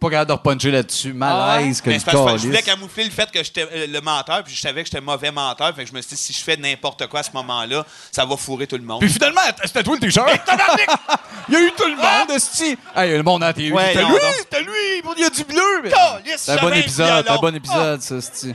[SPEAKER 5] Pas capable de repuncher là-dessus. Malaise que
[SPEAKER 4] Ah Mais
[SPEAKER 5] le
[SPEAKER 4] c'est parce que je voulais
[SPEAKER 5] calice.
[SPEAKER 4] camoufler le fait que j'étais euh, le menteur, puis je savais que j'étais mauvais menteur. Fait que je me suis dit, si je fais n'importe quoi à ce moment-là, ça va fourrer tout le monde.
[SPEAKER 5] Puis finalement, c'était toi le t-shirt. Il y a eu tout le monde, esti. Ah, il y a le monde entier.
[SPEAKER 4] Ouais,
[SPEAKER 5] C'était
[SPEAKER 4] non,
[SPEAKER 5] lui,
[SPEAKER 4] non.
[SPEAKER 5] c'était lui. Il y a du bleu. mais-
[SPEAKER 4] Calice,
[SPEAKER 5] C'est un Ah! bon
[SPEAKER 4] j'avais un
[SPEAKER 5] épisode. C'est un
[SPEAKER 4] violon.
[SPEAKER 5] bon épisode, ça, esti.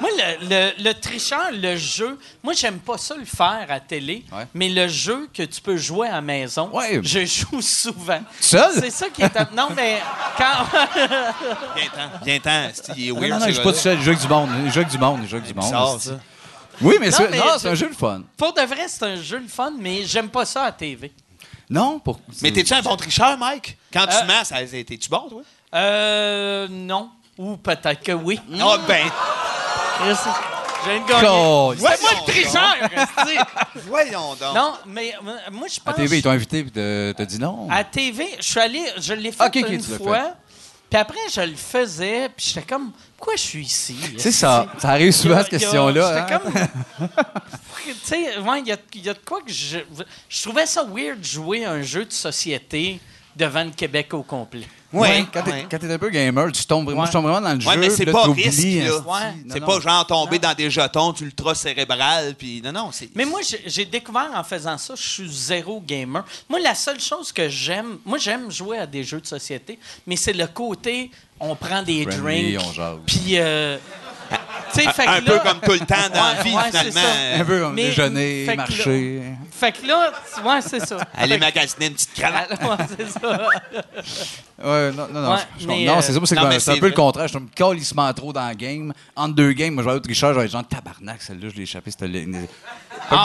[SPEAKER 2] Moi, le, le- le tricheur, le jeu, moi, j'aime pas ça le faire à télé,
[SPEAKER 5] Ouais.
[SPEAKER 2] mais le jeu que tu peux jouer à la maison,
[SPEAKER 5] Ouais.
[SPEAKER 2] je joue souvent.
[SPEAKER 5] Seul?
[SPEAKER 2] C'est ça qui est. Non, mais quand.
[SPEAKER 4] Viens-t'en, viens-ten, esti, il est
[SPEAKER 5] Non,
[SPEAKER 4] weird.
[SPEAKER 5] non, non,
[SPEAKER 4] ce
[SPEAKER 5] je suis pas
[SPEAKER 4] gars-là.
[SPEAKER 5] tout seul. Il joue avec du monde. Il joue avec du monde. Il joue avec du
[SPEAKER 4] Bizarre,
[SPEAKER 5] monde. esti.
[SPEAKER 4] ça.
[SPEAKER 5] Oui, mais c'est
[SPEAKER 2] mais-
[SPEAKER 5] non, c'est un jeu le fun.
[SPEAKER 2] Pour de vrai, c'est un jeu le fun, mais j'aime pas ça à TV.
[SPEAKER 5] Non, pour.
[SPEAKER 4] Mais t'es-tu un bon tricheur, Mike? Quand
[SPEAKER 2] Euh,
[SPEAKER 4] tu mens, ça- t'es-tu bon, toi?
[SPEAKER 2] Euh. Non. Ou peut-être que oui.
[SPEAKER 4] Ah, ben,
[SPEAKER 2] Chris, J'ai une gagnée.
[SPEAKER 5] Calice.
[SPEAKER 2] C'est moi
[SPEAKER 4] donc.
[SPEAKER 2] le tricheur! esti.
[SPEAKER 4] voyons donc.
[SPEAKER 2] non, mais euh, moi, je
[SPEAKER 4] Ah,
[SPEAKER 5] À
[SPEAKER 2] pense.
[SPEAKER 5] TV, ils t'ont invité et t'as dit non.
[SPEAKER 2] À TV, je suis allé, je l'ai fait
[SPEAKER 5] Ok, ok,
[SPEAKER 2] une
[SPEAKER 5] tu l'as
[SPEAKER 2] fois. Puis après, je le faisais, puis j'étais comme, pourquoi je suis ici?
[SPEAKER 5] C'est ça. Ça arrive souvent, cette
[SPEAKER 2] Il y a-
[SPEAKER 5] question-là.
[SPEAKER 2] J'étais
[SPEAKER 5] hein.
[SPEAKER 2] comme. Tu sais, ouais, il y a, il y a de quoi que je. Je trouvais ça weird de jouer un jeu de société devant le Québec au complet.
[SPEAKER 5] Ouais,
[SPEAKER 4] Ouais,
[SPEAKER 5] quand t'es
[SPEAKER 4] ouais.
[SPEAKER 5] quand t'es un peu gamer, tu tombes, moi,
[SPEAKER 2] Ouais.
[SPEAKER 5] je tombe vraiment dans le jeu.
[SPEAKER 4] Ouais, mais c'est
[SPEAKER 5] puis là,
[SPEAKER 4] pas
[SPEAKER 5] t'oublies,
[SPEAKER 4] risque, là.
[SPEAKER 5] hein.
[SPEAKER 2] Ouais.
[SPEAKER 5] Non,
[SPEAKER 4] C'est
[SPEAKER 5] non.
[SPEAKER 4] pas genre tomber dans des jetons ultra cérébral, puis non, non, c'est.
[SPEAKER 2] Mais moi, j'ai- j'ai découvert en faisant ça, je suis zéro gamer. Moi, la seule chose que j'aime, moi, j'aime jouer à des jeux de société, mais c'est le côté, on prend des
[SPEAKER 5] Friendly, on
[SPEAKER 2] drinks,
[SPEAKER 5] jase.
[SPEAKER 2] puis, euh, tu sais, fait que là-
[SPEAKER 4] un peu comme tout le temps dans la
[SPEAKER 2] Ouais,
[SPEAKER 4] vie,
[SPEAKER 2] ouais, c'est
[SPEAKER 4] finalement.
[SPEAKER 2] ça.
[SPEAKER 4] Euh,
[SPEAKER 5] Un peu comme
[SPEAKER 2] Mais-
[SPEAKER 5] déjeuner,
[SPEAKER 2] fait que là-
[SPEAKER 5] marcher.
[SPEAKER 2] Fait que là, tu- ouais, c'est ça.
[SPEAKER 4] Aller
[SPEAKER 2] Fait que-
[SPEAKER 4] magasiner une petite cravate.
[SPEAKER 2] Ouais, c'est ça.
[SPEAKER 5] Ouais, non, non, non.
[SPEAKER 2] Ouais,
[SPEAKER 5] je- je-
[SPEAKER 2] mais,
[SPEAKER 5] non,
[SPEAKER 2] euh,
[SPEAKER 5] c'est ça, moi, c'est
[SPEAKER 4] non,
[SPEAKER 5] que
[SPEAKER 4] mais
[SPEAKER 5] c'est un
[SPEAKER 4] c'est
[SPEAKER 5] peu le
[SPEAKER 4] vrai.
[SPEAKER 5] contraire. Je tombe calissement trop dans la game. Entre deux games, moi, je vais aller au tricheur, j'aurais genre tabarnak, celle-là, je l'ai échappé, c'était. le- Fait que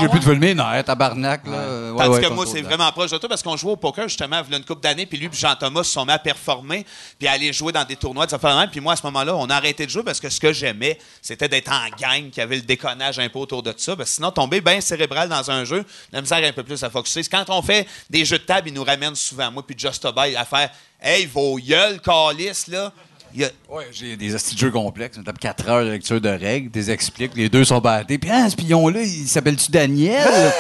[SPEAKER 5] j'ai plus de filmer, non, hein, tabarnak, là. Ouais,
[SPEAKER 4] Ah, Tandis
[SPEAKER 5] ouais,
[SPEAKER 4] que
[SPEAKER 5] tombe
[SPEAKER 4] moi,
[SPEAKER 5] trop
[SPEAKER 4] c'est
[SPEAKER 5] dedans.
[SPEAKER 4] vraiment proche de toi parce qu'on jouait au poker justement il y a une couple d'années, puis lui puis Jean-Thomas se sont mis à performer, puis à aller jouer dans des tournois de affaires de même. Puis moi, à ce moment-là, on a arrêté de jouer parce que ce que j'aimais, c'était d'être en gang, qu'il y avait le déconnage un peu autour de ça. Parce que sinon, tomber bien cérébral dans un jeu, la misère est un peu plus à focusser. Quand on fait des jeux de table, ils nous ramènent souvent, moi puis Just Obey, à faire Hey, vos gueules, calice, là. Il y a-
[SPEAKER 5] Ouais, j'ai des astuces de jeux complexes. On tape 4 heures de lecture de règles, des expliques, les deux sont battés. Puis, ah, ce pion-là, il s'appelle-tu Daniel?
[SPEAKER 4] Ah!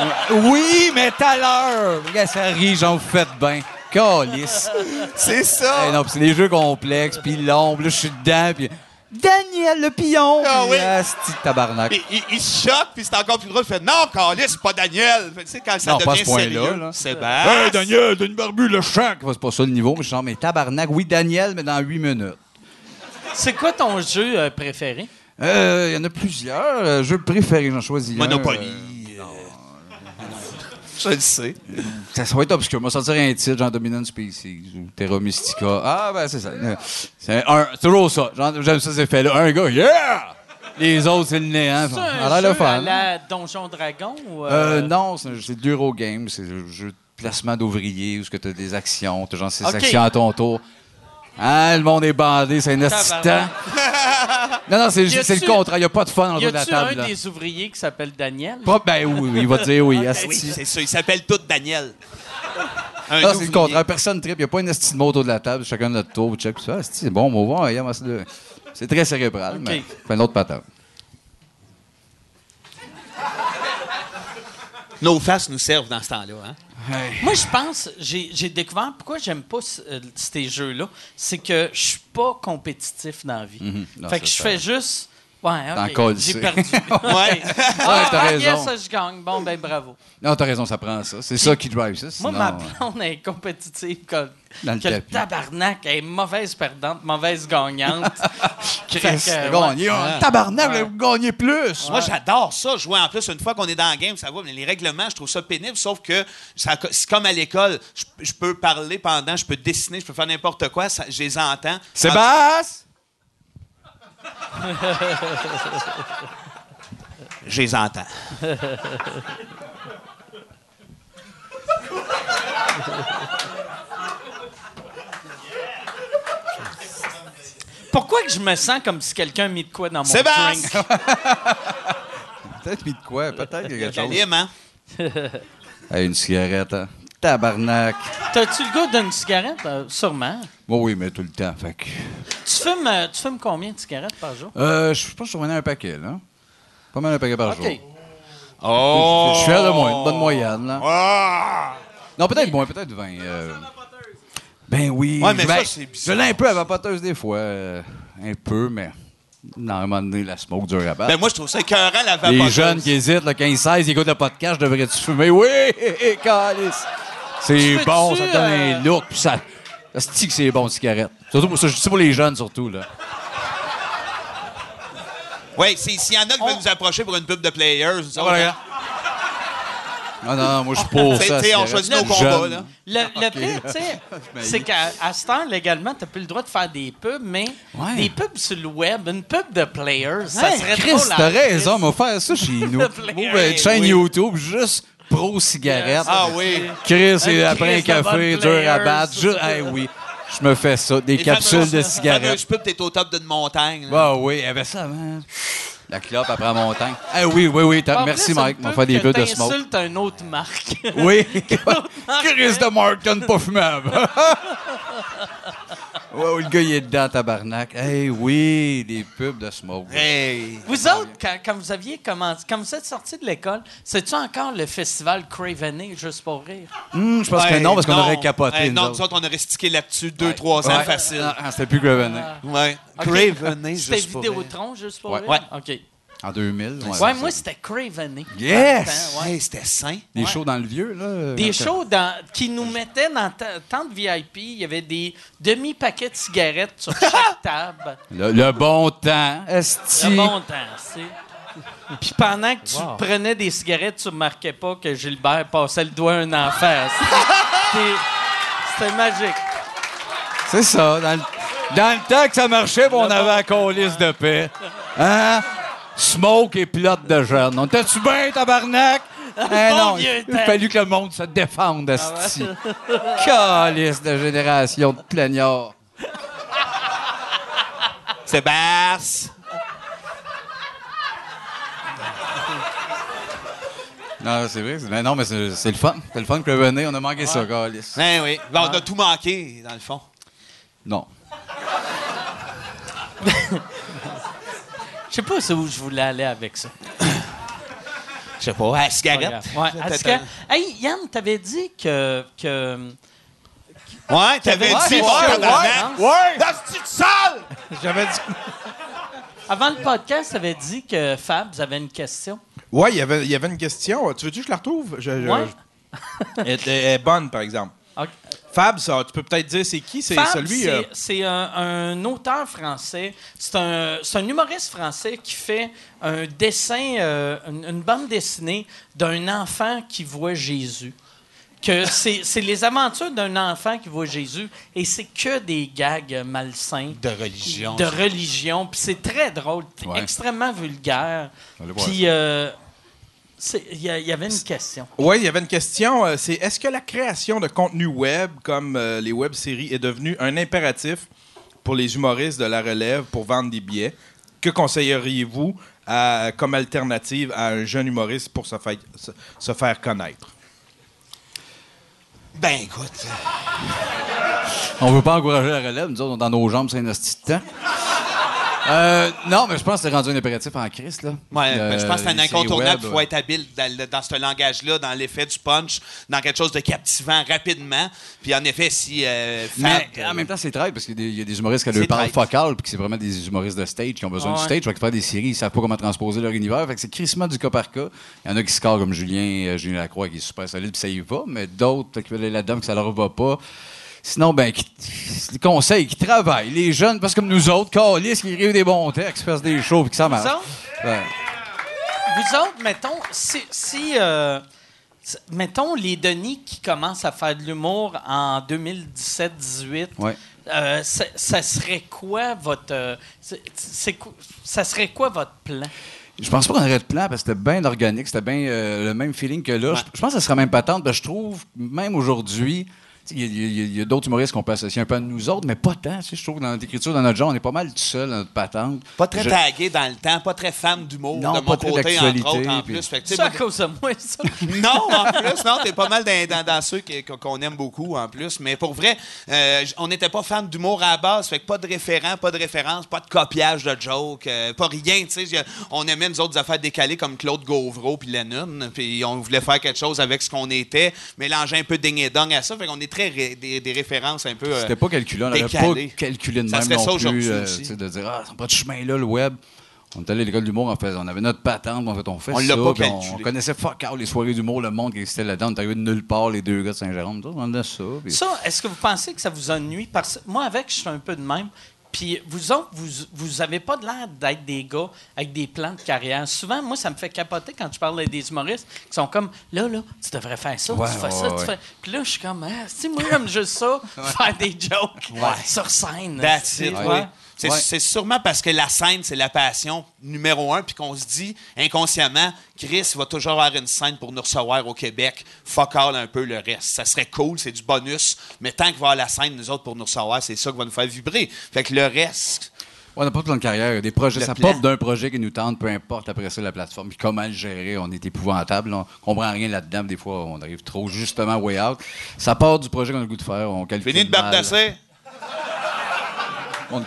[SPEAKER 5] Euh, oui, mais tout à l'heure! Regarde, ça rit, j'en vous faites bien. Calice.
[SPEAKER 4] C'est ça!
[SPEAKER 5] Eh non, puis c'est des jeux complexes, puis l'ombre, là, je suis dedans, puis. Daniel, le pion!
[SPEAKER 4] Ah
[SPEAKER 5] Puis,
[SPEAKER 4] oui.
[SPEAKER 5] Ah, c'est tabarnak.
[SPEAKER 4] Il, il- il se choque, puis c'est encore plus drôle. Il fait Non, Carlis, c'est pas Daniel. Fait que, Tu sais, quand ça
[SPEAKER 5] Non, pas à ce
[SPEAKER 4] devient
[SPEAKER 5] point-là,
[SPEAKER 4] sérieux,
[SPEAKER 5] là.
[SPEAKER 4] ah, c'est
[SPEAKER 5] Hey,
[SPEAKER 4] bien.
[SPEAKER 5] Euh, Daniel, Denis Barbu, le champ! C'est pas ça le niveau, mais je suis genre, mais tabarnak, oui, Daniel, mais dans 8 minutes.
[SPEAKER 2] C'est quoi ton jeu euh, préféré?
[SPEAKER 5] Euh, Il y en a plusieurs. Euh, jeux préférés, j'en choisis un.
[SPEAKER 4] Monopoly. Euh,
[SPEAKER 5] Euh,
[SPEAKER 4] Je le sais.
[SPEAKER 5] Ça, ça va être obscur. Moi, sortir un titre, genre Dominant Species ou Terra Mystica. Ah, ben, c'est ça. Euh, C'est un, c'est toujours ça. Genre, J'aime ça, ces effets-là. Un gars, yeah! Les autres, c'est le néant.
[SPEAKER 2] C'est
[SPEAKER 5] Ça
[SPEAKER 2] un
[SPEAKER 5] a l'air
[SPEAKER 2] jeu
[SPEAKER 5] le fun,
[SPEAKER 2] à
[SPEAKER 5] hein?
[SPEAKER 2] la Donjon Dragon ou...
[SPEAKER 5] Euh, non, c'est un- c'est de l'Eurogame. C'est un jeu de placement d'ouvriers où tu as des actions. Tu as genre 6
[SPEAKER 2] Ok.
[SPEAKER 5] actions à ton tour. Ah, le monde est bandé, c'est un assistant.
[SPEAKER 2] Tabarnak.
[SPEAKER 5] Non, non, c'est
[SPEAKER 2] Y a-tu-
[SPEAKER 5] c'est le contraire. Il n'y a pas de fun en
[SPEAKER 2] Y
[SPEAKER 5] dessous de la
[SPEAKER 2] a-tu
[SPEAKER 5] table.
[SPEAKER 2] un
[SPEAKER 5] là.
[SPEAKER 2] des ouvriers qui s'appelle Daniel?
[SPEAKER 5] Pas- ben oui, oui, il va dire oui. asti.
[SPEAKER 4] Oui, c'est ça. Ils s'appellent tous Daniel. Un
[SPEAKER 5] Ah, c'est
[SPEAKER 4] ouvrier.
[SPEAKER 5] le contraire. Personne trip. Il n'y a pas une esti de mot autour de la table. Chacun de notre tour. Check ça. Esti, C'est bon, on va voir. regarde, c'est le- C'est très cérébral,
[SPEAKER 2] Ok.
[SPEAKER 5] mais c'est une autre patate.
[SPEAKER 4] Nos faces nous servent dans ce temps-là. Hein?
[SPEAKER 2] Moi, je pense, j'ai j'ai découvert pourquoi j'aime pas ce- euh, ces jeux-là. C'est que je suis pas compétitif dans la vie.
[SPEAKER 5] Mhm. Non,
[SPEAKER 2] fait que
[SPEAKER 5] ça,
[SPEAKER 2] je fais juste. Ouais,
[SPEAKER 5] T'en
[SPEAKER 2] ok,
[SPEAKER 5] colles,
[SPEAKER 2] j'ai
[SPEAKER 5] c'est.
[SPEAKER 2] perdu.
[SPEAKER 4] Ouais.
[SPEAKER 5] Ah, t'as
[SPEAKER 2] yes,
[SPEAKER 5] raison.
[SPEAKER 2] ça, je gagne. Bon, ben, bravo.
[SPEAKER 5] Non, t'as raison, ça prend ça. C'est ça qui drive ça.
[SPEAKER 2] Moi,
[SPEAKER 5] sinon,
[SPEAKER 2] ma
[SPEAKER 5] euh,
[SPEAKER 2] blonde elle est compétitive comme.
[SPEAKER 5] Dans le
[SPEAKER 2] que le
[SPEAKER 5] tapis.
[SPEAKER 2] tabarnak, elle est mauvaise perdante, mauvaise gagnante. Fait que,
[SPEAKER 5] Chris,
[SPEAKER 2] ouais.
[SPEAKER 5] gagné, un Tabarnak, vous avez gagné plus.
[SPEAKER 4] Moi, j'adore ça, jouer en plus. Une fois qu'on est dans la game, ça va, mais les règlements, je trouve ça pénible, sauf que ça- c'est comme à l'école. Je, je peux parler pendant, je peux dessiner, je peux faire n'importe quoi, ça- je les entends.
[SPEAKER 5] Sébastien!
[SPEAKER 4] Je les entends.
[SPEAKER 2] Pourquoi que je me sens comme si quelqu'un mis de quoi dans mon drink?
[SPEAKER 4] Sébastien!
[SPEAKER 5] Peut-être mis de quoi? Peut-être qu'il y a quelque chose.
[SPEAKER 4] Calim, hein?
[SPEAKER 5] Hey, une cigarette, hein? Tabarnak.
[SPEAKER 2] T'as-tu le goût d'une cigarette? Euh, sûrement.
[SPEAKER 5] Moi, oui, mais tout le temps. Fait que...
[SPEAKER 2] Tu fumes, euh, tu fumes combien de cigarettes par jour?
[SPEAKER 5] Euh, je pense que je revenais un paquet, là. Pas mal un paquet par
[SPEAKER 2] OK.
[SPEAKER 5] jour.
[SPEAKER 4] Oh!
[SPEAKER 5] Je suis fier de moi, une bonne moyenne, là.
[SPEAKER 4] Ah!
[SPEAKER 5] Non, peut-être moins, peut-être 20. euh. Ben oui.
[SPEAKER 4] Ouais, mais
[SPEAKER 5] je- ben,
[SPEAKER 4] ça, c'est bizarre.
[SPEAKER 5] Je l'ai un peu à vapoteuse des fois. euh, un peu, mais. Non, à un moment donné, la smoke dure à battre.
[SPEAKER 4] Ben moi, je trouve ça écœurant, la
[SPEAKER 5] Les
[SPEAKER 4] vapoteuse.
[SPEAKER 5] jeunes qui hésitent, le 15-16, ils écoutent le podcast, je devrais-tu fumer? Oui, hé, hé, calice.
[SPEAKER 2] Tu
[SPEAKER 5] C'est
[SPEAKER 2] peux-tu,
[SPEAKER 5] bon, ça te donne
[SPEAKER 2] euh,
[SPEAKER 5] un look, puis ça. Asti que c'est bon, cigarette. Surtout pour, ça, c'est pour les jeunes, surtout, là.
[SPEAKER 4] Oui, c'est- s'il y en a
[SPEAKER 5] Oh.
[SPEAKER 4] qui veulent nous approcher pour une pub de Players,
[SPEAKER 5] Ah,
[SPEAKER 4] nous autres, hein.
[SPEAKER 5] Non, non, moi, je suis pour
[SPEAKER 4] T'sais,
[SPEAKER 5] ça.
[SPEAKER 4] t'sais, on
[SPEAKER 5] cigarette.
[SPEAKER 4] choisit nos
[SPEAKER 5] Jeune.
[SPEAKER 4] combats, là.
[SPEAKER 5] Ah,
[SPEAKER 2] Le, le pire, tu sais, c'est qu'à à ce temps, légalement, t'as plus le droit de faire des pubs, mais
[SPEAKER 5] Ouais.
[SPEAKER 2] des pubs sur le web, une pub de players, ça
[SPEAKER 5] Hey,
[SPEAKER 2] serait
[SPEAKER 5] Chris,
[SPEAKER 2] drôle hein? à
[SPEAKER 5] t'as
[SPEAKER 2] la
[SPEAKER 5] raison,
[SPEAKER 2] crise.
[SPEAKER 5] on va faire ça chez nous.
[SPEAKER 2] plaît.
[SPEAKER 5] Moi, ben, une chaîne
[SPEAKER 4] Oui.
[SPEAKER 5] YouTube, juste pro-cigarette.
[SPEAKER 4] Ah oui.
[SPEAKER 5] Chris, et
[SPEAKER 2] Un
[SPEAKER 5] après un
[SPEAKER 2] Chris de
[SPEAKER 5] café,
[SPEAKER 2] bonne
[SPEAKER 5] dur à
[SPEAKER 2] players.
[SPEAKER 5] battre. Juste, hey, oui, je me fais ça. Des
[SPEAKER 4] Les
[SPEAKER 5] capsules de
[SPEAKER 4] fameuses-
[SPEAKER 5] cigarettes.
[SPEAKER 4] fameuses pubs, t'es au top d'une montagne. là.
[SPEAKER 5] Bah oui, eh ben ça, man. La clope après la montagne. Eh oui, oui, oui. t'as-
[SPEAKER 2] En
[SPEAKER 5] Merci,
[SPEAKER 2] plus, une
[SPEAKER 5] Mike. On va
[SPEAKER 2] pub
[SPEAKER 5] faire des
[SPEAKER 2] que
[SPEAKER 5] pubs de smoke.
[SPEAKER 2] t'insultes une autre marque.
[SPEAKER 5] Oui. Chris de Martin, pas fumable. ouais, le gars, il est dedans, tabarnak. Eh oui, des pubs de smoke.
[SPEAKER 4] Hey!
[SPEAKER 2] Vous autres, quand, quand vous aviez commencé, quand vous êtes sortis de l'école, c'est-tu encore le festival Craveney, juste pour rire?
[SPEAKER 5] Hum, je pense que
[SPEAKER 4] Hey,
[SPEAKER 5] non, parce qu'on aurait capoté.
[SPEAKER 4] Hey,
[SPEAKER 5] nous
[SPEAKER 4] non,
[SPEAKER 5] autres.
[SPEAKER 4] nous autres, on aurait stické là-dessus 2-3 ans
[SPEAKER 5] Ouais.
[SPEAKER 4] facile.
[SPEAKER 5] Ah, ah, C'était plus Gravenet.
[SPEAKER 4] Ouais.
[SPEAKER 2] Ok.
[SPEAKER 4] Craveney,
[SPEAKER 2] C'était
[SPEAKER 4] juste pour rire.
[SPEAKER 2] Vidéotron, juste pour
[SPEAKER 5] Ouais.
[SPEAKER 2] rire?
[SPEAKER 4] Ouais.
[SPEAKER 2] OK. Ouais,
[SPEAKER 5] En 2000. Ouais,
[SPEAKER 2] moi, c'était Craveney.
[SPEAKER 5] Yes!
[SPEAKER 2] Ouais.
[SPEAKER 4] Hey, c'était sain.
[SPEAKER 5] Des
[SPEAKER 2] Ouais.
[SPEAKER 5] shows dans le vieux, là.
[SPEAKER 2] Des shows dans- qui nous mettaient dans ta- tant de VIP. Il y avait des demi-paquets de cigarettes sur chaque table.
[SPEAKER 5] Le, le bon temps. Esti.
[SPEAKER 2] Le bon temps, c'est. Puis pendant que tu prenais des cigarettes, tu ne remarquais pas que Gilbert passait le doigt à un enfant. C'était- C'était magique.
[SPEAKER 5] C'est ça. Dans le, dans le temps que ça marchait, ben, on avait la colisse de paix. Hein? Smoke et pilote de jeunes. On était-tu bien, tabarnak? Hein,
[SPEAKER 2] bon
[SPEAKER 5] non,
[SPEAKER 2] vieux
[SPEAKER 5] il a
[SPEAKER 2] temps. Ah
[SPEAKER 5] fallu que le monde se défende, Esti. Calice de génération de plaignards.
[SPEAKER 4] Sébastien!
[SPEAKER 5] Non, c'est vrai. c'est- ben non, mais c'est c'est le fun. C'est le fun que revenez. On a manqué ça, Calice.
[SPEAKER 4] Ben oui. Ben, on a tout manqué, dans le fond.
[SPEAKER 5] Non.
[SPEAKER 2] Je sais pas c'est où je voulais aller avec ça.
[SPEAKER 4] Je sais pas. À la cigarette. euh,
[SPEAKER 2] Ouais, est-ce que- Hey, Yann, t'avais dit que. que...
[SPEAKER 4] Ouais, t'avais dit
[SPEAKER 2] Ouais,
[SPEAKER 4] c'est
[SPEAKER 2] ouais,
[SPEAKER 4] bon,
[SPEAKER 2] ouais,
[SPEAKER 4] tabarnak.
[SPEAKER 2] ouais.
[SPEAKER 4] Dans ce petit sale!
[SPEAKER 3] J'avais dit.
[SPEAKER 2] Avant le podcast, t'avais dit que Fab, avait une question.
[SPEAKER 3] Ouais, il y avait- il y avait une question. Tu veux-tu que je la retrouve? Je- je-
[SPEAKER 2] Ouais.
[SPEAKER 3] Elle est- elle est bonne, par exemple.
[SPEAKER 2] Ok.
[SPEAKER 3] Fab, ça, tu peux peut-être dire c'est qui? C'est
[SPEAKER 2] Fab,
[SPEAKER 3] celui.
[SPEAKER 2] c'est-
[SPEAKER 3] euh,
[SPEAKER 2] C'est un, un auteur français. C'est un, c'est un humoriste français qui fait un dessin, euh, une, une bande dessinée d'un enfant qui voit Jésus. Que c'est c'est les aventures d'un enfant qui voit Jésus et c'est que des gags malsains.
[SPEAKER 4] De religion.
[SPEAKER 2] de religion. Puis c'est très drôle, t-
[SPEAKER 5] Ouais.
[SPEAKER 2] extrêmement vulgaire.
[SPEAKER 5] Allez voir
[SPEAKER 2] Puis euh, c'est- il y, a- il y avait une question.
[SPEAKER 3] Oui, il y avait une question. euh, c'est est-ce que la création de contenu web, comme euh, les web-séries, est devenue un impératif pour les humoristes de la relève pour vendre des billets? Que conseilleriez-vous à- comme alternative à un jeune humoriste pour se faire, se, se faire connaître?
[SPEAKER 4] Ben écoute.
[SPEAKER 5] On veut pas encourager la relève. Nous autres, on est dans nos jambes, c'est un hostie de temps. Euh, non, mais je pense que c'est rendu un impératif en crise, là.
[SPEAKER 4] Ouais,
[SPEAKER 5] Euh,
[SPEAKER 4] ben, je pense que c'est un
[SPEAKER 5] c'est
[SPEAKER 4] incontournable.
[SPEAKER 5] web.
[SPEAKER 4] Il faut être habile dans, le- dans ce langage-là, dans l'effet du punch, dans quelque chose de captivant rapidement. Puis en effet, si euh, Fab,
[SPEAKER 5] Mais
[SPEAKER 4] euh,
[SPEAKER 5] en même temps, c'est traite parce qu'il y a des- il y a des humoristes qui
[SPEAKER 4] C'est
[SPEAKER 5] leur parlent
[SPEAKER 4] traite.
[SPEAKER 5] focal, puis que c'est vraiment des humoristes de stage qui ont besoin
[SPEAKER 2] Ouais.
[SPEAKER 5] du stage. Fait qu'ils font des séries, ils savent pas comment transposer leur univers. Fait que c'est crissement du cas par cas. Il y en a qui scorent comme Julien, euh, Julien Lacroix, qui est super solide, puis ça y va. Mais d'autres, peut-être qu'ils veulent aller là-dedans, que ça leur va pas. Sinon, ben, qui- les conseils, qui travaillent. Les jeunes, parce que comme nous autres, Calis, qui écrivent des bons textes, qui fassent des shows, puis que ça marche.
[SPEAKER 2] autres?
[SPEAKER 5] Ouais.
[SPEAKER 2] Vous autres, mettons, si. si, euh, si- Mettons les Denis qui commencent à faire de l'humour en 2017-18.
[SPEAKER 5] Ouais.
[SPEAKER 2] euh, ça, ça serait quoi votre euh, c'est- c'est quoi- ça serait quoi votre plan
[SPEAKER 5] Je pense pas qu'on aurait de plan parce que c'était bien organique, c'était bien euh, le même feeling que là. Je- Je pense que ça serait même patente. parce que Je trouve, même aujourd'hui, il y a- il y a, il y a d'autres humoristes qu'on peut associer un peu à nous autres, mais pas tant. Tu sais, je trouve que dans notre écriture, dans notre genre, on est pas mal tout seul dans notre patente.
[SPEAKER 4] Pas très
[SPEAKER 5] Je-
[SPEAKER 4] tagué dans le temps, pas très fan d'humour
[SPEAKER 5] Non,
[SPEAKER 4] de
[SPEAKER 5] pas
[SPEAKER 4] mon
[SPEAKER 5] très
[SPEAKER 4] côté,
[SPEAKER 5] d'actualité,
[SPEAKER 4] entre autres, en
[SPEAKER 5] puis-
[SPEAKER 4] plus. Fait que, tu
[SPEAKER 2] C'est
[SPEAKER 4] sais,
[SPEAKER 2] à
[SPEAKER 4] moi,
[SPEAKER 2] cause de moi, ça.
[SPEAKER 4] Non, en plus, non, t'es pas mal dans, dans- dans ceux qui- qu'on qu'on aime beaucoup, en plus. Mais pour vrai, euh, j- on n'était pas fan d'humour à la base, fait que pas de référent, pas de référence, pas de copiage de jokes, euh, pas rien, tu sais. Y a- On aimait nous autres des affaires décalées comme Claude Gauvreau puis Lennon, puis on voulait faire quelque chose avec ce qu'on était, mélanger un peu ding et dong à ça, fait qu'on est très ré- des, des références un peu... euh,
[SPEAKER 5] C'était pas calculé, on n'aurait
[SPEAKER 4] décalé.
[SPEAKER 5] pas calculé de
[SPEAKER 4] Ça
[SPEAKER 5] même
[SPEAKER 4] serait ça
[SPEAKER 5] non
[SPEAKER 4] aujourd'hui
[SPEAKER 5] plus, euh,
[SPEAKER 4] aussi.
[SPEAKER 5] tu sais, de dire ah, ça n'a pas de chemin là le web. On est allé à l'école d'humour, on, faisait- on avait notre patente, en fait, on fait
[SPEAKER 4] On
[SPEAKER 5] ça.
[SPEAKER 4] l'a pas
[SPEAKER 5] puis
[SPEAKER 4] calculé.
[SPEAKER 5] on, on connaissait fuck out les soirées d'humour, le monde qui existait là-dedans. On est arrivé de nulle part, les deux gars de Saint-Jérôme, tout, on a ça. puis-
[SPEAKER 2] Ça, est-ce que vous pensez que ça vous ennuie? Parce que moi, avec, je suis un peu de même. Puis vous autres, vous, vous avez pas de l'air d'être des gars avec des plans de carrière. Souvent, moi, ça me fait capoter quand je parle à des humoristes qui sont comme là, là, tu devrais faire ça,
[SPEAKER 5] Ouais,
[SPEAKER 2] tu fais
[SPEAKER 5] ouais,
[SPEAKER 2] ça,
[SPEAKER 5] ouais.
[SPEAKER 2] tu fais. Puis là, je suis comme, ah, si moi, j'aime juste ça, faire des jokes sur scène.
[SPEAKER 4] That's
[SPEAKER 2] c'est-
[SPEAKER 4] it,
[SPEAKER 2] ouais.
[SPEAKER 4] oui. C'est
[SPEAKER 5] Ouais.
[SPEAKER 4] c'est sûrement parce que la scène, c'est la passion numéro un, puis qu'on se dit inconsciemment, Chris il va toujours avoir une scène pour nous recevoir au Québec. Fuck all un peu le reste. Ça serait cool, c'est du bonus, mais tant qu'il va y avoir la scène, nous autres, pour nous recevoir, c'est ça qui va nous faire vibrer. Fait que le reste,
[SPEAKER 5] Ouais, on n'a pas de plan de carrière. Il y a des projets,
[SPEAKER 4] Le
[SPEAKER 5] ça
[SPEAKER 4] plan.
[SPEAKER 5] porte d'un projet qui nous tente, peu importe après ça la plateforme. Puis comment le gérer, on est épouvantable. là. On comprend rien là-dedans. Des fois, on arrive trop justement way out. Ça part du projet qu'on a le goût de faire. On calcule.
[SPEAKER 4] fini de
[SPEAKER 5] mal.
[SPEAKER 4] bardasser.
[SPEAKER 5] On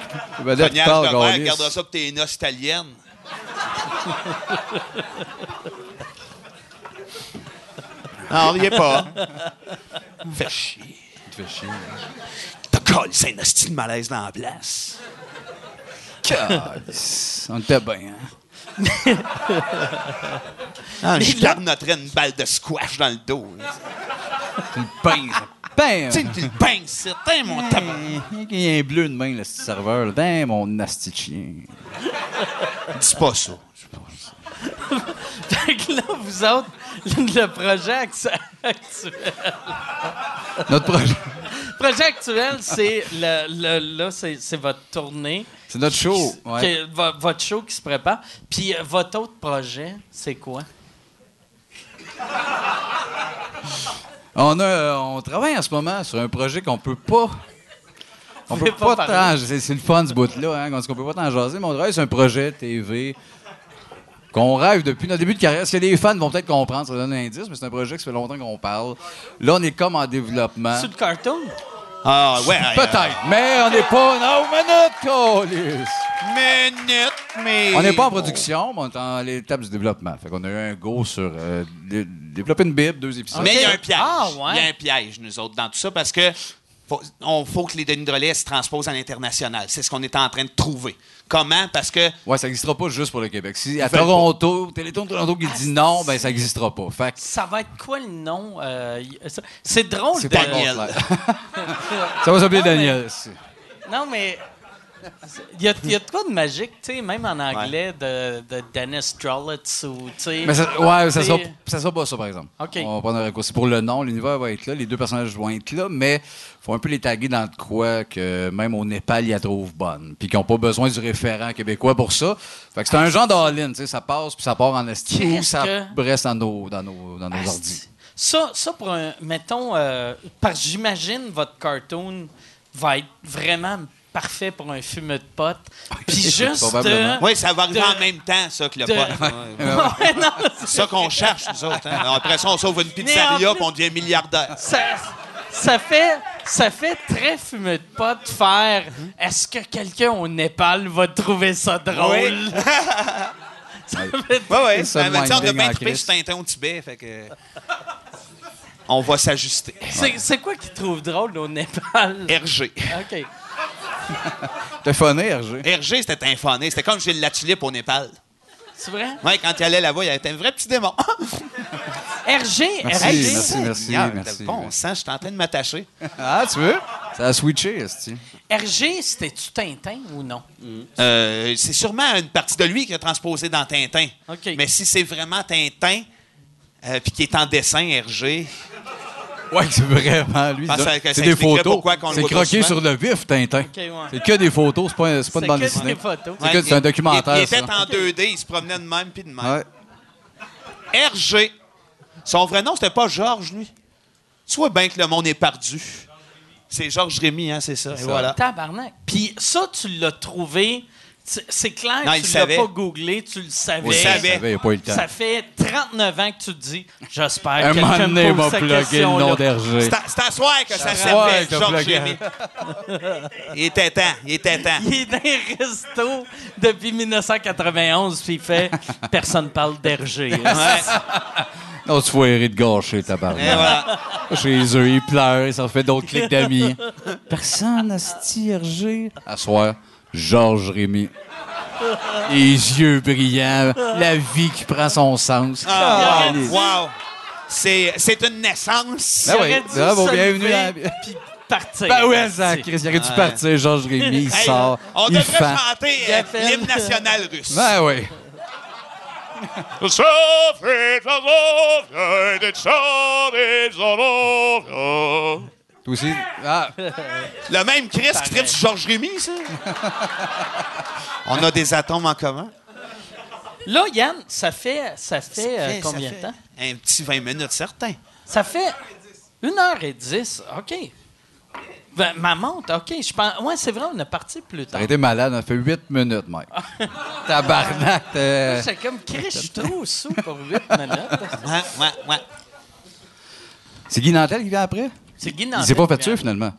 [SPEAKER 5] ben, là, tu
[SPEAKER 4] Cognage
[SPEAKER 5] pars,
[SPEAKER 4] de verre,
[SPEAKER 5] Gaulis.
[SPEAKER 4] garde ça pour tes noces italiennes. Non, riez pas. Fais chier.
[SPEAKER 5] Tu fais chier.
[SPEAKER 4] T'as collé, c'est un hostie de malaise dans la place.
[SPEAKER 5] Câlisse. on était bien. hein.
[SPEAKER 4] Ah, je garnoterais une balle de squash dans le dos. là.
[SPEAKER 5] Tu le pinces. Bam!
[SPEAKER 4] Tu sais, tu le pinces, certain, mon tabac.
[SPEAKER 5] Il y a un bleu de main, le petit serveur. là. Ben, mon nasty de chien.
[SPEAKER 4] Dis pas ça.
[SPEAKER 2] Fait que là, vous autres, le projet actu- actuel.
[SPEAKER 5] Notre projet.
[SPEAKER 2] projet actuel, c'est le, le- là, c'est c'est votre tournée.
[SPEAKER 5] C'est notre show.
[SPEAKER 2] Qui-
[SPEAKER 5] ouais.
[SPEAKER 2] que- vo- votre show qui se prépare. Puis euh, votre autre projet, c'est quoi?
[SPEAKER 5] On, a- on travaille en ce moment sur un projet qu'on peut pas. On
[SPEAKER 2] pouvez
[SPEAKER 5] peut
[SPEAKER 2] pas
[SPEAKER 5] pas,
[SPEAKER 2] parler.
[SPEAKER 5] tant. C'est c'est le fun ce bout-là, hein, qu'on qu'on peut pas tant jaser, mais on travaille sur un projet TV qu'on rêve depuis notre début de carrière. Parce que les fans vont peut-être comprendre, ça donne un indice, mais c'est un projet que ça fait longtemps qu'on parle. Là, on est comme en développement.
[SPEAKER 2] Sur le cartoon?
[SPEAKER 4] Ah, ouais. euh,
[SPEAKER 5] Peut-être, mais on n'est pas. Non, minute, câlisse.
[SPEAKER 4] Minute, mais.
[SPEAKER 5] On n'est pas en production, mais on est en l'étape du développement. Fait qu'on a eu un go sur euh, dé- développer une Bible, deux épisodes.
[SPEAKER 4] Mais il y a un piège.
[SPEAKER 2] Ah,
[SPEAKER 4] Il
[SPEAKER 2] ouais.
[SPEAKER 4] y a un piège, nous autres, dans tout ça, parce que faut, on faut que les Denis de relais se transposent à l'international. C'est ce qu'on est en train de trouver. Comment? Parce que
[SPEAKER 5] Ouais, ça n'existera pas juste pour le Québec. Si à
[SPEAKER 4] veulent
[SPEAKER 5] Toronto, Téléthon de Toronto qui dit non, ben ça n'existera pas. Fait que
[SPEAKER 2] Ça va être quoi le nom? euh, y- ça- c'est drôle
[SPEAKER 5] c'est
[SPEAKER 2] de...
[SPEAKER 5] pas
[SPEAKER 4] Daniel.
[SPEAKER 5] bon, clair. ça va s'appeler
[SPEAKER 2] Non, mais-
[SPEAKER 5] Daniel. C'est-
[SPEAKER 2] Non, mais... Il y a, il y a de quoi de magique, tu sais, même en anglais, de, de Dennis Trollops ou, tu sais...
[SPEAKER 5] Mais ça, ouais, ça
[SPEAKER 2] tu sais,
[SPEAKER 5] sera, ça sera pas ça, par exemple.
[SPEAKER 2] OK.
[SPEAKER 5] On va prendre un raccourci. Pour le nom, l'univers va être là, les deux personnages vont être là, mais faut un peu les taguer dans de quoi que même au Népal, ils la trouvent bonne. Puis qu'ils n'ont pas besoin du référent québécois pour ça. Fait que c'est un genre d'all-in, tu sais, ça passe, puis ça part en esti, ou
[SPEAKER 2] Qu'est-ce
[SPEAKER 5] ça
[SPEAKER 2] que-
[SPEAKER 5] reste dans nos, dans nos, dans nos
[SPEAKER 2] Ah,
[SPEAKER 5] ordis.
[SPEAKER 2] c'est- Ça, ça pour un. Mettons, euh, parce que j'imagine votre cartoon va être vraiment parfait pour un fumeux de potes. Puis juste.
[SPEAKER 5] Probablement.
[SPEAKER 2] euh,
[SPEAKER 4] Oui, ça va arriver
[SPEAKER 2] De-
[SPEAKER 4] en même temps, ça, que le
[SPEAKER 2] de-
[SPEAKER 4] pote. Ouais.
[SPEAKER 2] Ouais, non, c'est-
[SPEAKER 4] C'est ça qu'on cherche, nous autres. hein. Après ça, on sauve une
[SPEAKER 2] Mais en
[SPEAKER 4] pizzeria,
[SPEAKER 2] plus-
[SPEAKER 4] puis on devient milliardaire.
[SPEAKER 2] ça, ça fait. Ça fait très fumeux de potes faire. Est-ce que quelqu'un au Népal va trouver ça drôle?
[SPEAKER 4] Oui.
[SPEAKER 2] Ça fait-
[SPEAKER 4] Oui, oui.
[SPEAKER 5] C'est
[SPEAKER 4] Mais en même temps, on a
[SPEAKER 5] minding
[SPEAKER 4] bien
[SPEAKER 5] en
[SPEAKER 4] trippé
[SPEAKER 5] Christ.
[SPEAKER 4] sur Tintin au Tibet, fait que... On va s'ajuster.
[SPEAKER 2] c'est c'est quoi qu'ils trouvent drôle au Népal?
[SPEAKER 4] RG.
[SPEAKER 2] OK.
[SPEAKER 5] T'es funné, Hergé.
[SPEAKER 4] RG, c'était un fané. C'était comme Gilles Latulippe au Népal.
[SPEAKER 2] C'est vrai?
[SPEAKER 4] Ouais, quand il allait là-bas, il était un vrai petit démon.
[SPEAKER 2] RG,
[SPEAKER 5] Merci,
[SPEAKER 2] RG.
[SPEAKER 5] merci.
[SPEAKER 4] Seigneur,
[SPEAKER 5] merci,
[SPEAKER 4] Bon
[SPEAKER 5] merci.
[SPEAKER 4] sang, je suis en train de m'attacher.
[SPEAKER 5] Ah, tu veux? Ça a switché, esti.
[SPEAKER 2] RG, c'était-tu Tintin ou non?
[SPEAKER 4] Euh, c'est sûrement une partie de lui qui a transposé dans Tintin.
[SPEAKER 2] OK.
[SPEAKER 4] Mais si c'est vraiment Tintin, euh, puis qui est en dessin, RG,
[SPEAKER 5] Ouais, c'est vraiment lui.
[SPEAKER 4] Ah,
[SPEAKER 5] là.
[SPEAKER 4] ça- ça
[SPEAKER 5] C'est des
[SPEAKER 4] expliquerait
[SPEAKER 5] photos.
[SPEAKER 4] pourquoi qu'on le
[SPEAKER 5] C'est
[SPEAKER 4] voit pas
[SPEAKER 5] croqué
[SPEAKER 4] souvent.
[SPEAKER 5] sur le vif, Tintin.
[SPEAKER 2] ouais.
[SPEAKER 5] C'est que des photos, c'est pas, c'est
[SPEAKER 2] C'est
[SPEAKER 5] pas une bande
[SPEAKER 2] que
[SPEAKER 5] dessinée.
[SPEAKER 2] des photos.
[SPEAKER 5] C'est que- c'est
[SPEAKER 4] il-
[SPEAKER 5] un documentaire,
[SPEAKER 4] Il, il était
[SPEAKER 5] ça.
[SPEAKER 4] en 2D, il se promenait de même puis de même.
[SPEAKER 5] Ouais.
[SPEAKER 4] RG. Son vrai nom, c'était pas Georges, lui. Tu vois bien que le monde est perdu. C'est Georges Rémy, hein, c'est ça. Et voilà.
[SPEAKER 2] Tabarnak. Puis ça, tu l'as trouvé. tu- C'est clair
[SPEAKER 4] Non,
[SPEAKER 2] que
[SPEAKER 4] il
[SPEAKER 2] tu l'as
[SPEAKER 4] savait.
[SPEAKER 2] pas googlé, tu le savais.
[SPEAKER 4] Oui, il savait.
[SPEAKER 5] Il n'y a pas eu le temps.
[SPEAKER 2] Ça fait 39 ans que tu te dis, j'espère
[SPEAKER 5] Un
[SPEAKER 2] que
[SPEAKER 5] moment
[SPEAKER 2] quelqu'un
[SPEAKER 5] donné,
[SPEAKER 2] me
[SPEAKER 5] il m'a
[SPEAKER 2] pose cette
[SPEAKER 5] plugué le
[SPEAKER 2] question
[SPEAKER 5] nom d'Hergé.
[SPEAKER 4] C'est à- C'est à soir que ça
[SPEAKER 5] soir
[SPEAKER 4] servait,
[SPEAKER 5] que
[SPEAKER 4] Georges
[SPEAKER 5] Florian.
[SPEAKER 4] Rémy. Il était temps, il était temps.
[SPEAKER 2] Il est dans un resto depuis 1991, puis il fait « Personne parle d'Hergé
[SPEAKER 4] Ouais.
[SPEAKER 5] Non, tu vois, Eric de gaucher,
[SPEAKER 4] Et
[SPEAKER 5] tabarnak.
[SPEAKER 4] voilà.
[SPEAKER 5] Chez eux, ils pleurent, ça fait d'autres clics d'amis. Personne à Hergé. À soir, Georges Rémy. Les yeux brillants, la vie qui prend son sens.
[SPEAKER 4] Ah,
[SPEAKER 2] Il aurait dit-
[SPEAKER 4] wow. C'est c'est une naissance.
[SPEAKER 2] Il
[SPEAKER 5] Ah oui,
[SPEAKER 2] aurait dû
[SPEAKER 5] bravo,
[SPEAKER 2] se
[SPEAKER 5] bienvenue
[SPEAKER 2] lever,
[SPEAKER 5] à-
[SPEAKER 2] puis partir.
[SPEAKER 5] Ben ouais, ça, Chris, il aurait dû partir, Georges Rémy, il
[SPEAKER 4] Hey,
[SPEAKER 5] sort,
[SPEAKER 4] on
[SPEAKER 5] Ben, il
[SPEAKER 4] devrait
[SPEAKER 5] fend.
[SPEAKER 4] chanter
[SPEAKER 2] Il
[SPEAKER 4] euh,
[SPEAKER 2] appelle.
[SPEAKER 4] l'hymne national russe.
[SPEAKER 5] Ben oui. Toi aussi? Ah,
[SPEAKER 4] Le même Chris qui tripe sur Georges Rémy, ça. on a des atomes en commun.
[SPEAKER 2] Là, Yann, ça fait, ça fait, euh,
[SPEAKER 4] Hey, ça
[SPEAKER 2] combien de
[SPEAKER 4] fait
[SPEAKER 2] temps?
[SPEAKER 4] Un petit 20 minutes, certain.
[SPEAKER 2] Ça fait 1h10. OK. Ben, ma montre, OK. Je pense... Ouais, c'est vrai, on est parti plus tard.
[SPEAKER 5] t'aurais été malade, on a fait 8 minutes, mec. Tabarnak, t'es-
[SPEAKER 2] J'étais comme, Chris, je suis trop sous pour 8 minutes.
[SPEAKER 4] Ouais, ouais, ouais.
[SPEAKER 5] C'est Guy Nantel qui vient après?
[SPEAKER 2] C'est Guy
[SPEAKER 5] Il
[SPEAKER 2] Nantel.
[SPEAKER 5] s'est pas fait tuer, finalement.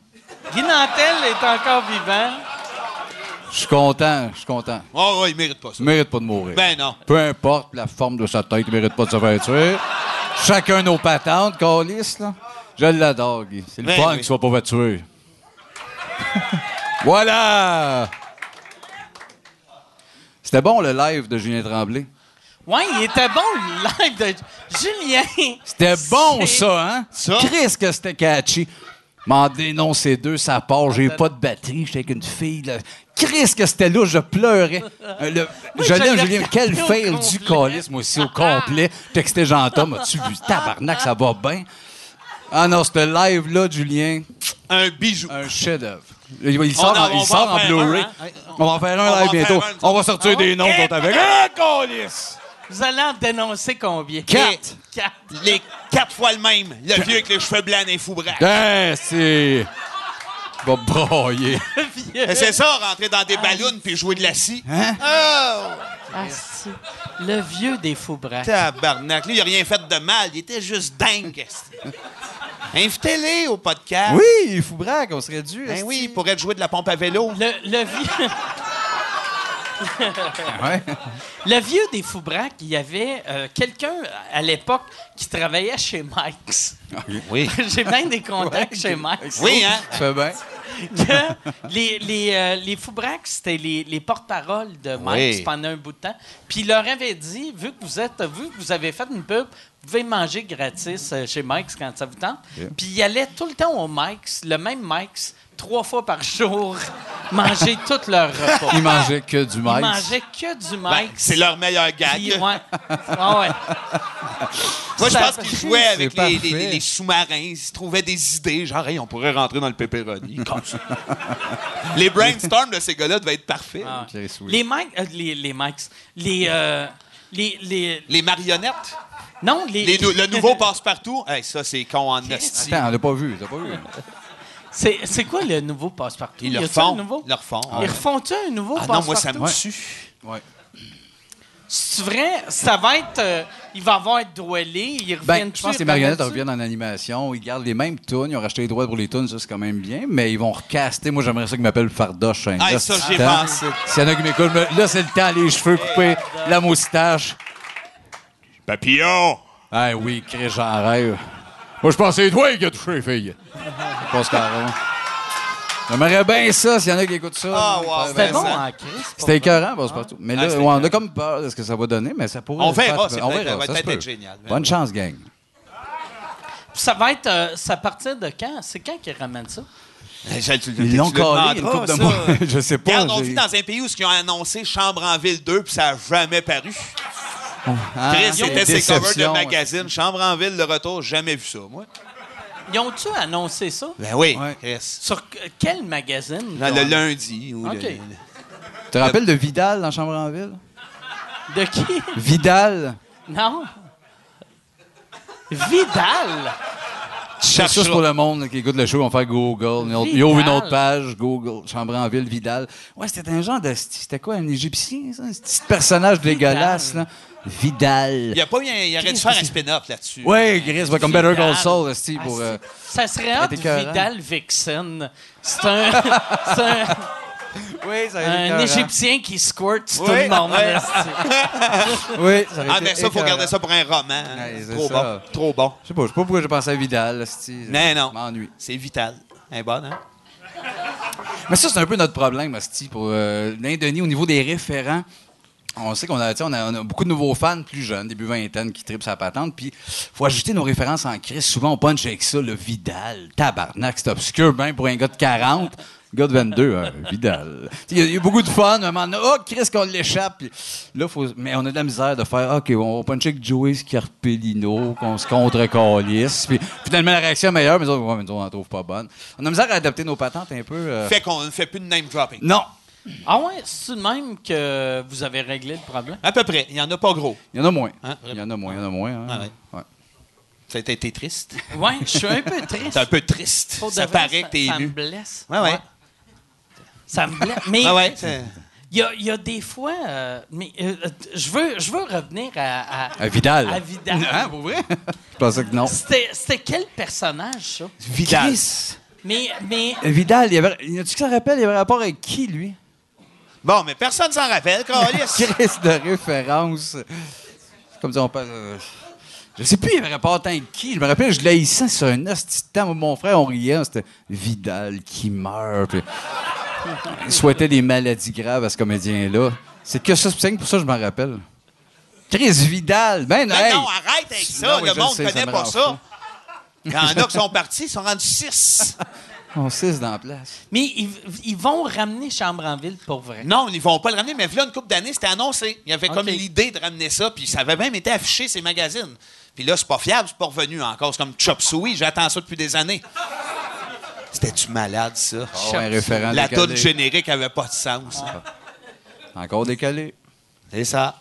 [SPEAKER 2] Guy Nantel est encore vivant.
[SPEAKER 5] Je suis content, je suis content.
[SPEAKER 4] Oh, ouais, il mérite pas ça.
[SPEAKER 5] Il mérite pas de mourir.
[SPEAKER 4] Ben non.
[SPEAKER 5] Peu importe la forme de sa tête, il mérite pas de se faire tuer. Chacun nos patentes, Calis, là. Je l'adore, Guy. C'est le
[SPEAKER 4] Ben
[SPEAKER 5] fun
[SPEAKER 4] oui.
[SPEAKER 5] qu'il soit pas fait tuer. voilà! C'était bon, le live de Julien Tremblay.
[SPEAKER 2] Ouais, il était bon, le live de Julien.
[SPEAKER 5] C'était bon,
[SPEAKER 2] C'est-
[SPEAKER 5] ça, hein?
[SPEAKER 4] Ça.
[SPEAKER 5] Chris, que c'était catchy. M'en dénoncer deux, ça part. J'ai pas de batterie, j'étais avec une fille. Là. Chris, que c'était là, je pleurais. Euh, le- je
[SPEAKER 2] je
[SPEAKER 5] l'aime,
[SPEAKER 2] l'ai
[SPEAKER 5] Julien. Quel
[SPEAKER 2] regardé au
[SPEAKER 5] fail du
[SPEAKER 2] complet.
[SPEAKER 5] calice, moi aussi, au complet. Texté Jean-Tom, as-tu vu? Tabarnak, ça va bien. Ah non, ce live-là, Julien,
[SPEAKER 4] Un bijou.
[SPEAKER 5] un chef-d'œuvre. Il, il sort,
[SPEAKER 4] a- Oh
[SPEAKER 5] en-
[SPEAKER 4] on
[SPEAKER 5] il
[SPEAKER 4] va
[SPEAKER 5] sort
[SPEAKER 4] en
[SPEAKER 5] en
[SPEAKER 4] faire
[SPEAKER 5] Blu-ray.
[SPEAKER 4] un, hein?
[SPEAKER 5] On va en faire
[SPEAKER 4] On
[SPEAKER 5] un
[SPEAKER 4] va en
[SPEAKER 5] live
[SPEAKER 4] faire
[SPEAKER 5] bientôt.
[SPEAKER 4] un, ça.
[SPEAKER 5] On va sortir des noms qu'on t'avait. Ah, calice!
[SPEAKER 2] Vous allez en dénoncer combien?
[SPEAKER 5] Quatre.
[SPEAKER 2] Quatre.
[SPEAKER 4] Les quatre fois le même. Le vieux avec les cheveux blancs et fou braque.
[SPEAKER 5] Hein, c'est. Va broyer.
[SPEAKER 4] Et C'est ça, rentrer dans des ballons puis jouer de la scie.
[SPEAKER 5] Hein?
[SPEAKER 4] Oh!
[SPEAKER 2] Ah, si. Le vieux des faux bras.
[SPEAKER 4] Tabarnak. Lui, il a rien fait de mal. Il était juste dingue. Invitez-les au podcast.
[SPEAKER 5] Oui, Foubraque, on serait dû.
[SPEAKER 4] Ben oui, il pourrait jouer de la pompe à vélo.
[SPEAKER 2] Le, le vieux...
[SPEAKER 5] Ouais.
[SPEAKER 2] Le vieux des Foubraques, il y avait euh, quelqu'un à l'époque qui travaillait chez Mike's.
[SPEAKER 4] Oui.
[SPEAKER 2] J'ai bien des contacts chez Mike's.
[SPEAKER 4] Oui, hein?
[SPEAKER 5] Ça fait bien.
[SPEAKER 2] Que les les, euh, les Foubraques, c'était les, les porte-paroles de Mike's
[SPEAKER 4] Oui.
[SPEAKER 2] pendant un bout de temps. Puis il leur avait dit, vu que vous êtes, vu que vous avez fait une pub, vous pouvez manger gratis euh, chez Mike's quand ça vous tente. Puis il allait tout le temps au Mike's, le même Mike's, trois fois par jour, manger tout leur repas.
[SPEAKER 5] Il mangeait que du
[SPEAKER 2] Ils
[SPEAKER 5] maïs.
[SPEAKER 2] mangeaient que du
[SPEAKER 4] Ben,
[SPEAKER 2] Mike's.
[SPEAKER 4] c'est leur meilleur gag.
[SPEAKER 2] Puis, ouais. Ah ouais.
[SPEAKER 4] Moi, je
[SPEAKER 2] Ça-
[SPEAKER 4] pense qu'ils jouaient avec
[SPEAKER 5] C'est
[SPEAKER 4] les, les-
[SPEAKER 5] parfait.
[SPEAKER 4] les sous-marins. Ils se trouvaient des idées. Genre, hey, on pourrait rentrer dans le pepperoni. Comme ça. les brainstorms de ces gars-là devaient être parfaits.
[SPEAKER 2] Ah.
[SPEAKER 5] Chris, oui.
[SPEAKER 2] Les Mike, euh, les, les Mikes, les, euh, les, les,
[SPEAKER 4] Les marionnettes.
[SPEAKER 2] non, les,
[SPEAKER 4] Les nou- le nouveau passe-partout. Hey, ça, c'est con en esti.
[SPEAKER 5] Attends, on l'a pas vu. T'as pas vu.
[SPEAKER 2] C'est, c'est quoi le nouveau passe-partout?
[SPEAKER 4] Ils
[SPEAKER 2] Y
[SPEAKER 4] le
[SPEAKER 2] a-tu un
[SPEAKER 4] refont.
[SPEAKER 2] nouveau?
[SPEAKER 4] Ils le refont.
[SPEAKER 2] Ils refont-tu un nouveau
[SPEAKER 4] Ah
[SPEAKER 2] passe-partout?
[SPEAKER 4] non, moi, ça me
[SPEAKER 5] Ouais.
[SPEAKER 4] tue.
[SPEAKER 5] Ouais.
[SPEAKER 2] C'est vrai? Ça va être... euh, il va avoir être droillé, ils
[SPEAKER 5] Ben,
[SPEAKER 2] reviennent
[SPEAKER 5] je pense que les marionnettes reviennent en animation. Ils gardent les mêmes tunes. Ils ont racheté les droits pour les tunes. Ça, c'est quand même bien. Mais ils vont recaster. Moi, j'aimerais ça qu'ils m'appellent Fardoche. hein.
[SPEAKER 4] Ah,
[SPEAKER 5] Là,
[SPEAKER 4] ça,
[SPEAKER 5] c'est
[SPEAKER 4] j'y ai
[SPEAKER 5] le temps.
[SPEAKER 4] pensé. Eh,
[SPEAKER 5] S'il y en a qui m'écoutent, mais là, c'est le temps. Les cheveux coupés, la moustache.
[SPEAKER 4] Papillon!
[SPEAKER 5] Ah oui, Chris, j'en rêve. Moi, je pense que c'est toi qui as touché, fille. Je pense carrément. J'aimerais bien ça s'il y en a qui écoutent ça.
[SPEAKER 4] Ah, wow,
[SPEAKER 2] C'était
[SPEAKER 4] ben,
[SPEAKER 2] bon hein,
[SPEAKER 4] ça-
[SPEAKER 2] en crise.
[SPEAKER 5] C'était écœurant, passe-partout. Mais là,
[SPEAKER 4] Ah, c'était
[SPEAKER 5] ouais, on a comme peur de ce que ça va donner, mais ça pourrait.
[SPEAKER 4] On verra,
[SPEAKER 5] faire-
[SPEAKER 4] c'est
[SPEAKER 5] on
[SPEAKER 4] peut-être-
[SPEAKER 5] verra,
[SPEAKER 4] ça va
[SPEAKER 5] ça
[SPEAKER 4] peut-être
[SPEAKER 5] se peut.
[SPEAKER 4] être génial.
[SPEAKER 5] Bonne chance, gang.
[SPEAKER 2] Ça va être... euh, c'est à partir de quand? C'est quand qu'ils ramènent ça?
[SPEAKER 5] Ils l'ont collé une couple de mois. Je sais pas.
[SPEAKER 4] Ah, Regarde, on
[SPEAKER 5] j'ai-
[SPEAKER 4] vit dans un pays où ils ont annoncé Chambre en ville 2 puis ça n'a jamais paru.
[SPEAKER 5] Ah,
[SPEAKER 4] Chris, c'était ses covers de
[SPEAKER 5] déception.
[SPEAKER 4] magazine. Chambre en ville, le retour, jamais vu ça, moi.
[SPEAKER 2] Ils ont-tu annoncé ça?
[SPEAKER 4] Ben oui,
[SPEAKER 5] Ouais.
[SPEAKER 4] Chris.
[SPEAKER 2] Sur euh, quel magazine?
[SPEAKER 4] Dans le lundi. Ou le-
[SPEAKER 2] OK.
[SPEAKER 5] Tu te rappelles de Vidal dans Chambre en Ville?
[SPEAKER 2] De qui?
[SPEAKER 5] Vidal?
[SPEAKER 2] Non. Vidal?
[SPEAKER 5] Ça, c'est pour le monde qui écoute le show, on va faire Google. Une autre- Ils ouvrent une
[SPEAKER 6] Vidal.
[SPEAKER 5] autre page, Google, Chambranville, Vidal. Ouais, c'était un genre de. C'était quoi, un Égyptien, ça? Un petit personnage dégueulasse, là. Vidal.
[SPEAKER 4] Il, y a pas eu un- il aurait dû
[SPEAKER 5] Chris,
[SPEAKER 4] faire un
[SPEAKER 5] c'est-
[SPEAKER 4] spin-off là-dessus.
[SPEAKER 5] Ouais, Gris, ouais, comme Better
[SPEAKER 2] Vidal.
[SPEAKER 5] Call Saul, esti, pour.
[SPEAKER 2] Ah,
[SPEAKER 5] euh,
[SPEAKER 2] c'est- Ça serait hot,
[SPEAKER 5] être écœurant.
[SPEAKER 2] Vidal Vixen. C'est un, c'est un,
[SPEAKER 5] Oui, ça aurait été
[SPEAKER 2] un
[SPEAKER 5] écœurant.
[SPEAKER 2] Égyptien qui squirt sur tout
[SPEAKER 4] Oui,
[SPEAKER 2] le monde.
[SPEAKER 4] ouais.
[SPEAKER 2] esti.
[SPEAKER 5] Oui, ça aurait
[SPEAKER 4] Ah,
[SPEAKER 5] été
[SPEAKER 4] mais ça, il faut
[SPEAKER 5] écœurant.
[SPEAKER 4] garder ça pour un roman. hein.
[SPEAKER 5] Ouais, c'est
[SPEAKER 4] Trop
[SPEAKER 5] ça.
[SPEAKER 4] bon. Trop bon.
[SPEAKER 5] Je sais pas, je sais pas pourquoi j'ai pensé à Vidal, esti.
[SPEAKER 4] Mais non.
[SPEAKER 5] Je m'ennuie.
[SPEAKER 4] C'est vital. Un bon, hein?
[SPEAKER 5] Mais ça, c'est un peu notre problème, Asti, pour euh, l'Indonie, au niveau des référents. On sait qu'on a, tu sais, on a, on a beaucoup de nouveaux fans plus jeunes, début vingtaine, qui tripent sa patente. Puis, faut ajouter nos références en crise. Souvent, on punch avec ça, le Vidal. Tabarnak, c'est obscur, ben, pour un gars de 40. Un gars de 22, hein, Vidal. Tu sais, Il y, a- il y a beaucoup de fun. À un moment donné, oh, Chris, qu'on l'échappe. Puis là, faut, mais on a de la misère de faire, ah, OK, on va puncher avec Joey Scarpellino, qu'on se contre-calisse. Puis finalement, la réaction est meilleure, mais nous autres, ouais, mais nous autres, on en trouve pas bonne. On a de la misère à adapter nos patentes un peu. euh,
[SPEAKER 4] Fait qu'on ne fait plus de name dropping.
[SPEAKER 5] non.
[SPEAKER 2] Ah ouais, c'est de même que vous avez réglé le problème?
[SPEAKER 4] À peu près. Il n'y en a pas gros.
[SPEAKER 5] Il y en a moins.
[SPEAKER 4] Hein?
[SPEAKER 5] Il y en a moins, il y en a moins. hein.
[SPEAKER 4] Ah ouais.
[SPEAKER 5] Ouais.
[SPEAKER 4] Ça a été triste.
[SPEAKER 2] Ouais, je suis un peu triste.
[SPEAKER 4] C'est un peu triste.
[SPEAKER 2] Pour de
[SPEAKER 4] Ça
[SPEAKER 2] vrai,
[SPEAKER 4] paraît que t'es
[SPEAKER 2] Ça me
[SPEAKER 4] élu.
[SPEAKER 2] blesse.
[SPEAKER 4] Ouais, ouais.
[SPEAKER 2] Ça me blesse. Mais
[SPEAKER 4] Ouais, ouais. c'est-
[SPEAKER 2] Il y a, il y a des fois, euh, mais euh, euh, je veux, je veux revenir à, à,
[SPEAKER 5] À Euh, Vidal.
[SPEAKER 4] Ah,
[SPEAKER 2] à Vidal.
[SPEAKER 5] Hein, pour vrai? Je pensais que non.
[SPEAKER 2] C'était c'était quel personnage, ça?
[SPEAKER 5] Vidal.
[SPEAKER 2] Mais, mais
[SPEAKER 5] Euh, Vidal, il y avait. Y a-tu qui s'en rappelle? Il y avait rapport avec qui, lui?
[SPEAKER 4] Bon, mais personne s'en rappelle, Carlis.
[SPEAKER 5] Chris de référence. C'est Comme si on parle. euh, Je sais plus, il y avait rapport tant avec qui. Je me rappelle, je l'ai ici sur un hostie de temps. Moi, Mon frère, on riait. hein, C'était Vidal qui meurt. Puis... Il souhaitait des maladies graves à ce comédien-là. C'est que ça, c'est pour ça que je m'en rappelle. Chris Vidal. Ben,
[SPEAKER 4] Non,
[SPEAKER 5] hey!
[SPEAKER 4] non, arrête avec ça.
[SPEAKER 5] Non, oui,
[SPEAKER 4] le
[SPEAKER 5] je
[SPEAKER 4] monde
[SPEAKER 5] sais,
[SPEAKER 4] ne
[SPEAKER 5] ça
[SPEAKER 4] connaît
[SPEAKER 5] me
[SPEAKER 4] pas
[SPEAKER 5] rend
[SPEAKER 4] ça. Il y en a qui sont partis, ils sont rendus six.
[SPEAKER 5] On cisse dans la place.
[SPEAKER 2] Mais ils, ils vont ramener Chambranville pour vrai.
[SPEAKER 4] Non, ils vont pas le ramener, mais voilà une couple d'années, c'était annoncé. Il y avait comme
[SPEAKER 2] Ok.
[SPEAKER 4] l'idée de ramener ça, puis ça avait même été affiché ces magazines. Puis là, c'est pas fiable, c'est pas revenu encore. C'est comme Chop Suey, j'attends ça depuis des années. C'était-tu malade, ça?
[SPEAKER 5] Oh, un référent
[SPEAKER 4] La
[SPEAKER 5] décalé.
[SPEAKER 4] toune générique avait pas de sens.
[SPEAKER 5] Ah. Encore décalé.
[SPEAKER 4] C'est ça.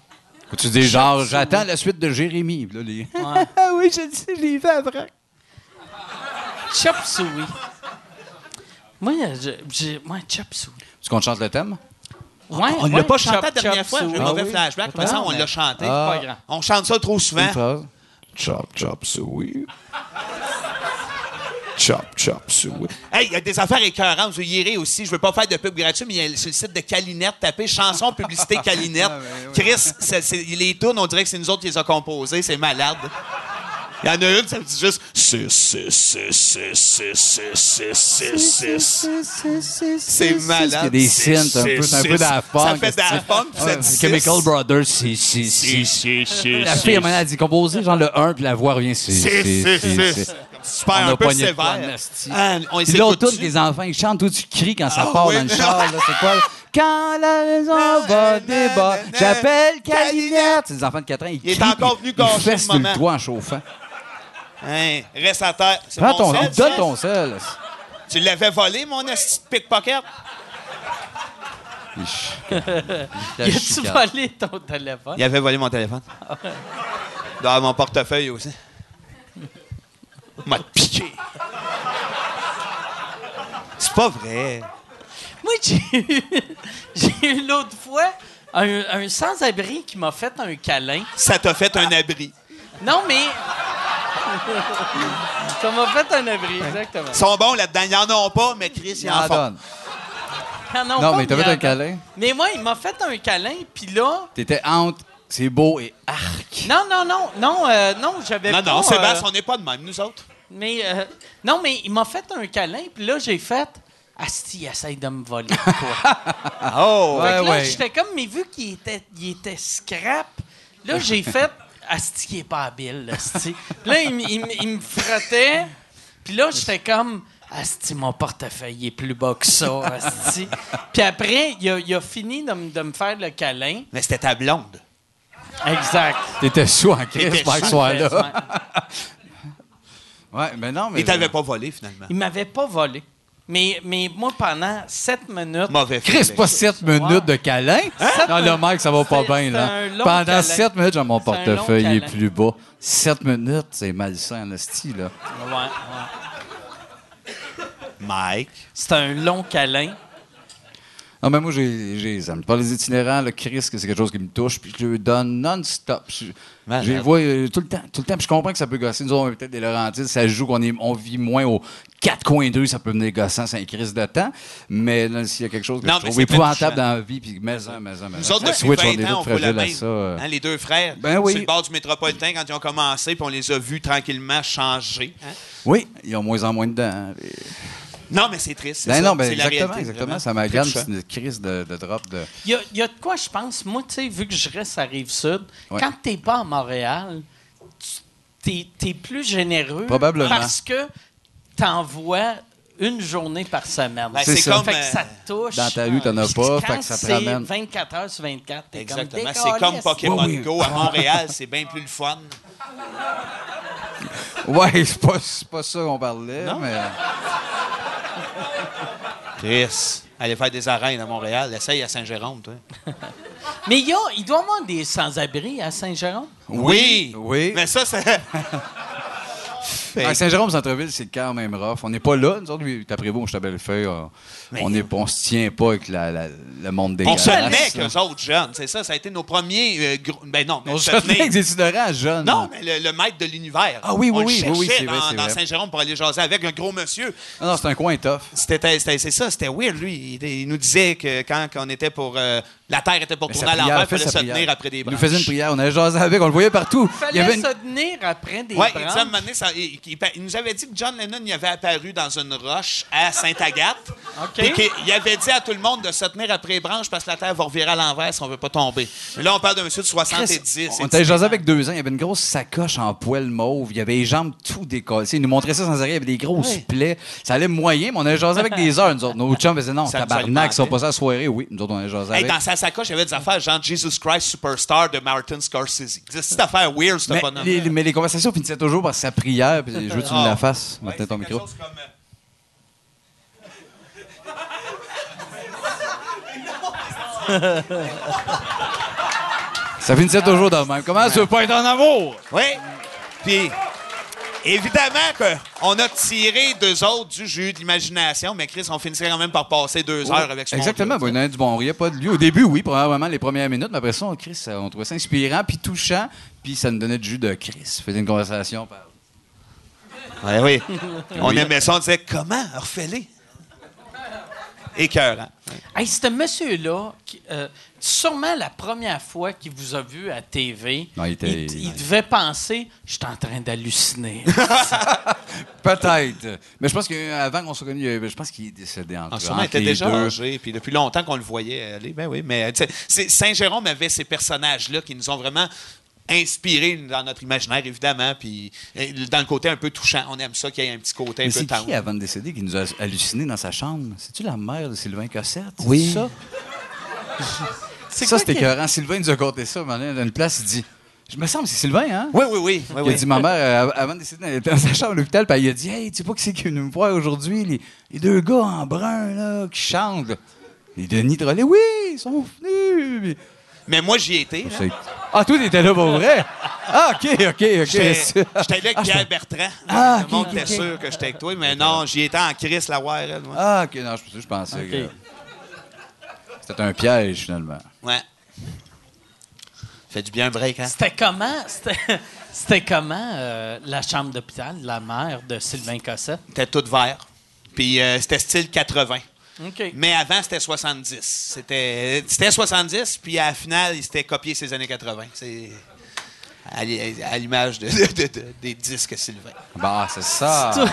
[SPEAKER 5] Faut tu dis genre, j'attends la suite de Jérémy. Là, les... Ah oui, je le sais, je l'ai fait après.
[SPEAKER 2] Chop Suey. Moi, je, j'ai- moi, Chop Suey.
[SPEAKER 5] Tu qu'on te chante le thème?
[SPEAKER 2] Ouais,
[SPEAKER 4] On l'a
[SPEAKER 2] ouais,
[SPEAKER 4] pas chanté la
[SPEAKER 2] Chop-
[SPEAKER 4] dernière
[SPEAKER 2] Chop
[SPEAKER 4] fois, j'ai
[SPEAKER 2] Suey.
[SPEAKER 4] un
[SPEAKER 5] Ah
[SPEAKER 4] mauvais
[SPEAKER 5] oui?
[SPEAKER 4] flashback, mais
[SPEAKER 5] Attends,
[SPEAKER 4] ça, on
[SPEAKER 5] mais-
[SPEAKER 4] l'a chanté.
[SPEAKER 5] Ah.
[SPEAKER 2] Pas grand.
[SPEAKER 4] On chante ça trop souvent.
[SPEAKER 5] Une phrase. Chop, chop, suey. Chop, chop, suey.
[SPEAKER 4] Hey, il y a des affaires écœurantes. Je veux y aller aussi. Je veux pas faire de pub gratuite, mais il y a sur le site de Calinette, tapez chanson publicité Calinette. Chris, ça, c'est- les tunes, on dirait que c'est nous autres qui les a composées. C'est malade. Il y en a une, ça me dit juste. C'est, c'est, c'est, c'est, c'est, c'est, c'est, c'est, c'est, c'est. C'est malade.
[SPEAKER 5] Il y a des synths, un peu, c'est un peu Daft Punk.
[SPEAKER 4] Ça fait Daft Punk, puis ça
[SPEAKER 5] Ouais,
[SPEAKER 4] dit six.
[SPEAKER 5] Ah, Chemical Brothers, si, si, si. La fille, elle a dit composer, genre le 1, puis la voix revient, si,
[SPEAKER 4] C'est,
[SPEAKER 5] si,
[SPEAKER 4] c'est,
[SPEAKER 5] si,
[SPEAKER 4] c'est.
[SPEAKER 5] si.
[SPEAKER 4] Super,
[SPEAKER 5] On
[SPEAKER 4] un
[SPEAKER 5] a
[SPEAKER 4] peu
[SPEAKER 5] pogné de quoi,
[SPEAKER 4] sévère.
[SPEAKER 5] nasty.
[SPEAKER 4] Ah, On
[SPEAKER 5] Puis
[SPEAKER 4] s'écoute
[SPEAKER 5] l'autre tourne, les enfants, ils chantent, toi, tu cries quand ça
[SPEAKER 4] Ah
[SPEAKER 5] part
[SPEAKER 4] oui. Ah,
[SPEAKER 5] dans le char, là, c'est quoi? là? Quand la maison va débat, j'appelle Calinette. C'est des enfants de 4 ans, ils
[SPEAKER 4] Il est
[SPEAKER 5] crient,
[SPEAKER 4] encore
[SPEAKER 5] puis
[SPEAKER 4] venu gâcher
[SPEAKER 5] Ils fessent
[SPEAKER 4] le
[SPEAKER 5] le,
[SPEAKER 4] moment.
[SPEAKER 5] doigt en chauffant.
[SPEAKER 4] Hein, reste à terre. C'est
[SPEAKER 5] Prends
[SPEAKER 4] mon
[SPEAKER 5] ton,
[SPEAKER 4] sel,
[SPEAKER 5] donne
[SPEAKER 4] ça?
[SPEAKER 5] ton sel.
[SPEAKER 4] Tu l'avais volé, mon esti de pickpocket?
[SPEAKER 5] La
[SPEAKER 2] Y a-tu
[SPEAKER 5] chicane.
[SPEAKER 2] volé ton téléphone?
[SPEAKER 4] Il avait volé mon téléphone. Dans mon portefeuille aussi. Il M'a piqué. C'est pas vrai.
[SPEAKER 2] Moi, j'ai eu, j'ai eu l'autre fois un, un sans-abri qui m'a fait un câlin.
[SPEAKER 4] Ça t'a fait un abri.
[SPEAKER 2] Non, mais. Ça m'a fait un abri, exactement.
[SPEAKER 4] Ils sont bons là-dedans. Ils en ont pas, mais Chris, ils
[SPEAKER 5] Il
[SPEAKER 4] en
[SPEAKER 5] en
[SPEAKER 4] font.
[SPEAKER 5] donne.
[SPEAKER 2] Ah
[SPEAKER 5] Non,
[SPEAKER 2] pas
[SPEAKER 5] mais t'as fait
[SPEAKER 2] bien.
[SPEAKER 5] un câlin.
[SPEAKER 2] Mais moi, il m'a fait un câlin, puis là.
[SPEAKER 5] T'étais entre, c'est beau et arc.
[SPEAKER 2] Non, non, non, non, euh, non, j'avais
[SPEAKER 4] Non,
[SPEAKER 2] pas.
[SPEAKER 4] non, Sébastien,
[SPEAKER 2] euh,
[SPEAKER 4] on n'est pas de même, nous autres.
[SPEAKER 2] mais, euh, non, mais il m'a fait un câlin, puis là, j'ai fait. Asti, essaye de me voler, quoi.
[SPEAKER 5] Ah,
[SPEAKER 4] Oh!
[SPEAKER 2] Fait que
[SPEAKER 5] Ouais,
[SPEAKER 2] là,
[SPEAKER 5] ouais.
[SPEAKER 2] j'étais comme, mais vu qu'il était, il était scrap, là, j'ai fait, Asti, il est pas habile, Asti. Puis là, il, m- il m- il me frottait, puis là, j'étais comme, Asti, mon portefeuille est plus bas que ça, Asti. Puis après, il a, il a fini de, me- de me faire le câlin.
[SPEAKER 4] Mais c'était ta blonde.
[SPEAKER 2] Exact.
[SPEAKER 5] T'étais chaud en crise
[SPEAKER 4] T'étais
[SPEAKER 5] par ce
[SPEAKER 4] chaud,
[SPEAKER 5] soir-là. Ouais, mais non, mais.
[SPEAKER 4] Il t'avait pas volé, finalement.
[SPEAKER 2] Il m'avait pas volé. Mais, mais moi, pendant sept minutes,
[SPEAKER 4] Mauvais film.
[SPEAKER 5] Chris, pas 7 minutes de câlin. Non, le mec, ça va pas
[SPEAKER 2] C'est-
[SPEAKER 5] bien,
[SPEAKER 2] c'est
[SPEAKER 5] là.
[SPEAKER 2] un long
[SPEAKER 5] Pendant
[SPEAKER 2] câlin.
[SPEAKER 5] 7 minutes, j'ai mon
[SPEAKER 2] C'est un long
[SPEAKER 5] portefeuille il est
[SPEAKER 2] câlin.
[SPEAKER 5] plus bas. 7 minutes, c'est malsain, le style, là.
[SPEAKER 2] Ouais, ouais.
[SPEAKER 5] Ah,
[SPEAKER 4] Mike.
[SPEAKER 2] c'est un long câlin.
[SPEAKER 5] Non, mais moi, j'ai, j'ai, ça me parle des itinérants, le Chris, que c'est quelque chose qui me touche, puis je le donne non-stop. Je,
[SPEAKER 4] Malade.
[SPEAKER 5] je les vois euh, tout le temps, tout le temps, puis je comprends que ça peut gosser. Nous autres, on est peut-être des Laurentides, ça joue qu'on est, on vit moins aux quatre coins d'eux, ça peut venir gossant, c'est un Chris de temps, mais là, s'il y a quelque chose que
[SPEAKER 4] Non,
[SPEAKER 5] je
[SPEAKER 4] mais
[SPEAKER 5] trouve
[SPEAKER 4] c'est
[SPEAKER 5] épouvantable
[SPEAKER 4] pétrichant.
[SPEAKER 5] dans la vie, puis maison, maison, maison.
[SPEAKER 4] Nous autres,
[SPEAKER 5] Ça
[SPEAKER 4] depuis
[SPEAKER 5] switch,
[SPEAKER 4] 20
[SPEAKER 5] on est
[SPEAKER 4] ans,
[SPEAKER 5] tous
[SPEAKER 4] on vaut la
[SPEAKER 5] fragiles à
[SPEAKER 4] même.
[SPEAKER 5] ça. euh.
[SPEAKER 4] Hein, les deux frères,
[SPEAKER 5] Ben oui.
[SPEAKER 4] sur le bord du métropolitain, quand ils ont commencé, puis on les a vus tranquillement changer. hein.
[SPEAKER 5] Oui, ils ont moins en moins dedans. hein, les-
[SPEAKER 4] Non, mais c'est triste. c'est
[SPEAKER 5] Ben
[SPEAKER 4] ça,
[SPEAKER 5] non, ben
[SPEAKER 4] c'est la
[SPEAKER 5] exactement,
[SPEAKER 4] réalité,
[SPEAKER 5] exactement.
[SPEAKER 4] vraiment.
[SPEAKER 5] Ça m'agace,
[SPEAKER 4] Plus de
[SPEAKER 5] c'est une crise de, de drop de.
[SPEAKER 2] Il y a, il y a de quoi, je pense, moi, tu sais, vu que je reste à Rive-Sud,
[SPEAKER 5] Ouais.
[SPEAKER 2] quand t'es pas à Montréal, tu t'es- t'es plus généreux.
[SPEAKER 5] Probablement.
[SPEAKER 2] Parce que t'envoies une journée par semaine.
[SPEAKER 4] Ben,
[SPEAKER 5] c'est C'est ça. comme,
[SPEAKER 2] Fait que ça
[SPEAKER 4] euh,
[SPEAKER 2] te touche.
[SPEAKER 5] dans ta rue, t'en as
[SPEAKER 2] Puis
[SPEAKER 5] pas,
[SPEAKER 2] quand
[SPEAKER 5] fait que ça te
[SPEAKER 2] c'est
[SPEAKER 5] ramène.
[SPEAKER 2] 24 heures sur 24, t'es comme
[SPEAKER 4] Exactement. C'est comme
[SPEAKER 2] décaliste.
[SPEAKER 4] Pokémon
[SPEAKER 5] Oui, oui.
[SPEAKER 4] Go à Montréal, c'est bien plus le fun.
[SPEAKER 5] Ouais, c'est pas, c'est pas ça qu'on parlait, mais.
[SPEAKER 4] Chris, allez faire des arènes à Montréal. Essaye à Saint-Jérôme, toi.
[SPEAKER 2] Mais il, y a, il doit y avoir des sans-abri à Saint-Jérôme.
[SPEAKER 4] Oui!
[SPEAKER 5] oui.
[SPEAKER 4] Mais ça, c'est.
[SPEAKER 5] Ah, Saint-Jérôme, centre-ville, c'est quand même rough. On n'est pas là. Nous autres, lui, après vous, je suis à Bellefeuille. euh, On est- on se tient pas avec la- la- le monde des
[SPEAKER 4] On se tenait avec eux autres jeunes. C'est ça, ça a été nos premiers. euh, gros- Ben non, mais
[SPEAKER 5] On
[SPEAKER 4] se
[SPEAKER 5] se tenait
[SPEAKER 4] tenait.
[SPEAKER 5] avec des itinérants jeunes.
[SPEAKER 4] Non, mais le, le maître de l'univers.
[SPEAKER 5] Ah oui, oui,
[SPEAKER 4] On le
[SPEAKER 5] oui, oui, oui,
[SPEAKER 4] cherchait
[SPEAKER 5] c'est vrai,
[SPEAKER 4] dans,
[SPEAKER 5] c'est
[SPEAKER 4] dans
[SPEAKER 5] vrai.
[SPEAKER 4] Saint-Jérôme pour aller jaser avec un gros monsieur.
[SPEAKER 5] Ah non, c'est un coin tough.
[SPEAKER 4] C'était, c'était- c'est ça, c'était weird, lui. Il, était- il nous disait que quand, on était pour. euh, la terre était pour
[SPEAKER 5] Mais
[SPEAKER 4] tourner
[SPEAKER 5] sa
[SPEAKER 4] à
[SPEAKER 5] prière,
[SPEAKER 4] l'envers, il
[SPEAKER 5] fait
[SPEAKER 4] fallait
[SPEAKER 5] sa
[SPEAKER 4] se
[SPEAKER 5] prière.
[SPEAKER 4] tenir après des
[SPEAKER 5] Il
[SPEAKER 4] branches.
[SPEAKER 5] nous faisait une prière, on allait jaser avec, on le voyait partout.
[SPEAKER 2] Fallait
[SPEAKER 5] Il y avait une-
[SPEAKER 2] se tenir après des
[SPEAKER 4] Oui, il,
[SPEAKER 2] branches.
[SPEAKER 4] disait à un moment donné, ça- il, il- il nous avait dit que John Lennon y avait apparu dans une roche à Sainte-Agathe.
[SPEAKER 2] OK.
[SPEAKER 4] Et qu'il avait dit à tout le monde de se tenir après les branches parce que la terre va revirer à l'envers si on veut pas tomber. Mais là, on parle d'un monsieur de 70.
[SPEAKER 5] On était jasé avec deux ans, il y avait une grosse sacoche en poêle mauve, il y avait les jambes tout décollées. Il nous montrait ça sans arrêt, il y avait des grosses plaies. Ça allait moyen, mais on allait jasé avec des heures, nous autres. Nos chums faisaient non,
[SPEAKER 4] Ça nous
[SPEAKER 5] tabarnak, ils sont
[SPEAKER 4] alimentait.
[SPEAKER 5] passés à la soirée, oui. Nous autres, on allait jasé
[SPEAKER 4] Hey,
[SPEAKER 5] avec.
[SPEAKER 4] dans sa sacoche, il y avait des affaires genre Jesus Christ Superstar de Martin Scorsese. C'est cette affaire weird, ce
[SPEAKER 5] mais,
[SPEAKER 4] bonhomme.
[SPEAKER 5] les, mais les conversations finissaient toujours par sa prière, puis je veux que tu me la fasses.
[SPEAKER 4] Ah. Ouais,
[SPEAKER 5] Maintenant, ton
[SPEAKER 4] c'est
[SPEAKER 5] micro.
[SPEAKER 4] quelque chose comme, euh,
[SPEAKER 5] Ça
[SPEAKER 4] Ah,
[SPEAKER 5] finissait toujours dans le même. Comment tu veux pas être en amour?
[SPEAKER 4] Oui. Puis, évidemment qu'on a tiré deux autres du jus de l'imagination, mais Chris, on finissait quand même par passer deux heures avec ce
[SPEAKER 5] Exactement,
[SPEAKER 4] monde-là.
[SPEAKER 5] bon, il y en a du bon, on riait pas de lui. Au début, oui, probablement les premières minutes, mais après ça, on, Chris, ça- on trouvait ça inspirant, puis touchant, puis ça nous donnait du jus de Chris. Faisait une conversation par-
[SPEAKER 4] Ouais, oui. on aimait ça, on disait comment, refais-les. Écœurant.
[SPEAKER 5] Ah,
[SPEAKER 2] Hey, ce monsieur-là, qui, euh, sûrement la première fois qu'il vous a vu à TV,
[SPEAKER 5] Non, il était-
[SPEAKER 2] il devait penser Je suis en train d'halluciner.
[SPEAKER 5] Peut-être. Mais je pense qu'avant qu'on soit connus, euh, je pense qu'il est décédé entre,
[SPEAKER 4] En ce moment, Ah, il
[SPEAKER 5] entre
[SPEAKER 4] était
[SPEAKER 5] les
[SPEAKER 4] déjà
[SPEAKER 5] deux.
[SPEAKER 4] âgé, puis depuis longtemps qu'on le voyait aller. Ben oui, mais tu sais, c'est- Saint-Jérôme avait ces personnages-là qui nous ont vraiment inspirés dans notre imaginaire, évidemment, puis euh, dans le côté un peu touchant. On aime ça qu'il y ait un petit côté un
[SPEAKER 5] Mais
[SPEAKER 4] peu
[SPEAKER 5] c'est
[SPEAKER 4] tendre.
[SPEAKER 5] qui, avant de décéder, qui nous a halluciné dans sa chambre? C'est-tu la mère de Sylvain Cossette? C'est
[SPEAKER 2] Oui.
[SPEAKER 5] Ça, ça
[SPEAKER 2] quoi
[SPEAKER 5] c'était
[SPEAKER 2] que-
[SPEAKER 5] écœurant. Sylvain nous a conté ça, mais dans une place, il dit... Je me semble, c'est Sylvain, hein?
[SPEAKER 4] Oui, oui, oui. oui,
[SPEAKER 5] Il a
[SPEAKER 4] oui.
[SPEAKER 5] dit, ma mère, euh, av- avant de décéder, elle était dans sa chambre à l'hôpital, puis elle a dit, hey, tu sais pas qui c'est qui est venu me voir aujourd'hui? Les, les deux gars en brun, là, qui chantent, là. Les Denis Drolet, oui, ils sont venus. Puis-
[SPEAKER 4] Mais moi, j'y étais. là.
[SPEAKER 5] Ah, toi, t'étais là pour vrai? Ah, OK, OK, OK.
[SPEAKER 4] J'étais j'étais là avec
[SPEAKER 5] Ah,
[SPEAKER 4] Pierre Bertrand.
[SPEAKER 5] Ah,
[SPEAKER 4] le monde
[SPEAKER 5] ok,
[SPEAKER 4] était
[SPEAKER 5] ok, ok.
[SPEAKER 4] sûr que j'étais avec toi, mais non, j'y étais en crise, la wire, elle, moi.
[SPEAKER 5] Ah, ok, non, je, je pensais que c'était un piège finalement.
[SPEAKER 4] Ouais. Fait du bien un break, hein?
[SPEAKER 2] C'était comment, c'était, c'était comment euh, la chambre d'hôpital, la mère de Sylvain Cossette?
[SPEAKER 4] C'était tout vert. Puis euh, c'était style 80.
[SPEAKER 2] OK.
[SPEAKER 4] Mais avant, c'était 70. C'était c'était 70, puis à la finale, il s'était copié ces années 80. C'est à l'i- à l'image de- de- de- des disques Sylvain.
[SPEAKER 5] Bah, c'est ça.
[SPEAKER 2] C'est toi-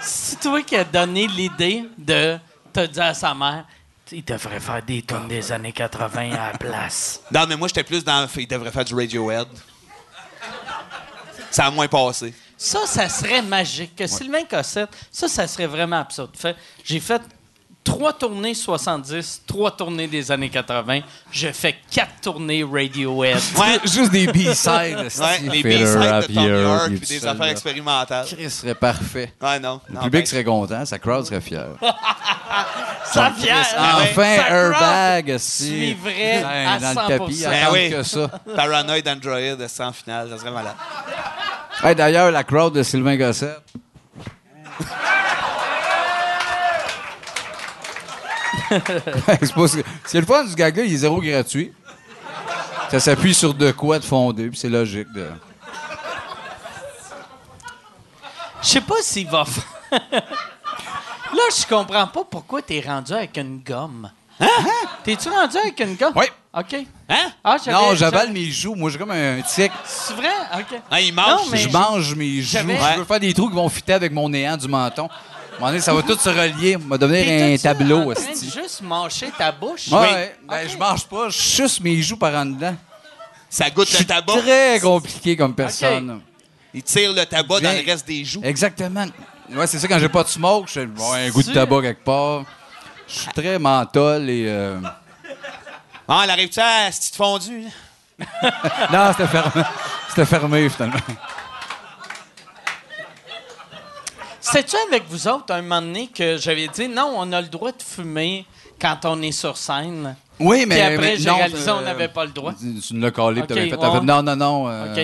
[SPEAKER 2] C'est toi qui as donné l'idée de te dire à sa mère il devrait faire des tonnes des années 80 à la place.
[SPEAKER 4] Non, mais moi, j'étais plus dans... Il devrait faire du Radiohead. Ça a moins passé.
[SPEAKER 2] Ça, ça serait magique. Que Sylvain Cossette, ça, ça serait vraiment absurde. Fait, j'ai fait trois tournées 70, trois tournées des années 80. Je fais quatre tournées Radiohead.
[SPEAKER 4] Ouais,
[SPEAKER 5] Juste des B-sides.
[SPEAKER 4] ouais,
[SPEAKER 5] esti.
[SPEAKER 4] les
[SPEAKER 5] Fitter
[SPEAKER 4] B-sides
[SPEAKER 5] Up
[SPEAKER 4] de Tom
[SPEAKER 5] Here,
[SPEAKER 4] York,
[SPEAKER 5] puis
[SPEAKER 4] puis des
[SPEAKER 5] tout ça,
[SPEAKER 4] affaires
[SPEAKER 5] là.
[SPEAKER 4] expérimentales.
[SPEAKER 5] Chris serait parfait.
[SPEAKER 4] Ouais, non.
[SPEAKER 5] Le
[SPEAKER 4] non,
[SPEAKER 5] public
[SPEAKER 4] ben,
[SPEAKER 5] serait content, sa crowd serait fière.
[SPEAKER 2] Ça vient.
[SPEAKER 4] Ah,
[SPEAKER 5] Enfin, Airbag, si.
[SPEAKER 2] suivrait à
[SPEAKER 5] dans le tapis,
[SPEAKER 2] 100%.
[SPEAKER 4] Ben
[SPEAKER 5] attendre
[SPEAKER 4] oui.
[SPEAKER 5] que ça.
[SPEAKER 4] Paranoid Android, c'est en finale, ça serait malade.
[SPEAKER 5] Hey, D'ailleurs, la crowd de Sylvain Gossette. c'est pas- c'est le fun du gag-là, il est zéro gratuit. Ça s'appuie sur de quoi de fondé, puis c'est logique. De...
[SPEAKER 2] Je sais pas s'il va faire. Là, je comprends pas pourquoi t'es rendu avec une gomme. Hein? T'es-tu rendu avec une gomme?
[SPEAKER 5] Oui.
[SPEAKER 2] OK.
[SPEAKER 4] Hein?
[SPEAKER 2] Ah,
[SPEAKER 5] Non, j'avale mes joues. Moi, j'ai comme un tic.
[SPEAKER 2] C'est vrai? OK.
[SPEAKER 4] Ah, il mange.
[SPEAKER 2] Non, mais-
[SPEAKER 5] Je mange mes joues.
[SPEAKER 2] J'avais-
[SPEAKER 5] Je veux faire des trous qui vont fitter avec mon néant du menton. À un moment donné, ça va tout se relier. On va devenir
[SPEAKER 2] T'es
[SPEAKER 5] un
[SPEAKER 2] tout ça
[SPEAKER 5] tableau.
[SPEAKER 2] en train de
[SPEAKER 5] esti.
[SPEAKER 2] juste mâcher ta bouche.
[SPEAKER 5] Ouais, ouais. Ben,
[SPEAKER 2] Ok.
[SPEAKER 5] Je mange pas, je suce mes joues par en dedans.
[SPEAKER 4] Ça goûte le tabac.
[SPEAKER 5] Très compliqué comme personne.
[SPEAKER 4] Il tire le tabac dans
[SPEAKER 5] Viens.
[SPEAKER 4] le reste des joues.
[SPEAKER 5] Exactement. Ouais, c'est ça, quand j'ai pas de smoke, je fais bon, un goût de tabac quelque part. Je suis très menthol et. euh, Eh.
[SPEAKER 4] Ah, elle arrive-tu à la petite fondue? là?
[SPEAKER 5] Non, c'était fermé. C'était fermé, finalement.
[SPEAKER 2] Sais-tu avec vous autres, un moment donné, que j'avais dit non, on a le droit de fumer quand on est sur scène?
[SPEAKER 5] Oui, mais.
[SPEAKER 2] Puis après,
[SPEAKER 5] mais
[SPEAKER 2] j'ai
[SPEAKER 5] non,
[SPEAKER 2] réalisé, on
[SPEAKER 5] euh,
[SPEAKER 2] n'avait pas le droit.
[SPEAKER 5] Tu tu nous l'as collé,
[SPEAKER 2] Ok,
[SPEAKER 5] puis t'avais fait.
[SPEAKER 2] ouais.
[SPEAKER 5] t'avais fait, Non, non, non. euh,
[SPEAKER 2] OK.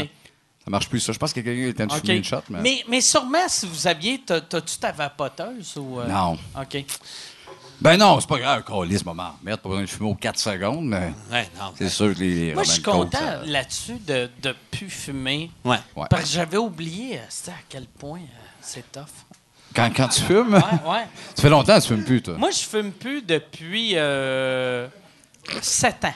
[SPEAKER 5] Ça marche plus, ça. Je pense que quelqu'un était en train de
[SPEAKER 2] OK.
[SPEAKER 5] fumer une shot, mais.
[SPEAKER 2] mais, mais sûrement, si vous aviez, t'as- t'as-tu ta vapoteuse ou. euh,
[SPEAKER 5] Non.
[SPEAKER 2] OK.
[SPEAKER 5] Ben non, c'est pas grave, colis, ce moment. Merde, pas besoin de fumer aux 4 secondes, mais.
[SPEAKER 4] Ouais, non.
[SPEAKER 5] C'est sûr que les.
[SPEAKER 2] Moi, je suis
[SPEAKER 5] Roman Coke,
[SPEAKER 2] content
[SPEAKER 5] ça-
[SPEAKER 2] là-dessus de ne plus fumer.
[SPEAKER 4] Ouais.
[SPEAKER 5] Ouais.
[SPEAKER 2] Parce que j'avais oublié euh, c'était à quel point euh, c'est tough.
[SPEAKER 5] Quand, quand tu fumes,
[SPEAKER 2] Ouais, ouais.
[SPEAKER 5] tu fais longtemps que tu fumes plus, toi.
[SPEAKER 2] Moi, je fume plus depuis 7 ans.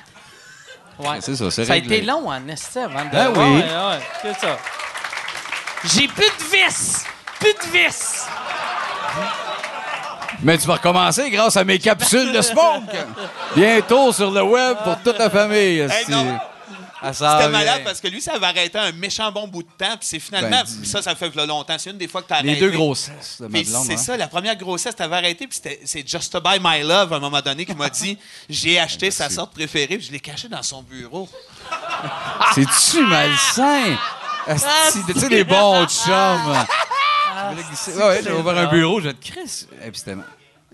[SPEAKER 2] Ouais.
[SPEAKER 5] C'est ça, c'est
[SPEAKER 2] Ça a
[SPEAKER 5] réglé.
[SPEAKER 2] été long en esti avant de...
[SPEAKER 5] Ben oui.
[SPEAKER 2] Ouais, ouais, c'est ça. J'ai plus de vis! Plus de vis!
[SPEAKER 5] Ah, Mais tu vas recommencer grâce à mes capsules de smoke. Bientôt sur le web pour toute la famille. esti.
[SPEAKER 4] non.
[SPEAKER 5] Ah, ça
[SPEAKER 4] C'était
[SPEAKER 5] revient.
[SPEAKER 4] malade parce que lui, ça avait arrêté un méchant bon bout de temps. Puis c'est finalement,
[SPEAKER 5] Ben, dis-
[SPEAKER 4] ça, ça fait longtemps. C'est une des fois que t'as
[SPEAKER 5] Les
[SPEAKER 4] arrêté.
[SPEAKER 5] deux grossesses de ma
[SPEAKER 4] Puis
[SPEAKER 5] blonde.
[SPEAKER 4] c'est
[SPEAKER 5] hein.
[SPEAKER 4] ça, la première grossesse, t'avais arrêté, puis c'était- c'est Just to Buy My Love, à un moment donné, qui m'a dit J'ai acheté sa sorte préférée, puis je l'ai cachée dans son bureau.
[SPEAKER 5] C'est-tu malsain? Esti, Tu sais, les bons chums.
[SPEAKER 2] Ah,
[SPEAKER 5] Ouais, ouais, j'avais ouvert un bureau, je te crisse. Et puis c'était.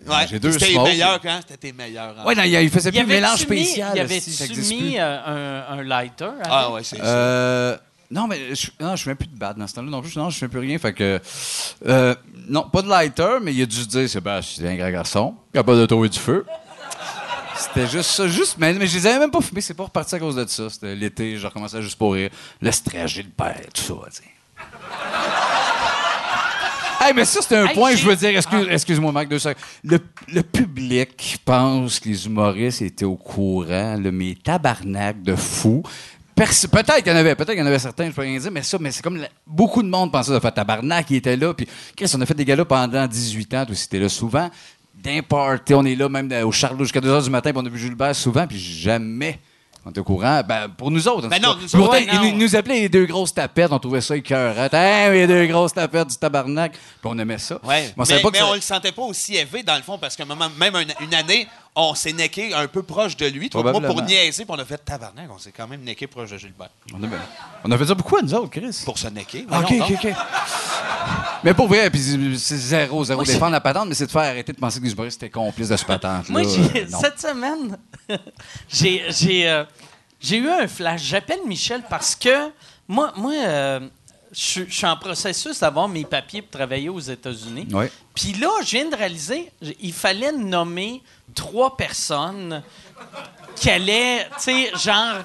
[SPEAKER 4] Ouais,
[SPEAKER 5] J'ai deux
[SPEAKER 4] C'était les
[SPEAKER 5] smokes.
[SPEAKER 4] meilleurs, quand C'était tes meilleurs. hein.
[SPEAKER 5] Ouais, non, il il faisait
[SPEAKER 2] Il
[SPEAKER 5] plus de mélange
[SPEAKER 2] avait-tu mis-
[SPEAKER 5] spécial.
[SPEAKER 2] Il
[SPEAKER 5] esti, ça
[SPEAKER 2] avait-tu
[SPEAKER 5] existe
[SPEAKER 2] mis
[SPEAKER 5] plus.
[SPEAKER 2] euh, un, un lighter? avec?
[SPEAKER 4] Ah, ouais, c'est ça.
[SPEAKER 5] Euh, non, mais je, non, je fais plus de bad dans ce temps-là non plus. Non, je fais plus rien. Fait que. euh, non, pas de lighter, mais il a dû se dire Sébastien, c'est un grand garçon. Il n'y a pas de et du feu. C'était juste ça, juste. Mais, mais je les avais même pas fumés, c'est pas reparti à cause de ça. C'était l'été, je recommençais juste pour rire. Le stress, j'ai le père, tout ça, tu sais. Hey, mais ça, c'est un
[SPEAKER 2] Hey,
[SPEAKER 5] point,
[SPEAKER 2] j'ai-
[SPEAKER 5] je veux dire, excuse-
[SPEAKER 4] Ah.
[SPEAKER 5] excuse-moi, Marc, deux secondes. Le, le public pense que les humoristes étaient au courant, là, mais tabarnak de fous. Perso- Peut-être qu'il y en avait, peut-être qu'il y en avait certains, je peux rien dire, mais ça, mais c'est comme la- beaucoup de monde pensait de faire tabarnak, il était là, puis Chris, on a fait des galas pendant 18 ans, toi aussi, t'es là souvent, d'un party, on est là même euh, au Charlot jusqu'à 2 h du matin, puis on a vu Gilbert souvent, puis jamais on était au courant, ben, pour nous autres. en
[SPEAKER 4] Ben
[SPEAKER 5] tout
[SPEAKER 4] non,
[SPEAKER 5] cas.
[SPEAKER 4] nous
[SPEAKER 5] Puis
[SPEAKER 4] autres,
[SPEAKER 5] pourtant,
[SPEAKER 4] non.
[SPEAKER 5] ils nous- nous appelaient les deux grosses tapettes, on trouvait ça écœurant. Hey, les deux grosses tapettes du tabarnak, puis on aimait ça.
[SPEAKER 4] Ouais.
[SPEAKER 5] Mais on
[SPEAKER 4] mais
[SPEAKER 5] savait pas que
[SPEAKER 4] mais
[SPEAKER 5] ça-
[SPEAKER 4] on le sentait pas aussi élevé, dans le fond, parce qu'à un moment, même un- une année, on s'est necké un peu proche de lui. Toi, moi, pour
[SPEAKER 5] Probablement.
[SPEAKER 4] niaiser, puis on a fait tabarnak, on s'est quand même necké proche de Gilbert.
[SPEAKER 5] On a, on a fait ça pourquoi, nous autres, Chris?
[SPEAKER 4] Pour se necker.
[SPEAKER 5] Ah,
[SPEAKER 4] voyons donc.
[SPEAKER 5] OK. Mais pour vrai, puis c'est zéro, zéro
[SPEAKER 2] Moi,
[SPEAKER 5] défendre la patente, mais c'est de faire arrêter de penser que les humoristes étaient complices de ce patente.
[SPEAKER 2] Moi,
[SPEAKER 5] euh,
[SPEAKER 2] j'ai- cette semaine, j'ai- j'ai euh, j'ai eu un flash. J'appelle Michel parce que moi, moi euh, je suis- je suis en processus d'avoir mes papiers pour travailler aux États-Unis.
[SPEAKER 5] Ouais.
[SPEAKER 2] Puis là, je viens de réaliser, j- il fallait nommer trois personnes qui allaient, tu sais, genre.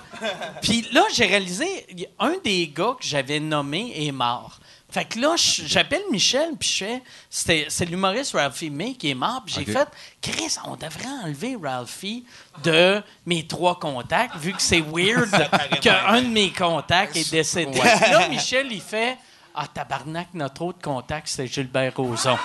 [SPEAKER 2] Puis là, j'ai réalisé, y- un des gars que j'avais nommé est mort. Fait que là, je- j'appelle Michel, puis je fais, c'était- c'est l'humoriste Ralphie May qui est mort, puis j'ai
[SPEAKER 5] OK.
[SPEAKER 2] fait, Chris, on devrait enlever Ralphie de mes trois contacts, vu que c'est weird qu'un de mes contacts est décédé. Puis Là, Michel, il fait, ah, tabarnak, notre autre contact, c'est Gilbert Rozon.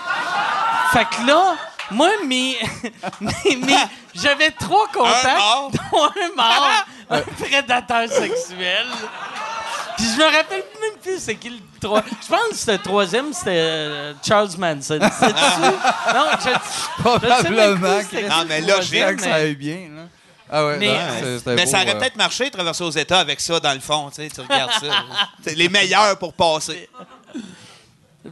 [SPEAKER 2] Fait que là, moi, mes, mes- mes- j'avais trois contacts,
[SPEAKER 4] mort.
[SPEAKER 2] dont un mort, un prédateur sexuel, Puis je me rappelle même plus c'est qui le troisième. Je pense que c'était le troisième, c'était euh, Charles Manson. C'est Non, je, je sais même
[SPEAKER 5] Probablement
[SPEAKER 2] plus c'était qui
[SPEAKER 4] Non,
[SPEAKER 2] le
[SPEAKER 4] mais là,
[SPEAKER 5] Je
[SPEAKER 2] troisième,
[SPEAKER 5] que ça aille bien. Là. Ah ouais,
[SPEAKER 2] Mais-
[SPEAKER 5] non, c'est- c'était
[SPEAKER 4] Mais
[SPEAKER 5] beau,
[SPEAKER 4] ça aurait
[SPEAKER 5] euh,
[SPEAKER 4] peut-être marché, traverser aux États avec ça dans le fond. Tu, sais, tu regardes ça. C'est les meilleurs pour passer. hein.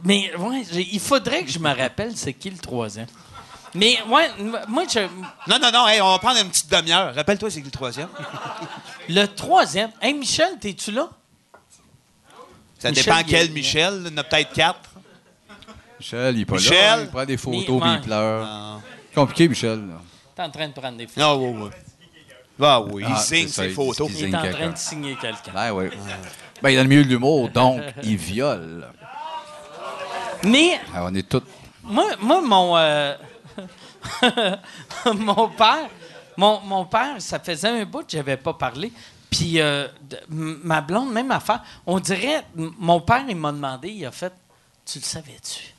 [SPEAKER 2] Mais ouais, j'ai- il faudrait que je me rappelle c'est qui le troisième. Mais ouais, m- moi je,
[SPEAKER 4] Non, non, non, hey, on va prendre une petite demi-heure. Rappelle-toi, c'est qui le troisième?
[SPEAKER 2] le troisième. Hey Michel, t'es-tu là?
[SPEAKER 4] Ça
[SPEAKER 2] Michel,
[SPEAKER 4] dépend
[SPEAKER 2] il-
[SPEAKER 4] quel
[SPEAKER 2] il-
[SPEAKER 4] Michel. Il y en a peut-être quatre.
[SPEAKER 5] Michel, il est pas
[SPEAKER 4] Michel.
[SPEAKER 5] là. Il prend des
[SPEAKER 2] Mais-
[SPEAKER 5] photos, puis
[SPEAKER 2] ouais.
[SPEAKER 5] il pleure. Compliqué, Michel. là.
[SPEAKER 2] T'es en train de prendre des photos.
[SPEAKER 4] Ah oui, oui. Bah oui, il
[SPEAKER 5] Ah,
[SPEAKER 4] signe
[SPEAKER 5] c'est ça,
[SPEAKER 4] ses
[SPEAKER 5] il-
[SPEAKER 4] photos.
[SPEAKER 5] il-
[SPEAKER 2] Il est en train
[SPEAKER 5] quelqu'un.
[SPEAKER 2] de signer quelqu'un.
[SPEAKER 5] Ben ouais. Ben, il est dans le milieu de l'humour, donc il viole.
[SPEAKER 2] Mais
[SPEAKER 5] Ah, on est tous.
[SPEAKER 2] moi, moi mon, euh, mon père, mon, mon père, ça faisait un bout que j'avais pas parlé. Puis euh, de- m- ma blonde, même affaire. On dirait, m- mon père, il m'a demandé, il a fait, tu le savais-tu?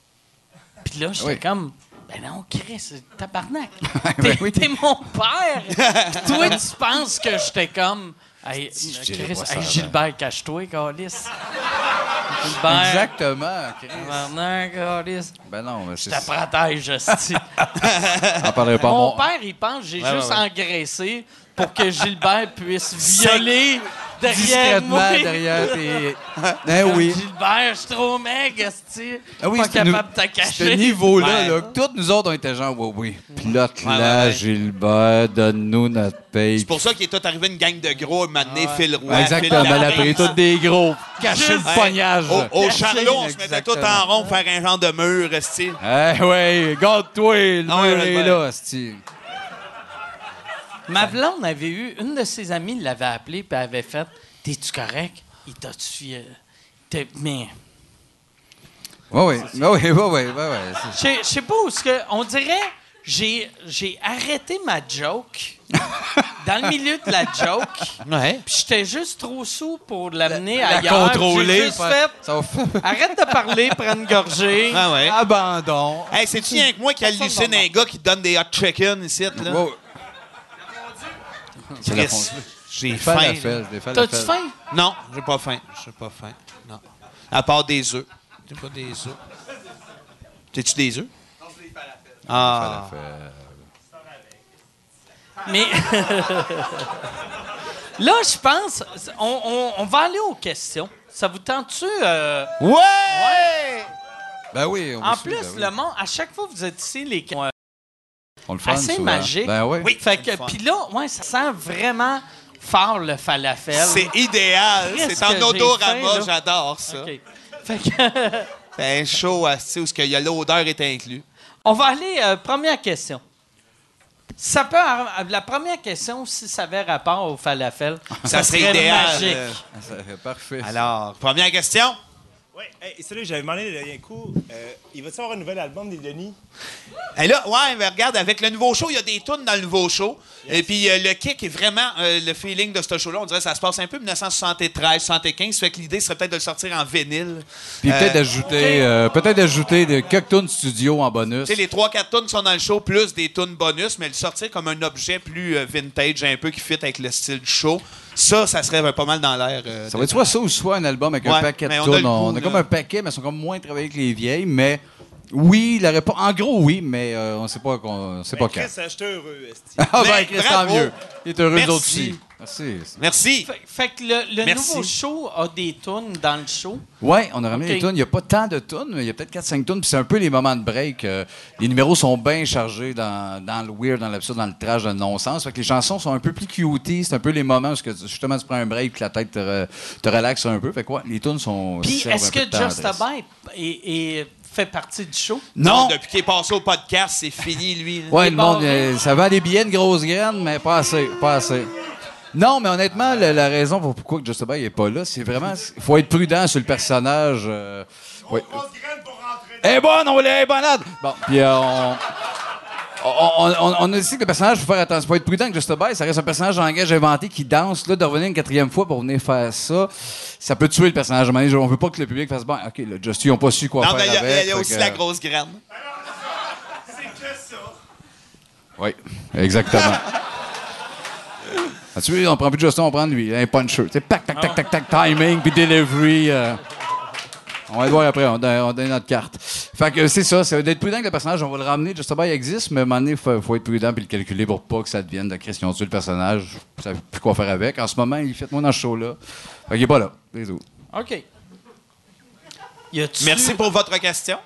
[SPEAKER 2] Puis là, j'étais
[SPEAKER 5] Oui.
[SPEAKER 2] comme, ben non, Chris, tabarnak.
[SPEAKER 5] ben
[SPEAKER 2] T'es
[SPEAKER 5] oui.
[SPEAKER 2] t'es mon père. Puis toi, tu penses que j'étais comme, hey,
[SPEAKER 5] je dirais
[SPEAKER 2] Chris,
[SPEAKER 5] pas ça,
[SPEAKER 2] hey,
[SPEAKER 5] ben.
[SPEAKER 2] Gilbert, cache-toi, Calis. Gilbert.
[SPEAKER 5] Exactement, Chris.
[SPEAKER 2] Tabarnak, Calis.
[SPEAKER 5] Ben non, mais c'est
[SPEAKER 2] Ta
[SPEAKER 5] ça.
[SPEAKER 2] protège, hostie.
[SPEAKER 5] On parlerait pas à
[SPEAKER 2] Mon
[SPEAKER 5] mon.
[SPEAKER 2] père, il pense que j'ai
[SPEAKER 4] Ouais,
[SPEAKER 2] juste
[SPEAKER 4] ouais, ouais.
[SPEAKER 2] engraissé pour que Gilbert puisse violer derrière
[SPEAKER 5] Discrètement
[SPEAKER 2] moi.
[SPEAKER 5] derrière tes. Ben oui.
[SPEAKER 2] Gilbert, je suis trop mec, hostie.
[SPEAKER 5] Ah oui,
[SPEAKER 2] pas
[SPEAKER 5] c'est
[SPEAKER 2] capable de
[SPEAKER 5] nous-
[SPEAKER 2] te
[SPEAKER 5] Ce
[SPEAKER 2] cacher.
[SPEAKER 5] niveau-là,
[SPEAKER 4] Ouais.
[SPEAKER 5] là, que tous nous autres, on était genre, oui, oui. Pilote
[SPEAKER 4] Ouais,
[SPEAKER 5] là,
[SPEAKER 4] ouais, ouais.
[SPEAKER 5] Gilbert, donne-nous notre paye.
[SPEAKER 4] C'est pour ça qu'il est tout arrivé une gang de gros, m'amener Phil Roy.
[SPEAKER 5] Ouais, Exactement,
[SPEAKER 4] Phil
[SPEAKER 5] la
[SPEAKER 4] Laprise.
[SPEAKER 5] pris toutes des gros. Cacher
[SPEAKER 4] Hey,
[SPEAKER 5] le pognage.
[SPEAKER 4] Au, au Charlot, on se mettait
[SPEAKER 5] Exactement.
[SPEAKER 4] tout en rond pour faire un genre de mur, esti.
[SPEAKER 5] Eh ouais, garde-toi, le
[SPEAKER 4] Ah ouais,
[SPEAKER 5] mur est
[SPEAKER 4] Gilbert.
[SPEAKER 5] là, c'ti.
[SPEAKER 2] Ma blonde avait eu, une de ses amies l'avait appelée puis elle avait fait T'es-tu correct Il t'a-tu. euh, t'es- Mais.
[SPEAKER 5] Ouais, ouais, ouais, ouais, ouais, ouais, ouais, ouais.
[SPEAKER 2] Je sais- je sais pas où ce que. On dirait, j'ai j'ai arrêté ma joke dans le milieu de la joke.
[SPEAKER 4] Ouais.
[SPEAKER 2] Puis j'étais juste trop saous pour l'amener
[SPEAKER 5] La
[SPEAKER 2] ailleurs.
[SPEAKER 5] contrôler,
[SPEAKER 2] J'ai juste
[SPEAKER 5] faire-
[SPEAKER 2] fait,
[SPEAKER 5] Ça va faire-
[SPEAKER 2] arrête de parler, prends une gorgée.
[SPEAKER 4] Ah ouais.
[SPEAKER 5] Abandon.
[SPEAKER 4] Hey, c'est-tu rien que moi qui hallucine un gars qui donne des hot chicken ici, là?
[SPEAKER 5] Ouais, ouais. C'est la
[SPEAKER 4] Chris,
[SPEAKER 5] fondue.
[SPEAKER 4] J'ai
[SPEAKER 5] Défais
[SPEAKER 4] faim.
[SPEAKER 5] la fesse, défais la
[SPEAKER 2] T'as-tu
[SPEAKER 5] fesse.
[SPEAKER 2] faim?
[SPEAKER 4] Non, j'ai pas faim. J'ai pas faim. Non. À part des œufs. J'ai pas des œufs. T'es-tu des œufs? Ah,
[SPEAKER 2] Mais. Là, je pense, on, on- on va aller aux questions. Ça vous tente-tu? euh,
[SPEAKER 5] Ben oui, on
[SPEAKER 2] en
[SPEAKER 5] suit,
[SPEAKER 2] plus,
[SPEAKER 5] ben oui.
[SPEAKER 2] le monde, à chaque fois que vous êtes ici, les questions.
[SPEAKER 5] On le fait
[SPEAKER 2] assez
[SPEAKER 5] souvent.
[SPEAKER 2] magique.
[SPEAKER 5] Ben ouais.
[SPEAKER 4] Oui.
[SPEAKER 2] Fait
[SPEAKER 4] c'est le
[SPEAKER 2] que,
[SPEAKER 4] fun.
[SPEAKER 2] puis là, ouais, ça sent vraiment fort le falafel.
[SPEAKER 4] Ah, c'est idéal.
[SPEAKER 2] Chris,
[SPEAKER 4] C'est en
[SPEAKER 2] que j'ai faim,
[SPEAKER 4] odorama,
[SPEAKER 2] là.
[SPEAKER 4] j'adore ça.
[SPEAKER 2] OK. Fait que,
[SPEAKER 4] C'est un show à où ce qu'il y a l'odeur est inclus.
[SPEAKER 2] on va aller, euh, première question. Ça peut, arri- la première question, si ça avait rapport au falafel,
[SPEAKER 4] Ça serait idéal, euh.
[SPEAKER 5] Ah, ça fait Parfait. ça.
[SPEAKER 4] Alors, première question.
[SPEAKER 7] Ouais, hey, salut, j'avais demandé le dernier coup, euh, il va-tu avoir un nouvel album des Denis?
[SPEAKER 4] Et là, ouais, mais regarde, avec le nouveau show, il y a des tunes dans le nouveau show. Et puis, euh, le kick est vraiment euh, le feeling de ce show-là. On dirait que ça se passe un peu 1973, 75. Fait que l'idée serait peut-être de le sortir en vinyle.
[SPEAKER 5] Puis
[SPEAKER 4] Euh,
[SPEAKER 5] peut-être ajouter, euh, peut-être ajouter des quelques tunes studio en bonus.
[SPEAKER 4] Tu sais, les 3-4 tunes qui sont dans le show, plus des tunes bonus, mais le sortir comme un objet plus euh, vintage, un peu qui fit avec le style du show, ça, ça serait euh, pas mal dans l'air. euh,
[SPEAKER 5] Ça
[SPEAKER 4] de-
[SPEAKER 5] va être soit ça ou soit un album avec
[SPEAKER 4] Ouais,
[SPEAKER 5] un paquet de
[SPEAKER 4] mais on a
[SPEAKER 5] tunes.
[SPEAKER 4] le
[SPEAKER 5] On,
[SPEAKER 4] goût,
[SPEAKER 5] a
[SPEAKER 4] là.
[SPEAKER 5] comme un paquet, mais elles sont comme moins travaillées que les vieilles. Mais oui, la réponse. En gros, oui, mais euh, on sait pas qu'on on sait pas quand.
[SPEAKER 7] Chris, je suis heureux, esti.
[SPEAKER 5] Ah ben,
[SPEAKER 4] Ben,
[SPEAKER 5] Chris, tant
[SPEAKER 4] bravo.
[SPEAKER 5] mieux. Il est heureux
[SPEAKER 4] Merci.
[SPEAKER 5] d'autres aussi. Merci.
[SPEAKER 4] Merci.
[SPEAKER 2] Fait, fait que le, le
[SPEAKER 4] Merci.
[SPEAKER 2] nouveau show a des tunes dans le show.
[SPEAKER 5] Ouais, on a ramené
[SPEAKER 2] Ok.
[SPEAKER 5] les tunes. Il n'y a pas tant de tunes, mais il y a peut-être 4-5 tunes. Puis c'est un peu les moments de break. euh, les numéros sont bien chargés dans, dans le weird, dans l'absurde, dans le trash, dans le non-sens. Fait que les chansons sont un peu plus cutie. C'est un peu les moments où ce que tu- justement tu prends un break, que la tête te, re- te relaxe un peu. Fait quoi, les tunes sont.
[SPEAKER 2] Puis
[SPEAKER 5] servent un
[SPEAKER 2] est-ce
[SPEAKER 5] peu
[SPEAKER 2] que
[SPEAKER 5] de tendresse.
[SPEAKER 2] Just a Bite est- est- fait partie du show?
[SPEAKER 5] Non!
[SPEAKER 4] Depuis qu'il est passé au podcast, c'est fini, lui. là.
[SPEAKER 5] Ouais,
[SPEAKER 2] Des
[SPEAKER 5] le monde,
[SPEAKER 2] barrettes.
[SPEAKER 5] euh, ça vend des billets de grosses graines, mais pas assez, pas assez. Non, mais honnêtement, la, la raison pour pourquoi que Justin Bieber n'est pas là, c'est vraiment, il faut être prudent sur le personnage. Euh, ouais. Eh bonne, on l'a, eh bonne Anne! Bon, puis euh, on, on, on, on a dit que le personnage, faut faire attention, faut être prudent que Justin Bieber, ça reste un personnage en langage inventé qui danse, là, de revenir une quatrième fois pour venir faire ça, ça peut tuer le personnage. À un moment donné, on veut pas que le public fasse bon, ok, là, Justin, ils ont pas su quoi
[SPEAKER 4] Non,
[SPEAKER 5] faire
[SPEAKER 4] mais il y a-
[SPEAKER 5] avec.
[SPEAKER 4] il y, a
[SPEAKER 5] fait
[SPEAKER 4] aussi
[SPEAKER 5] que-
[SPEAKER 4] la grosse graine.
[SPEAKER 5] Oui, exactement. Ah, tu veux, on prend plus Justin, on prend lui, un puncher. Tu sais, pac, tac, tac, tac, tac, timing, puis delivery. euh. On va le voir après, on donne, on donne notre carte. Fait que c'est ça, c'est d'être prudent avec le personnage, on va le ramener. Justin Bieber, il existe, mais à un moment donné, il faut, faut être prudent puis le calculer pour pas que ça devienne de Christian tue le personnage. Je savais plus quoi faire avec. En ce moment, il fait moins dans ce show-là. Fait qu'il est pas là. C'est tout.
[SPEAKER 2] OK. Y a-tu-
[SPEAKER 4] Merci pour votre question.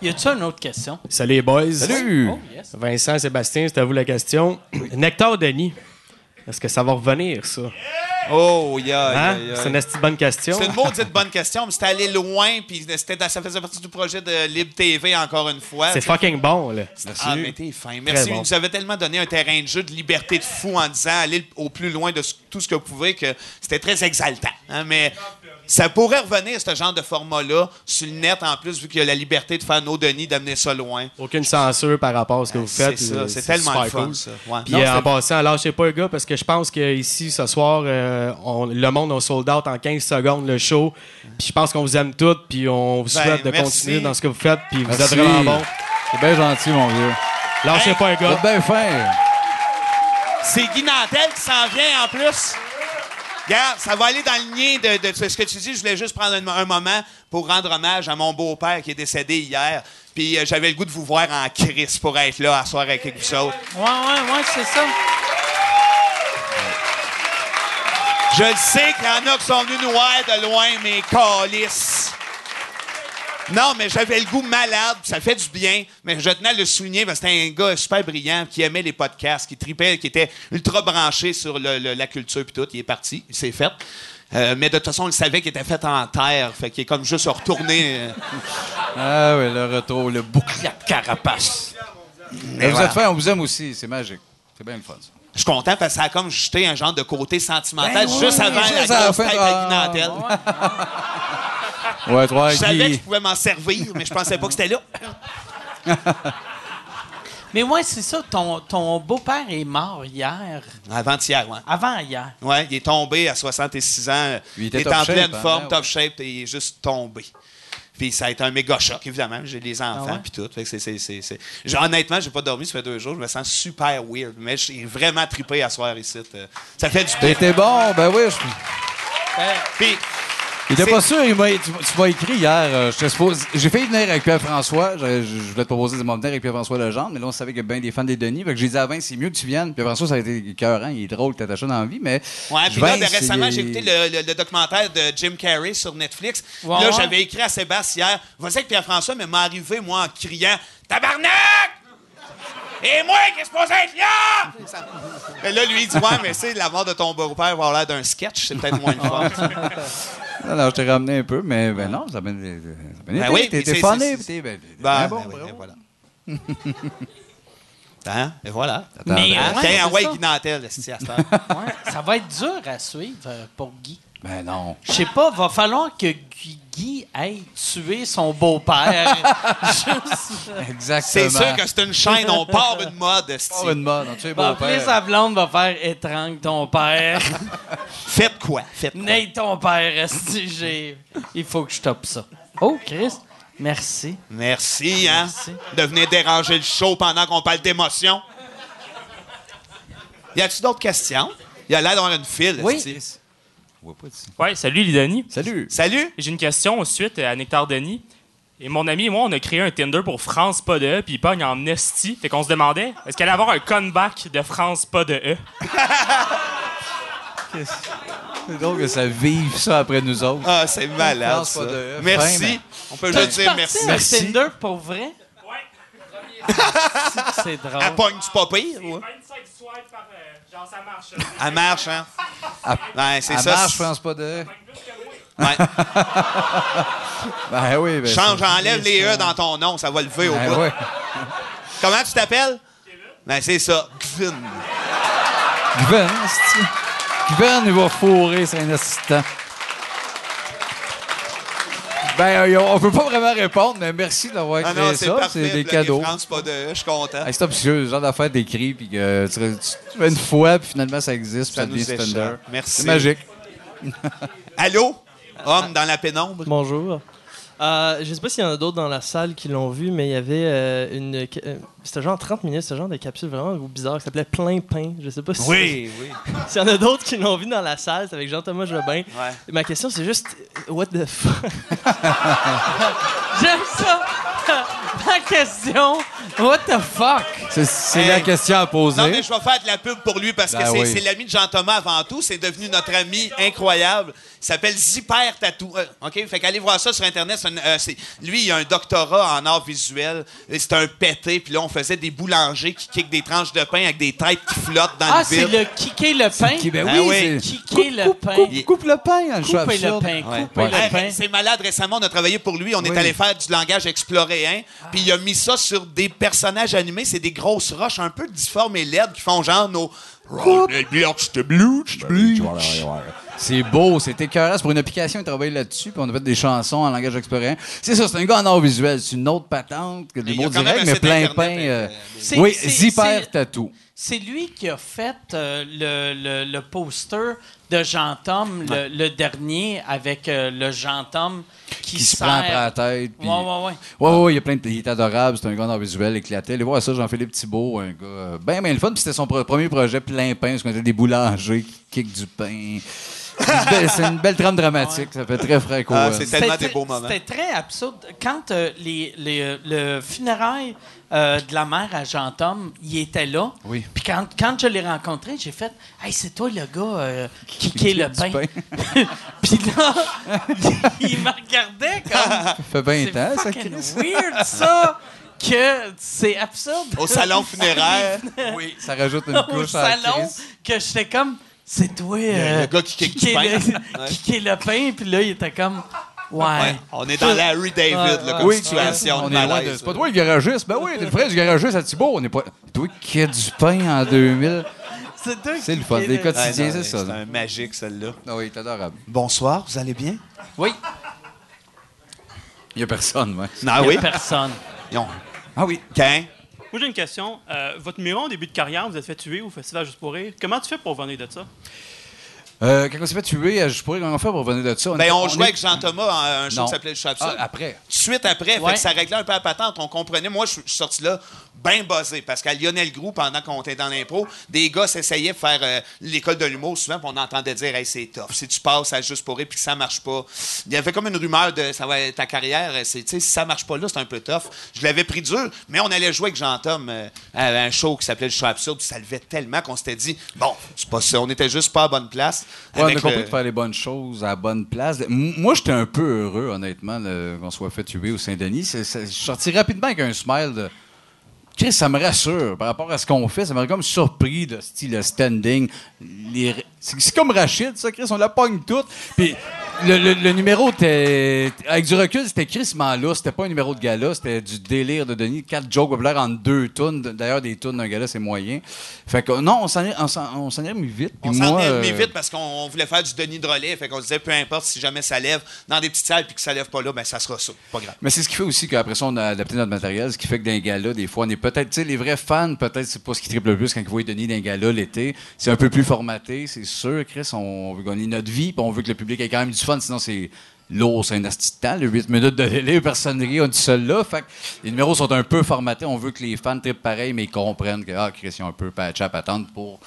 [SPEAKER 2] Y a-tu une autre question?
[SPEAKER 8] Salut les boys.
[SPEAKER 5] Salut!
[SPEAKER 2] Oh, yes.
[SPEAKER 8] Vincent, Sébastien, c'est à vous la question. Nectar Denis, est-ce que ça va revenir, ça?
[SPEAKER 4] Oh, yeah,
[SPEAKER 8] Hein?
[SPEAKER 4] yeah, yeah.
[SPEAKER 8] C'est une esti de bonne question.
[SPEAKER 4] C'est une maudite bonne question, mais c'était allé loin, puis c'était dans- ça faisait partie du projet de Libre TV encore une fois.
[SPEAKER 8] C'est fucking bon, là.
[SPEAKER 4] Ah, mais t'es fin. Merci.
[SPEAKER 8] bon.
[SPEAKER 4] Il nous avait tellement donné un terrain de jeu de liberté de fou en disant aller au plus loin de ce- tout ce que vous pouvez que c'était très exaltant. hein, mais ça pourrait revenir, ce genre de format-là, sur le net en plus, vu qu'il y a la liberté de faire nos denis, d'amener ça loin.
[SPEAKER 8] Aucune censure par rapport à ce que vous
[SPEAKER 4] c'est
[SPEAKER 8] faites.
[SPEAKER 4] ça,
[SPEAKER 8] euh,
[SPEAKER 4] c'est tellement
[SPEAKER 8] super
[SPEAKER 4] le fun,
[SPEAKER 8] cool.
[SPEAKER 4] ça. Ouais.
[SPEAKER 8] Puis
[SPEAKER 4] Non,
[SPEAKER 8] euh,
[SPEAKER 4] c'est-
[SPEAKER 8] en passant, lâchez pas, les gars, parce que je pense qu'ici, ce soir, euh, on- le monde a sold out en 15 secondes le show. Puis je pense qu'on vous aime toutes, puis on vous
[SPEAKER 4] Ben,
[SPEAKER 8] souhaite de
[SPEAKER 4] merci.
[SPEAKER 8] continuer dans ce que vous faites, puis vous êtes
[SPEAKER 5] Merci.
[SPEAKER 8] vraiment bon.
[SPEAKER 5] C'est bien gentil, mon vieux.
[SPEAKER 8] Lâchez pas, les
[SPEAKER 5] Vous
[SPEAKER 8] gars.
[SPEAKER 5] êtes bien fin!
[SPEAKER 4] C'est Guy Nantel qui s'en vient en plus. Regarde, ça va aller dans le lien de, de ce que tu dis. Je voulais juste prendre un, un moment pour rendre hommage à mon beau-père qui est décédé hier. Puis euh, j'avais le goût de vous voir en crise pour être là à soir avec vous autres.
[SPEAKER 2] Ouais, ouais, ouais, c'est ça.
[SPEAKER 4] Je le sais qu'il y en a qui sont venus nous voir de loin, mais calice. Non, mais j'avais le goût malade, puis ça fait du bien, mais je tenais à le souligner parce que c'était un gars super brillant qui aimait les podcasts, qui tripait, qui était ultra branché sur le- le- la culture puis tout. Il est parti, il s'est fait. Euh, mais de toute façon, on le savait qu'il était fait en terre, fait qu'il est comme juste retourné. euh.
[SPEAKER 5] Ah oui, le retour, le bouclier à carapace. Mais vous
[SPEAKER 4] voilà.
[SPEAKER 5] êtes fin, on vous aime aussi, c'est magique. C'est bien le fun. ça.
[SPEAKER 4] Je suis content parce que ça a comme jeté un genre de côté sentimental juste avant
[SPEAKER 5] Ben juste à
[SPEAKER 4] la
[SPEAKER 5] la
[SPEAKER 4] grosse
[SPEAKER 5] fin,
[SPEAKER 4] tête à
[SPEAKER 5] ah,
[SPEAKER 4] Guy Nantel.
[SPEAKER 5] Ouais, toi,
[SPEAKER 4] Je savais que
[SPEAKER 5] Guy.
[SPEAKER 4] je pouvais m'en servir, mais je pensais pas que c'était là.
[SPEAKER 2] Mais ouais, c'est ça. Ton, ton beau-père est mort hier.
[SPEAKER 4] Avant-hier, ouais.
[SPEAKER 2] Avant hier.
[SPEAKER 4] Ouais, il est tombé à 66 ans.
[SPEAKER 5] Il
[SPEAKER 4] Il,
[SPEAKER 5] était
[SPEAKER 4] est
[SPEAKER 5] top
[SPEAKER 4] en
[SPEAKER 5] shape,
[SPEAKER 4] pleine
[SPEAKER 5] hein,
[SPEAKER 4] forme,
[SPEAKER 2] Ah
[SPEAKER 5] ouais.
[SPEAKER 4] top shape, et il est juste tombé. Puis ça a été un méga choc, évidemment. J'ai des enfants,
[SPEAKER 2] Ah ouais?
[SPEAKER 4] puis tout. Fait que c'est- c'est- c'est- c'est- J'ai- honnêtement, j'ai pas dormi, ça fait deux jours. Je me sens super weird, mais j'ai vraiment trippé à soir ici. Euh, Ça fait du
[SPEAKER 5] T'as
[SPEAKER 4] bien.
[SPEAKER 5] été bon, ben oui. je-
[SPEAKER 4] Puis,
[SPEAKER 5] Il était
[SPEAKER 4] C'est-
[SPEAKER 5] pas sûr, il m'a, tu, tu m'as écrit hier. euh, j'étais supposé- j'ai failli venir avec Pierre-François. Je, je- je voulais te proposer de m'en venir avec Pierre-François Legendre, mais là, on savait qu'il y a bien des fans des Denis. Fait que j'ai dit à Vince, c'est mieux que tu viennes. Pierre-François, ça a été écœurant. Il est drôle, t'as attaché dans la vie, mais.
[SPEAKER 4] ouais, puis là, ben,
[SPEAKER 5] Vince,
[SPEAKER 4] récemment,
[SPEAKER 5] il-
[SPEAKER 4] j'ai écouté le, le- le documentaire de Jim Carrey sur Netflix.
[SPEAKER 2] Ouais,
[SPEAKER 4] là,
[SPEAKER 2] ouais.
[SPEAKER 4] j'avais écrit à Sébastien hier. Vas-y avec Pierre-François, mais m'est arrivé, moi, en criant Tabarnak! Et moi qui est supposé être là! Mais là, lui, il dit Ouais, mais c'est la mort de ton beau-père va avoir l'air d'un sketch, c'est peut-être moins le fun.
[SPEAKER 5] Non, non, je t'ai ramené un peu, mais ben non, ça m'a ça m'a
[SPEAKER 4] Ben
[SPEAKER 5] été,
[SPEAKER 4] oui,
[SPEAKER 5] t'es-
[SPEAKER 4] puis
[SPEAKER 5] t'es
[SPEAKER 4] c'est-
[SPEAKER 5] fané,
[SPEAKER 4] c'est-
[SPEAKER 5] puis t'es ben, t'es
[SPEAKER 4] Ben,
[SPEAKER 5] bien bon,
[SPEAKER 4] ben oui,
[SPEAKER 5] bravo.
[SPEAKER 4] et voilà. Hein? Et voilà.
[SPEAKER 5] Attends,
[SPEAKER 2] Mais-
[SPEAKER 5] attends.
[SPEAKER 4] Hein?
[SPEAKER 2] ouais,
[SPEAKER 4] Tiens,
[SPEAKER 2] c'est
[SPEAKER 4] ah ouais,
[SPEAKER 2] ça.
[SPEAKER 4] Guy Nantel, c'est à cette heure.
[SPEAKER 2] Ouais, ça va être dur à suivre euh, pour Guy.
[SPEAKER 5] Ben non.
[SPEAKER 2] Je sais pas, va falloir que Guy, Guy aille tuer son beau-père. Juste.
[SPEAKER 4] C'est
[SPEAKER 5] Exactement.
[SPEAKER 4] sûr que c'est une chaîne, on part une mode. esti.
[SPEAKER 5] Oh, une mode, tu es
[SPEAKER 2] Va
[SPEAKER 5] beau
[SPEAKER 2] appeler sa blonde, va faire étrangle ton père.
[SPEAKER 4] Faites quoi? Faites quoi?
[SPEAKER 2] Nate ton père, esti, j'ai- Il faut que je stoppe ça. Oh, Chris, merci.
[SPEAKER 4] Merci, hein?
[SPEAKER 2] Merci.
[SPEAKER 4] De venir déranger le show pendant qu'on parle d'émotion. Y a-tu d'autres questions? Y a l'air d'avoir une file.
[SPEAKER 2] Oui.
[SPEAKER 4] esti.
[SPEAKER 9] Ouais, salut Lidani.
[SPEAKER 5] Salut.
[SPEAKER 4] Salut!
[SPEAKER 9] J'ai une question suite à Nectar Denis. Et mon ami et moi, on a créé un Tinder pour France pas de E, puis il pogne en esti. Fait qu'on se demandait, est-ce qu'elle allait avoir un comeback de France pas de E?
[SPEAKER 5] C'est drôle que ça vive ça après nous autres.
[SPEAKER 4] Ah, c'est malade,
[SPEAKER 5] pense
[SPEAKER 4] ça.
[SPEAKER 5] pas de-
[SPEAKER 4] Merci.
[SPEAKER 5] Fin, mais-
[SPEAKER 4] On peut
[SPEAKER 2] T'as
[SPEAKER 4] juste dire merci.
[SPEAKER 2] parti un Tinder pour vrai? Ouais. C'est drôle.
[SPEAKER 4] Elle pogne-tu pas pire? ouais?
[SPEAKER 9] 25 swipes par... euh, genre, ça marche.
[SPEAKER 4] Elle marche, hein? Ouais, c'est
[SPEAKER 5] Ça
[SPEAKER 4] ça.
[SPEAKER 5] marche, je pense pas de.
[SPEAKER 4] Ouais.
[SPEAKER 5] Ben oui, ben.
[SPEAKER 4] Change,
[SPEAKER 5] c'est-
[SPEAKER 4] enlève les E dans ton nom, ça va lever au bout.
[SPEAKER 5] Ben oui.
[SPEAKER 4] Comment tu t'appelles? Ben, c'est ça. Gvin.
[SPEAKER 5] Gwen, c'est-tu? Gwen, il va fourrer, c'est un assistant. Ben, euh, on peut pas vraiment répondre, mais merci d'avoir
[SPEAKER 4] Ah
[SPEAKER 5] créé
[SPEAKER 4] non, c'est
[SPEAKER 5] ça.
[SPEAKER 4] parfait.
[SPEAKER 5] C'est des
[SPEAKER 4] bloquer
[SPEAKER 5] cadeaux.
[SPEAKER 4] France, pas de E, je suis content.
[SPEAKER 5] Hey, c'est obscur, le genre d'affaire d'écrit, puis que euh, tu, tu- tu fais une fois, puis finalement ça existe, puis
[SPEAKER 4] Ça
[SPEAKER 5] ça,
[SPEAKER 4] nous
[SPEAKER 5] devient
[SPEAKER 4] échappe.
[SPEAKER 5] standard.
[SPEAKER 4] Merci.
[SPEAKER 5] C'est magique.
[SPEAKER 4] Allô? Homme dans la pénombre?
[SPEAKER 6] Bonjour.
[SPEAKER 8] Euh, je sais pas s'il y en a d'autres dans la salle qui l'ont vu, mais il y avait euh, une. ca- euh, C'était genre 30 minutes, ce genre de capsule vraiment bizarre qui s'appelait Plein Pain. Je sais pas si.
[SPEAKER 4] Oui, oui.
[SPEAKER 8] S'il y en a d'autres qui l'ont vu dans la salle, c'est avec Jean-Thomas Jobin.
[SPEAKER 4] Ouais.
[SPEAKER 8] Ma question, c'est juste. What the fuck? J'aime ça!
[SPEAKER 2] Ma question, what the fuck?
[SPEAKER 5] C'est- C'est
[SPEAKER 4] Hey.
[SPEAKER 5] la question à poser.
[SPEAKER 4] Non, mais je vais faire de la pub pour lui parce que
[SPEAKER 5] Ben
[SPEAKER 4] c'est
[SPEAKER 5] oui.
[SPEAKER 4] c'est l'ami de Jean-Thomas avant tout. C'est devenu notre ami incroyable. Il s'appelle Zipper Tatou. Euh, OK? Fait qu'allez voir ça sur Internet. C'est un- euh, c'est- lui, il a un doctorat en art visuel. Et C'est un pété. Puis là, on faisait des boulangers qui kickent des tranches de pain avec des têtes qui flottent dans
[SPEAKER 2] Ah,
[SPEAKER 4] le
[SPEAKER 2] c'est
[SPEAKER 4] vide.
[SPEAKER 2] le kicker le pain?
[SPEAKER 5] Qui- ben
[SPEAKER 4] Ah
[SPEAKER 5] oui,
[SPEAKER 4] oui.
[SPEAKER 5] c'est-
[SPEAKER 2] Kicker le pain. Couper
[SPEAKER 5] Coupe, coupe le pain, le choix
[SPEAKER 2] le
[SPEAKER 5] absurde.
[SPEAKER 2] pain, couper
[SPEAKER 5] Ouais.
[SPEAKER 4] Hey,
[SPEAKER 2] le pain.
[SPEAKER 4] ben, C'est malade. Récemment, on a travaillé pour lui. On est
[SPEAKER 5] Oui.
[SPEAKER 4] allé faire du langage exploréen.
[SPEAKER 2] Ah.
[SPEAKER 4] Puis il a mis ça sur des personnages animés. C'est des grosses roches un peu difformes et laides qui font genre nos.
[SPEAKER 5] Ben. C'est beau, c'est écœurant. C'est pour une application, il travaille là-dessus, puis on a fait des chansons en langage exploréen. C'est ça, c'est un gars en art visuel. C'est une autre patente que
[SPEAKER 4] Mais
[SPEAKER 5] des
[SPEAKER 4] il y a
[SPEAKER 5] mots
[SPEAKER 4] quand même
[SPEAKER 5] directs,
[SPEAKER 4] un
[SPEAKER 5] mais
[SPEAKER 4] site
[SPEAKER 5] plein
[SPEAKER 4] Internet,
[SPEAKER 5] pain.
[SPEAKER 4] euh,
[SPEAKER 5] euh,
[SPEAKER 2] C'est-
[SPEAKER 5] Oui,
[SPEAKER 2] c'est-
[SPEAKER 5] Zipper
[SPEAKER 2] c'est-
[SPEAKER 5] Tatou.
[SPEAKER 2] C'est lui qui a fait euh, le, le- le poster de Jean-Tom, le, le dernier, avec euh, le Jean-Tom qui,
[SPEAKER 5] Qui se
[SPEAKER 2] sert-
[SPEAKER 5] prend après la tête. puis-
[SPEAKER 2] Ouais, ouais, ouais.
[SPEAKER 5] Ouais, ouais, ouais, il, y a plein de... il est adorable, c'est un gars en art visuel éclaté. Allez voir ça, Jean-Philippe Thibault, un gars euh, ben, ben le fun. Puis c'était son pro- premier projet plein pain, parce qu'on était des boulangers qui kickent du pain. C'est une belle- c'est une belle trame dramatique, ça fait très frais
[SPEAKER 4] Ah,
[SPEAKER 5] quoi.
[SPEAKER 4] c'est tellement
[SPEAKER 2] C'était-
[SPEAKER 4] des beaux moments.
[SPEAKER 2] C'était très absurde. Quand euh, les, les, euh, le funérail euh, de la mère à Jean-Tom, il était là.
[SPEAKER 5] Oui.
[SPEAKER 2] Puis quand, quand je l'ai rencontré, j'ai fait Hey, c'est toi le gars euh, qui kickait le
[SPEAKER 5] du
[SPEAKER 2] pain. Puis là, il me regardait comme.
[SPEAKER 5] Ça fait 20
[SPEAKER 4] hein,
[SPEAKER 5] ans, ça,
[SPEAKER 2] fucking
[SPEAKER 5] Chris.
[SPEAKER 2] weird, ça, que c'est absurde.
[SPEAKER 4] Au salon funéraire.
[SPEAKER 5] Oui, ça rajoute une
[SPEAKER 2] Au
[SPEAKER 5] couche à la
[SPEAKER 2] salon,
[SPEAKER 5] crise.
[SPEAKER 2] que j'étais comme C'est toi. euh,
[SPEAKER 4] le gars qui kick du
[SPEAKER 2] kickait
[SPEAKER 4] pain.
[SPEAKER 2] le-
[SPEAKER 4] Ouais.
[SPEAKER 2] kickait le pain, puis là, il était comme
[SPEAKER 4] Ouais,
[SPEAKER 2] Ouais.
[SPEAKER 4] On est dans Larry David, là, comme
[SPEAKER 5] Oui,
[SPEAKER 4] situation
[SPEAKER 5] on
[SPEAKER 4] de
[SPEAKER 5] est loin
[SPEAKER 4] malaise.
[SPEAKER 5] de... C'est pas toi le garagiste. Ben oui, t'es le frère du garagiste à Thibault. On est pas... Toi qui as du pain en 2000.
[SPEAKER 2] C'est toi
[SPEAKER 5] C'est
[SPEAKER 2] qui
[SPEAKER 5] le fun.
[SPEAKER 2] kickais
[SPEAKER 5] Des
[SPEAKER 2] le-
[SPEAKER 4] Ouais, non,
[SPEAKER 5] quotidiens, c'est
[SPEAKER 4] ouais,
[SPEAKER 5] ça.
[SPEAKER 4] un magique, celle-là.
[SPEAKER 5] Ah oui, t'es adorable.
[SPEAKER 4] Bonsoir, vous allez bien?
[SPEAKER 5] Il y a personne, ouais.
[SPEAKER 4] Ah
[SPEAKER 2] Il y a
[SPEAKER 4] oui?
[SPEAKER 2] Personne.
[SPEAKER 4] Non.
[SPEAKER 5] Ah oui.
[SPEAKER 4] Quand?
[SPEAKER 9] Moi, j'ai une question. Euh, votre numéro en début de carrière, vous êtes fait tuer au Festival Juste pour Rire. Comment tu fais pour venir de ça?
[SPEAKER 5] Euh, quand on s'est fait tuer, euh, je pourrais comment faire pour revenir de ça.
[SPEAKER 4] Ben, on
[SPEAKER 5] est-
[SPEAKER 4] jouait avec Jean-Thomas à un show
[SPEAKER 5] Non.
[SPEAKER 4] qui s'appelait Le Chat
[SPEAKER 5] Ah, après.
[SPEAKER 4] Suite après, fait
[SPEAKER 2] Ouais.
[SPEAKER 4] que ça réglait un peu la patente. On comprenait. Moi, je je suis sorti là bien buzzé parce qu'à Lionel Groux, pendant qu'on était dans l'impro, des gars s'essayaient de faire euh, l'école de l'humour souvent, puis on entendait dire Hey, c'est tough. Si tu passes à juste pour rire puis que ça marche pas. Il y avait comme une rumeur de ça va être ta carrière. euh, c'est- tu sais, Si ça marche pas là, c'est un peu tough. Je l'avais pris dur, mais on allait jouer avec Jean-Tom euh, à un show qui s'appelait Le Show Absurde, puis ça levait tellement qu'on s'était dit Bon, c'est pas ça. On était juste pas à bonne place.
[SPEAKER 5] Ouais, on a
[SPEAKER 4] Avec
[SPEAKER 5] compris
[SPEAKER 4] le-
[SPEAKER 5] de faire les bonnes choses à la bonne place. M- Moi, j'étais un peu heureux, honnêtement, de- qu'on soit fait tuer au Saint-Denis. C'est- c'est- Je suis sorti rapidement avec un smile de. Chris, ça me rassure par rapport à ce qu'on fait. Ça m'a comme surpris de style le standing. Les- C'est c'est comme Rachid, ça, Chris. On la pogne toute. Puis le, le- le numéro, était- avec du recul, c'était Chris là. C'était pas un numéro de gala. C'était du délire de Denis. Quatre jokes populaires en deux tonnes. D'ailleurs, des tonnes d'un gala, c'est moyen. Fait que non, on s'en est- on s'en on s'en est remis vite.
[SPEAKER 4] On
[SPEAKER 5] Puis
[SPEAKER 4] s'en
[SPEAKER 5] moi,
[SPEAKER 4] est
[SPEAKER 5] euh,
[SPEAKER 4] remis vite parce qu'on on voulait faire du Denis de relais. Fait qu'on se disait, peu importe si jamais ça lève dans des petites salles puis que ça lève pas là, ben ça sera ça. Pas grave.
[SPEAKER 5] Mais c'est ce qui fait aussi qu'après ça, on a adapté notre matériel, ce qui fait que d'un gala, des fois, on est peut-être, tu sais, les vrais fans, peut-être, c'est pas ce qui triple le plus quand ils voient Denis d'un gala l'été. C'est un peu plus formaté, c'est sûr, Chris. On veut gagner notre vie, puis on veut que le public ait quand même du fun, sinon c'est lourd, c'est un asti de temps. Les 8 minutes de délai, personne ne rit, on est seul là. Fait que les numéros sont un peu formatés. On veut que les fans trippent pareil, mais ils comprennent que, ah, Chris, ils ont un peu patch up, attendre pour,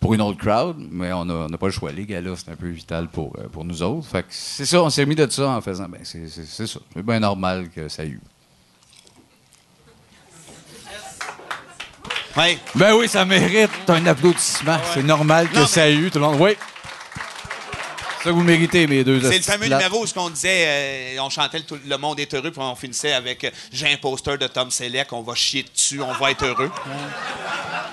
[SPEAKER 5] pour une autre crowd. Mais on n'a on a pas le choix. Les galas, c'est un peu vital pour, euh, pour nous autres. Fait que c'est ça, on s'est remis de ça en faisant, ben, c'est c'est- c'est ça. C'est bien normal que ça eu.
[SPEAKER 4] Ouais.
[SPEAKER 5] Ben oui, ça mérite un applaudissement. C'est normal que
[SPEAKER 4] Non, mais-
[SPEAKER 5] ça ait eu tout le monde. Oui. Ça, vous méritez, mes deux
[SPEAKER 4] C'est le
[SPEAKER 5] hosties
[SPEAKER 4] fameux
[SPEAKER 5] plates.
[SPEAKER 4] numéro où ce qu'on disait, euh, on chantait le, tout- le monde est heureux, puis on finissait avec euh, J'ai un poster de Tom Selleck, on va chier dessus, on va être heureux.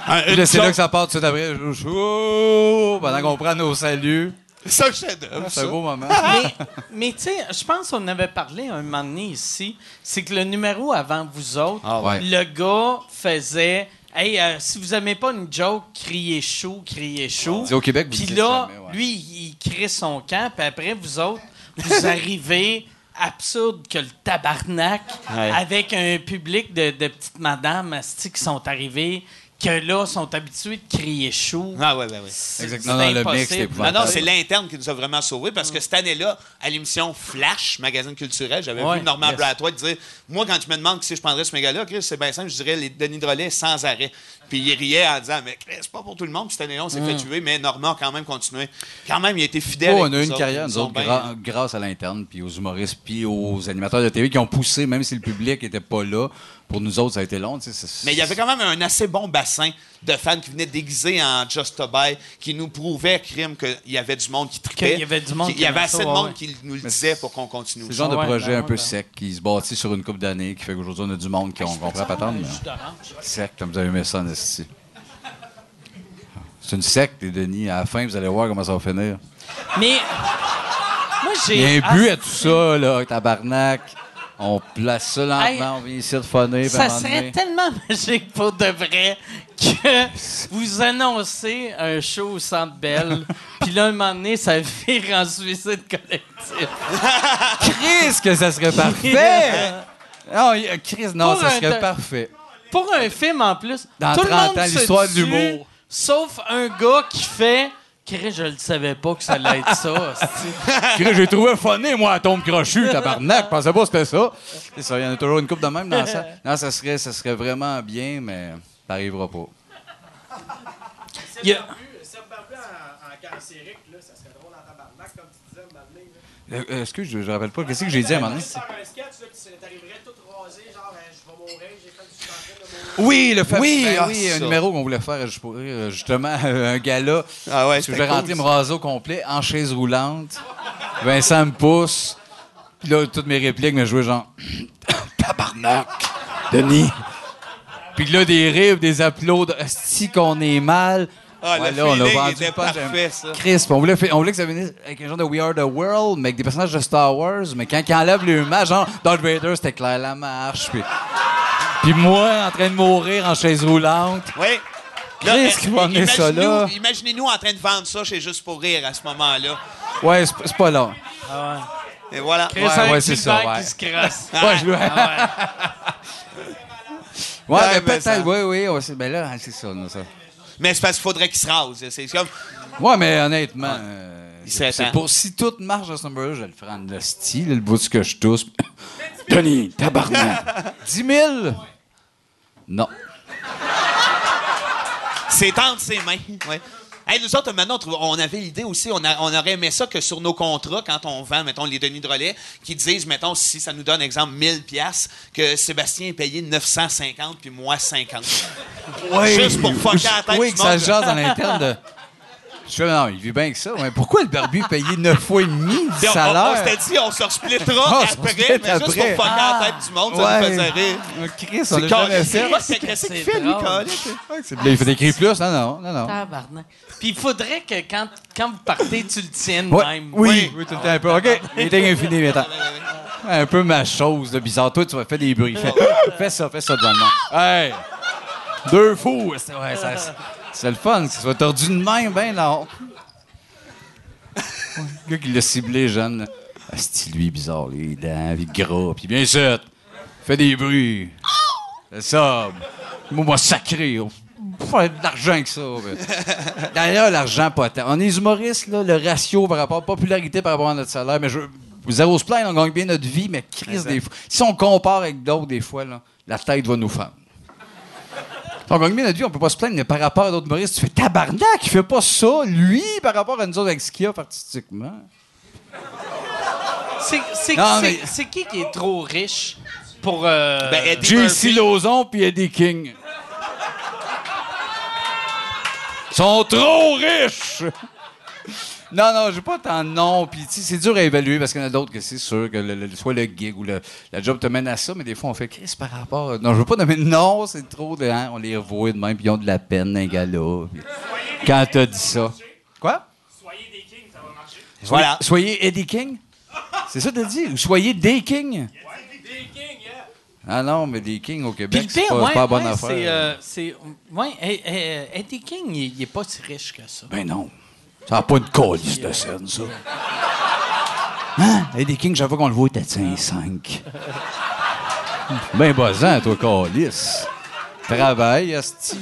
[SPEAKER 4] Un-
[SPEAKER 5] Puis
[SPEAKER 4] une
[SPEAKER 5] là, c'est
[SPEAKER 4] joke-
[SPEAKER 5] là que ça part tout de suite après. Je- je- oh, pendant qu'on prend nos saluts.
[SPEAKER 4] C'est un chef-d'œuvre,
[SPEAKER 5] Ah, C'est
[SPEAKER 4] ça.
[SPEAKER 5] un beau moment.
[SPEAKER 2] Mais, mais tu sais, je pense qu'on avait parlé un moment donné ici, c'est que le numéro avant vous autres,
[SPEAKER 5] Ah ouais.
[SPEAKER 2] le gars faisait Hey, euh, si vous aimez pas une joke, criez chaud, criez chaud.
[SPEAKER 5] Dis au Québec, vous
[SPEAKER 2] Puis
[SPEAKER 5] le dites
[SPEAKER 2] là,
[SPEAKER 5] jamais, ouais.
[SPEAKER 2] lui, il il crée son camp, puis après, vous autres, vous arrivez absurde que le tabarnak avec un public de, de petites madames asti, qui sont arrivées que là, sont habitués de crier chou.
[SPEAKER 4] Ah, ouais, ouais, ouais.
[SPEAKER 2] C'est-
[SPEAKER 5] Exactement.
[SPEAKER 2] c'est
[SPEAKER 5] Non, non, le mix,
[SPEAKER 2] impossible.
[SPEAKER 5] c'est
[SPEAKER 4] Non, non, c'est l'interne qui nous a vraiment sauvés parce que cette année-là, à l'émission Flash, magazine culturel, j'avais
[SPEAKER 2] Ouais,
[SPEAKER 4] vu Norman
[SPEAKER 2] yes.
[SPEAKER 4] Brathwaite dire Moi, quand tu me demandes qui c'est que je prendrais ce méga-là, Chris, c'est bien simple, je dirais les Denis Drolet sans arrêt. Puis il riait en disant Mais Chris, c'est pas pour tout le monde. Puis cette année-là, on s'est fait tuer, mais Norman a quand même continué. Quand même, il a été fidèle.
[SPEAKER 5] Oh, on
[SPEAKER 4] avec
[SPEAKER 5] a eu
[SPEAKER 4] nous
[SPEAKER 5] une
[SPEAKER 4] autres.
[SPEAKER 5] carrière,
[SPEAKER 4] Ils
[SPEAKER 5] nous
[SPEAKER 4] sont
[SPEAKER 5] autres,
[SPEAKER 4] bien-
[SPEAKER 5] gra- grâce à l'interne, puis aux humoristes, puis aux animateurs de TV qui ont poussé, même si le public n'était pas là. Pour nous autres, ça a été long. tu sais, c'est-
[SPEAKER 4] Mais il y avait quand même un assez bon bassin de fans qui venaient déguisés en Just a Buy, qui nous prouvaient, crime, qu'il y avait du monde qui trippait.
[SPEAKER 2] Qu'il y avait du monde
[SPEAKER 4] Il
[SPEAKER 2] qui
[SPEAKER 4] y avait
[SPEAKER 2] aimait
[SPEAKER 4] assez
[SPEAKER 2] ça,
[SPEAKER 4] de
[SPEAKER 2] ouais,
[SPEAKER 4] monde
[SPEAKER 2] ouais.
[SPEAKER 4] qui nous le
[SPEAKER 5] Mais
[SPEAKER 4] disait pour qu'on continue.
[SPEAKER 5] C'est le genre de
[SPEAKER 2] Ouais,
[SPEAKER 5] projet
[SPEAKER 2] ben
[SPEAKER 5] un
[SPEAKER 2] ouais,
[SPEAKER 5] peu
[SPEAKER 2] ben.
[SPEAKER 5] sec qui se bâtit sur une coupe d'années, qui fait qu'aujourd'hui, on a du monde qui ont compris la patente.
[SPEAKER 2] Le
[SPEAKER 5] mais-
[SPEAKER 2] jus Ah, d'orange.
[SPEAKER 5] Sec, comme vous avez aimé ça en esti. C'est une secte, les Denis. À la fin, vous allez voir comment ça va finir.
[SPEAKER 2] Mais moi,
[SPEAKER 5] Il y
[SPEAKER 2] j'ai. ah,
[SPEAKER 5] a un but à tout ça, là, tabarnak. On place ça
[SPEAKER 2] Hey,
[SPEAKER 5] lentement, on vient ici de funner. puis à
[SPEAKER 2] Ça
[SPEAKER 5] un moment
[SPEAKER 2] serait
[SPEAKER 5] donné-
[SPEAKER 2] tellement magique pour de vrai que vous annoncez un show au Centre Bell, puis là, un moment donné, ça vire en suicide collectif.
[SPEAKER 5] Chris, que ça serait parfait! Non, y- euh, Chris, non,
[SPEAKER 2] Pour
[SPEAKER 5] ça
[SPEAKER 2] un temps-
[SPEAKER 5] serait parfait.
[SPEAKER 2] Pour un film en plus,
[SPEAKER 5] Dans
[SPEAKER 2] tout
[SPEAKER 5] 30
[SPEAKER 2] le monde
[SPEAKER 5] ans,
[SPEAKER 2] se
[SPEAKER 5] l'histoire de
[SPEAKER 2] tue,
[SPEAKER 5] l'humour.
[SPEAKER 2] Sauf un gars qui fait. Chris, je le savais pas que ça allait être ça. hostie.
[SPEAKER 5] Chris, j'ai trouvé funny, moi, à tombe crochue, tabarnak. Je pensais pas que c'était ça. C'est ça, il y en a toujours une coupe de même dans ça. Non, ça serait, ça serait vraiment bien, mais ça arrivera pas.
[SPEAKER 2] Il y a-
[SPEAKER 5] Euh, euh, excuse, je, je rappelle pas. Qu'est-ce que j'ai dit à un moment donné? Oui, le fait.
[SPEAKER 4] Oui,
[SPEAKER 5] Oui,
[SPEAKER 4] ah,
[SPEAKER 5] oui, un
[SPEAKER 4] ça.
[SPEAKER 5] numéro qu'on voulait faire, je pourrais, euh, justement, un gala.
[SPEAKER 4] Ah ouais,
[SPEAKER 5] Parce que
[SPEAKER 4] c'était
[SPEAKER 5] je vais rentrer
[SPEAKER 4] cool,
[SPEAKER 5] me raser au complet, en chaise roulante. Vincent me pousse. Puis là, toutes mes répliques me jouaient genre Tabarnak, Denis. Puis là, des rires, des applaudissements. Si qu'on est mal.
[SPEAKER 4] Ah, le
[SPEAKER 5] Ouais, là, on a
[SPEAKER 4] feeling
[SPEAKER 5] vendu
[SPEAKER 4] était
[SPEAKER 5] le punch.
[SPEAKER 4] parfait, ça.
[SPEAKER 5] Crisp. On voulait, fa- on voulait que ça vienne avec un genre de We Are the World, mais avec des personnages de Star Wars. Mais quand ils enlèvent le masque, genre Darth Vader, c'était Claire Lamarche. Puis, puis moi, en train de mourir en chaise roulante.
[SPEAKER 4] Oui. eh,
[SPEAKER 5] Chris, qui va amener ça là?
[SPEAKER 4] Imaginez-nous en train de vendre ça chez Juste pour rire à ce moment-là.
[SPEAKER 5] Ouais, c'est c'est pas long.
[SPEAKER 4] Et voilà.
[SPEAKER 2] Chris, un
[SPEAKER 5] ouais, c'est
[SPEAKER 2] petit
[SPEAKER 5] ça,
[SPEAKER 2] bac
[SPEAKER 5] ouais.
[SPEAKER 2] qui se crasse.
[SPEAKER 5] Ouais, je-
[SPEAKER 4] Ah,
[SPEAKER 5] Ouais,
[SPEAKER 4] Ouais,
[SPEAKER 5] mais
[SPEAKER 4] mais ça-
[SPEAKER 5] peut-être, oui, oui. on sait- Ben là, c'est ça, non, ça.
[SPEAKER 4] Mais c'est parce qu'il faudrait qu'il se rase. C'est comme.
[SPEAKER 5] Ouais, mais honnêtement, euh,
[SPEAKER 4] Il serait
[SPEAKER 5] c'est
[SPEAKER 4] temps.
[SPEAKER 5] pour si tout marche à ce number-là, je le ferai en hostie, là, le bout de ce que je tousse. Denis, tabarnak. 10 000? Non.
[SPEAKER 4] C'est entre ses mains. Ouais. Hey, nous autres, maintenant, on trouve- on avait l'idée aussi, on, a- on aurait aimé ça que sur nos contrats, quand on vend, mettons, les Denis de relais, qui disent, mettons, si ça nous donne, exemple, 1000 pièces que Sébastien est payé 950 puis moi 50. Juste pour fucker la tête
[SPEAKER 5] Oui,
[SPEAKER 4] du
[SPEAKER 5] que ça
[SPEAKER 4] monde.
[SPEAKER 5] se jase à l'interne de... Je fais, non, il vit bien que ça. Mais pourquoi le barbu payait 9 fois et demi
[SPEAKER 4] Puis on-
[SPEAKER 5] le
[SPEAKER 4] on, on
[SPEAKER 5] salaire?
[SPEAKER 4] s'était dit, on se resplittera
[SPEAKER 5] On se
[SPEAKER 4] après,
[SPEAKER 5] split
[SPEAKER 4] mais juste pour
[SPEAKER 5] après. Ah,
[SPEAKER 4] fucker la tête du monde, ça nous faisait rire.
[SPEAKER 5] Ouais. Chris, on
[SPEAKER 4] C'est
[SPEAKER 5] l'a
[SPEAKER 4] carré-
[SPEAKER 5] jamais
[SPEAKER 4] C'est
[SPEAKER 5] fait.
[SPEAKER 4] quoi, c'est- qu'est-ce qu'il
[SPEAKER 2] C'est
[SPEAKER 4] fait, lui,
[SPEAKER 2] drôle.
[SPEAKER 4] Colin?
[SPEAKER 5] Là, il fait écrire plus. Non, non, non, non.
[SPEAKER 2] Tabarnak. Puis il faudrait que quand, quand vous partez, tu le tiennes
[SPEAKER 5] Ouais.
[SPEAKER 2] même.
[SPEAKER 5] Oui, oui, tout le temps un peu. OK, meeting infini maintenant. Un peu ma chose, de bizarre. Toi, tu vas faire des bruits. Fais, fais ça, fais ça devant le monde. Hey! Deux fous! C'est ouais, ça- c'est- c'est le fun, que ça soit tordu de même, ben non. Le gars qui l'a ciblé, jeune. là. Ah, c'est lui, bizarre, les dents, puis gras, puis bien sûr, fais des bruits. C'est ça. Moi, moi, sacré. oh. Faire de l'argent avec ça. ben. D'ailleurs, l'argent pas tant. On est humoristes, là, le ratio par rapport à popularité par rapport à notre salaire. Mais je, zéro se plaindre, on gagne bien notre vie, mais crise des fois. Si on compare avec d'autres, des fois, là, la tête va nous faire. On gagne bien notre vie, on peut pas se plaindre, mais par rapport à d'autres humoristes, tu fais tabarnak, il fait pas ça, lui, par rapport à nous autres avec ce qu'il a artistiquement.
[SPEAKER 2] C'est, c'est,
[SPEAKER 5] Non,
[SPEAKER 2] c'est-
[SPEAKER 5] mais-
[SPEAKER 2] c'est qui qui est trop riche pour. euh,
[SPEAKER 4] Ben, Eddie
[SPEAKER 5] JC Lozon puis Eddie King. Ils sont trop riches! Non, non, j'ai pas tant de noms. Puis, tu sais, c'est dur à évaluer parce qu'il y en a d'autres que c'est sûr que le- le- soit le gig ou le, la job te mène à ça, mais des fois, on fait Chris par rapport. à- Non, je veux pas nommer. Non, c'est trop. De, hein, on les revoit de même, puis ils ont de la peine, un gars-là. puis- Quand t'as dit ça. Quoi?
[SPEAKER 9] Soyez des kings, ça va marcher.
[SPEAKER 4] Voilà.
[SPEAKER 5] Soyez Eddie King? C'est ça que t'as dit? Ou soyez des King?
[SPEAKER 9] Des kings, yeah.
[SPEAKER 5] Ah non, mais des King au
[SPEAKER 2] Puis
[SPEAKER 5] Québec,
[SPEAKER 2] le
[SPEAKER 5] Ben, c'est
[SPEAKER 2] pire,
[SPEAKER 5] pas,
[SPEAKER 2] ouais,
[SPEAKER 5] c'est pas la bonne
[SPEAKER 2] ouais,
[SPEAKER 5] affaire.
[SPEAKER 2] c'est, euh, c'est- ouais, eh, eh, Eddie King, il, il est pas si riche que ça.
[SPEAKER 5] Ben non. Ça n'a pas une colisse de scène, ça. Hein? Eddie King, j'avoue qu'on le voit, il était 5. hein, Ben, basant, toi, colisse. Travaille, asti.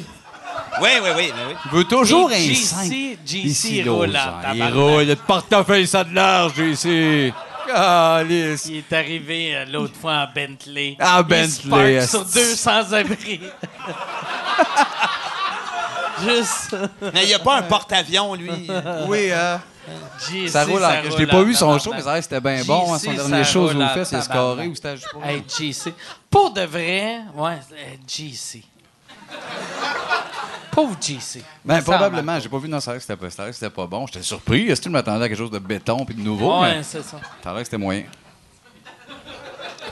[SPEAKER 4] Oui, oui, oui. ben oui.
[SPEAKER 5] Il veut toujours
[SPEAKER 2] Et
[SPEAKER 5] un
[SPEAKER 2] JC,
[SPEAKER 5] 5.
[SPEAKER 2] JC roule en
[SPEAKER 5] Il
[SPEAKER 2] tabarnak.
[SPEAKER 5] roule. Le portefeuille, ça de large, JC. Calice.
[SPEAKER 2] Il est arrivé euh, l'autre fois à Bentley.
[SPEAKER 5] Ah,
[SPEAKER 2] Il se parque
[SPEAKER 5] Bentley,
[SPEAKER 2] sur
[SPEAKER 5] asti.
[SPEAKER 2] 200 abris. Juste.
[SPEAKER 4] Mais il n'y a pas un porte-avions, lui.
[SPEAKER 5] Oui, hein.
[SPEAKER 2] JC,
[SPEAKER 5] Ça roule. en- Je l'ai pas
[SPEAKER 2] roule en
[SPEAKER 5] vu son
[SPEAKER 2] tabarnak.
[SPEAKER 5] show, mais ça a l'air que c'était bien bon. hein. Son
[SPEAKER 2] JC, ça
[SPEAKER 5] dernier show, je
[SPEAKER 2] roule
[SPEAKER 5] vous
[SPEAKER 2] en
[SPEAKER 5] fais, c'est
[SPEAKER 2] tabarnak.
[SPEAKER 5] scarré ou c'était je sais pas.
[SPEAKER 2] Hey, JC. Pour de vrai, ouais, euh, JC. Pauvre JC.
[SPEAKER 5] Ben,
[SPEAKER 2] Ça en
[SPEAKER 5] probablement, j'ai pas vu, non, ça a l'air que c'était pas, ça a l'air que c'était pas bon. J'étais surpris. Est-ce que tu m'attendais à quelque chose de béton puis de nouveau?
[SPEAKER 2] Ouais,
[SPEAKER 5] mais
[SPEAKER 2] c'est ça.
[SPEAKER 5] ça a l'air que c'était moyen.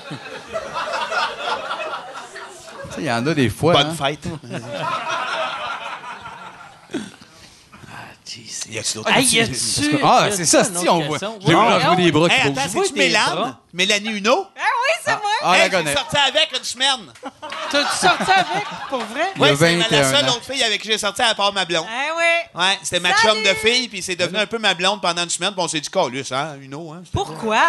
[SPEAKER 5] Tu sais, Il y en a des fois.
[SPEAKER 4] Bonne
[SPEAKER 5] hein.
[SPEAKER 4] fête.
[SPEAKER 2] JC.
[SPEAKER 4] Y a-tu d'autres
[SPEAKER 2] Hey,
[SPEAKER 4] questions?
[SPEAKER 2] y a-tu.
[SPEAKER 5] Ah,
[SPEAKER 2] y a-tu
[SPEAKER 5] c'est ça,
[SPEAKER 2] une
[SPEAKER 5] si
[SPEAKER 2] autre
[SPEAKER 5] on voit.
[SPEAKER 2] question?
[SPEAKER 5] J'ai vu
[SPEAKER 2] Ouais.
[SPEAKER 5] jouer des bras qui
[SPEAKER 4] Hey,
[SPEAKER 5] bougent.
[SPEAKER 4] attends,
[SPEAKER 2] Je vois
[SPEAKER 4] c'est-tu
[SPEAKER 2] des bras.
[SPEAKER 4] Mélane? Mélanie Huneau?
[SPEAKER 5] Ah,
[SPEAKER 4] Hey,
[SPEAKER 5] la
[SPEAKER 4] je
[SPEAKER 5] connaît.
[SPEAKER 4] suis sorti avec une semaine.
[SPEAKER 2] T'as-tu sorti avec, pour vrai?
[SPEAKER 5] y a
[SPEAKER 4] Oui, c'est ma- la
[SPEAKER 5] 21
[SPEAKER 4] seule
[SPEAKER 5] ans.
[SPEAKER 4] autre fille avec qui j'ai sorti à part ma blonde.
[SPEAKER 10] Eh oui.
[SPEAKER 4] Ouais, c'était ma chum
[SPEAKER 10] Salut!
[SPEAKER 4] de fille, puis c'est devenu un peu ma blonde pendant une semaine, puis on s'est dit, calus, hein, Huneau, hein.
[SPEAKER 10] Pourquoi?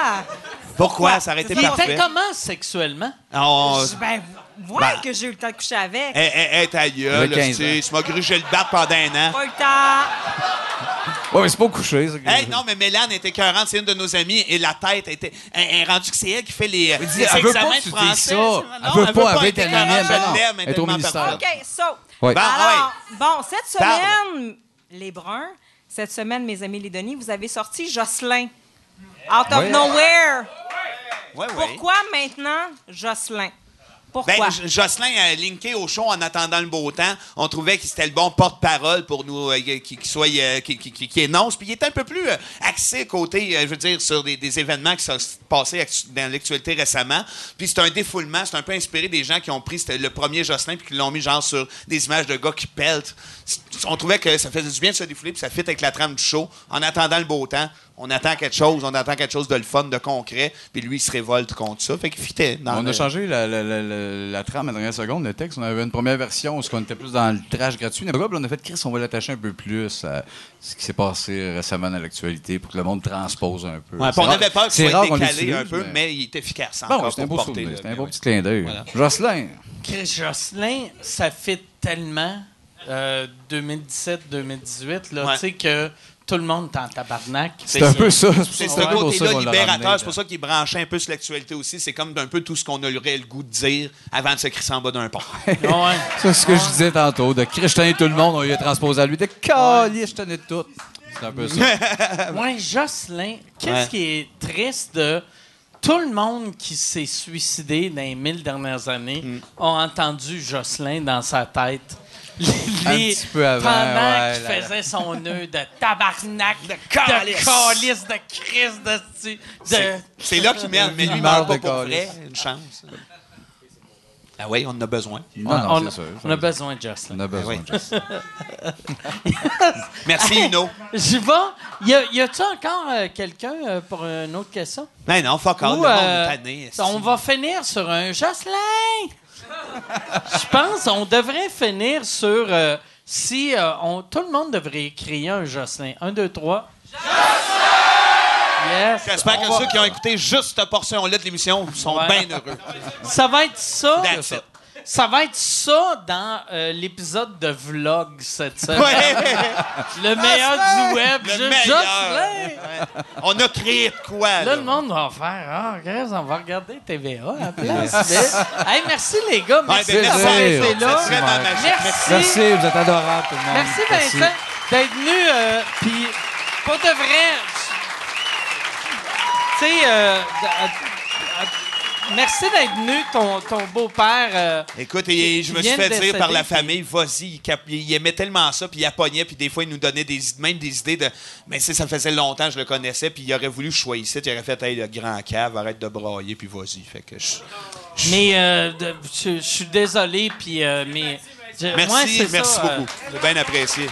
[SPEAKER 4] Pourquoi? Ça aurait été
[SPEAKER 2] Il était
[SPEAKER 4] parfait. Ah,
[SPEAKER 2] comment sexuellement?
[SPEAKER 4] On-
[SPEAKER 10] Je- Ben, moi
[SPEAKER 4] Ben.
[SPEAKER 10] que j'ai eu le temps de coucher avec.
[SPEAKER 4] Hey, hey, hey, ta gueule,
[SPEAKER 5] Le 15
[SPEAKER 4] hostie, tu m'as grugé le bat pendant un an.
[SPEAKER 10] Pas eu le temps.
[SPEAKER 5] Ouais, mais c'est pas couché, ça. que-
[SPEAKER 4] Hey, non, mais Mélane était écœurante, c'est une de nos amies, et la tête était. Elle, elle est rendue que c'est elle qui fait les,
[SPEAKER 5] Elle dit,
[SPEAKER 4] les
[SPEAKER 5] elle veut pas
[SPEAKER 4] examens
[SPEAKER 5] que tu
[SPEAKER 4] de
[SPEAKER 5] dises
[SPEAKER 4] français.
[SPEAKER 5] ça.
[SPEAKER 4] Non,
[SPEAKER 5] Elle veut pas, elle veut être
[SPEAKER 4] être écœurante,
[SPEAKER 5] anonyme,
[SPEAKER 4] je l'aime,
[SPEAKER 5] non.
[SPEAKER 4] elle est
[SPEAKER 5] Elle est au
[SPEAKER 4] tellement
[SPEAKER 5] ministère.
[SPEAKER 4] parfaite.
[SPEAKER 10] OK, so.
[SPEAKER 5] Ouais.
[SPEAKER 4] Bon,
[SPEAKER 10] Alors,
[SPEAKER 4] ouais.
[SPEAKER 10] bon, cette
[SPEAKER 4] Parle.
[SPEAKER 10] semaine, les Bruns, cette semaine, mes amis les Denis, vous avez sorti Jocelyn. Out of
[SPEAKER 5] Ouais.
[SPEAKER 10] nowhere.
[SPEAKER 4] Ouais, ouais.
[SPEAKER 10] Pourquoi maintenant Jocelyn?
[SPEAKER 4] Ben,
[SPEAKER 10] Pourquoi?
[SPEAKER 4] J- Jocelyn a linké au show en attendant le beau temps. On trouvait que c'était le bon porte-parole pour nous, euh, qui, qui soit, euh, qui, qui- qui- qui énonce. Puis il était un peu plus euh, axé côté, euh, je veux dire, sur des, des événements qui sont passés actu- dans l'actualité récemment. Puis c'est un défoulement, c'est un peu inspiré des gens qui ont pris c'était le premier Jocelyn puis qui l'ont mis genre sur des images de gars qui peltent. C- On trouvait que ça faisait du bien de se défouler puis ça fit avec la trame du show. En attendant le beau temps, on attend quelque chose, on attend quelque chose de le fun, de concret. Puis lui, il se révolte contre ça. Fait qu'il fitait. dans
[SPEAKER 5] On
[SPEAKER 4] le-
[SPEAKER 5] a changé la, la, la, la, la trame à la dernière seconde, le texte. On avait une première version où on était plus dans le trash gratuit. Mais probablement, on a fait Chris, on va l'attacher un peu plus à ce qui s'est passé récemment dans l'actualité pour que le monde transpose un peu.
[SPEAKER 4] Ouais,
[SPEAKER 5] C'est
[SPEAKER 4] puis on
[SPEAKER 5] rare-
[SPEAKER 4] avait peur
[SPEAKER 5] c'est
[SPEAKER 4] qu'il soit
[SPEAKER 5] rare qu'on
[SPEAKER 4] décalé
[SPEAKER 5] l'utilise,
[SPEAKER 4] un peu, mais...
[SPEAKER 5] mais
[SPEAKER 4] il était efficace.
[SPEAKER 5] Bon,
[SPEAKER 4] encore
[SPEAKER 5] c'était un
[SPEAKER 4] pour
[SPEAKER 5] beau
[SPEAKER 4] porter,
[SPEAKER 5] souvenir,
[SPEAKER 4] là.
[SPEAKER 5] c'était un beau
[SPEAKER 4] Mais
[SPEAKER 5] petit clin d'œil.
[SPEAKER 4] Voilà.
[SPEAKER 5] Jocelyn,
[SPEAKER 2] Chris Jocelyn, ça fit tellement euh, 2017-2018, là,
[SPEAKER 4] Ouais.
[SPEAKER 2] tu sais, que tout le monde est en tabarnak.
[SPEAKER 5] c'est un peu ça.
[SPEAKER 4] C'est
[SPEAKER 5] ça,
[SPEAKER 4] ce
[SPEAKER 5] un peu pour ça
[SPEAKER 4] côté-là
[SPEAKER 5] qu'on l'a
[SPEAKER 4] libérateur,
[SPEAKER 5] ramené.
[SPEAKER 4] c'est pour ça qu'il branchait un peu sur l'actualité aussi. C'est comme d'un peu tout ce qu'on aurait le goût de dire avant de se crisser en bas d'un pont.
[SPEAKER 2] Ouais.
[SPEAKER 5] Ça, c'est ce que je disais tantôt. De Chris, je tenais tout le monde, on lui a transposé à lui. De Calier, je tenais tout. C'est un peu ça.
[SPEAKER 2] Ouais, Jocelyn, qu'est-ce
[SPEAKER 4] Ouais.
[SPEAKER 2] qui est triste de tout le monde qui s'est suicidé dans les mille dernières années a entendu Jocelyn dans sa tête. Les-
[SPEAKER 5] Un
[SPEAKER 2] les-
[SPEAKER 5] petit peu avant,
[SPEAKER 2] Pendant
[SPEAKER 5] ouais,
[SPEAKER 2] qu'il
[SPEAKER 5] là, là.
[SPEAKER 2] faisait son nœud de tabarnak, de
[SPEAKER 4] calice.
[SPEAKER 2] calice, de crise, de... sti- de...
[SPEAKER 4] C'est là qu'il merde, mais lui, il meurt pas pour vrai. Une chance. Ah oui, on en a besoin.
[SPEAKER 5] Non, non,
[SPEAKER 2] on,
[SPEAKER 5] c'est sûr.
[SPEAKER 2] on a besoin de Jocelyn.
[SPEAKER 5] On a besoin
[SPEAKER 4] oui.
[SPEAKER 5] de Jocelyn.
[SPEAKER 4] Merci,
[SPEAKER 2] Hey,
[SPEAKER 4] Uno.
[SPEAKER 2] J'y vais. Y a- Y a-tu encore euh, quelqu'un euh, pour une autre question?
[SPEAKER 4] Non, Ben non, fuck all,
[SPEAKER 2] Ou,
[SPEAKER 4] le monde
[SPEAKER 2] euh,
[SPEAKER 4] est tanné. esti.
[SPEAKER 2] on va finir sur un Jocelyn. Je pense on devrait finir sur euh, si euh, on, tout le monde devrait crier un Jocelyn. Un, deux, trois. Jocelyn! Yes.
[SPEAKER 4] J'espère que
[SPEAKER 2] On va-
[SPEAKER 4] ceux qui ont écouté juste cette portion-là de l'émission sont
[SPEAKER 2] Ouais.
[SPEAKER 4] bien heureux.
[SPEAKER 2] Ça va être ça.
[SPEAKER 4] That's it.
[SPEAKER 2] Ça va être ça dans euh, l'épisode de vlog cette semaine.
[SPEAKER 4] Ouais.
[SPEAKER 2] Le meilleur du web,
[SPEAKER 4] Le
[SPEAKER 2] juste
[SPEAKER 4] meilleur.
[SPEAKER 2] Jocelyn.
[SPEAKER 4] On a créé de quoi, là?
[SPEAKER 2] Là, le monde va faire Ah, Grèce, on va regarder TVA à la hein, place. Mais- Hey, merci, les gars.
[SPEAKER 4] Ouais,
[SPEAKER 2] Merci
[SPEAKER 4] ben,
[SPEAKER 2] d'avoir
[SPEAKER 4] merci à
[SPEAKER 5] plaisir.
[SPEAKER 4] vous
[SPEAKER 2] été
[SPEAKER 4] autres.
[SPEAKER 2] là.
[SPEAKER 4] C'est vraiment magique.
[SPEAKER 2] Merci.
[SPEAKER 5] Merci,
[SPEAKER 2] Merci,
[SPEAKER 5] vous êtes adorables, tout le monde.
[SPEAKER 2] Vincent, d'être venu. euh, Puis, pas de vrai. Tu sais, euh, d- euh, euh, merci d'être venu, ton, ton beau-père. euh,
[SPEAKER 4] Écoute, et- et je me
[SPEAKER 2] Qui
[SPEAKER 4] suis
[SPEAKER 2] vient
[SPEAKER 4] fait
[SPEAKER 2] de
[SPEAKER 4] dire par la
[SPEAKER 2] décéder,
[SPEAKER 4] famille, vas-y, il, cap- il aimait tellement ça, puis il appognait, puis des fois, il nous donnait des, id- même des idées de. Mais si ça faisait longtemps, je le connaissais, puis il aurait voulu que je sois ici, il aurait fait, hey, le grand cave, arrête de brailler, puis vas-y. Fait que je-
[SPEAKER 2] mais euh, de- je je suis désolé. Puis, euh, mais. je-
[SPEAKER 4] Merci,
[SPEAKER 2] moi, c'est
[SPEAKER 4] merci
[SPEAKER 2] ça, euh, Mm.
[SPEAKER 4] beaucoup. J'ai bien apprécié.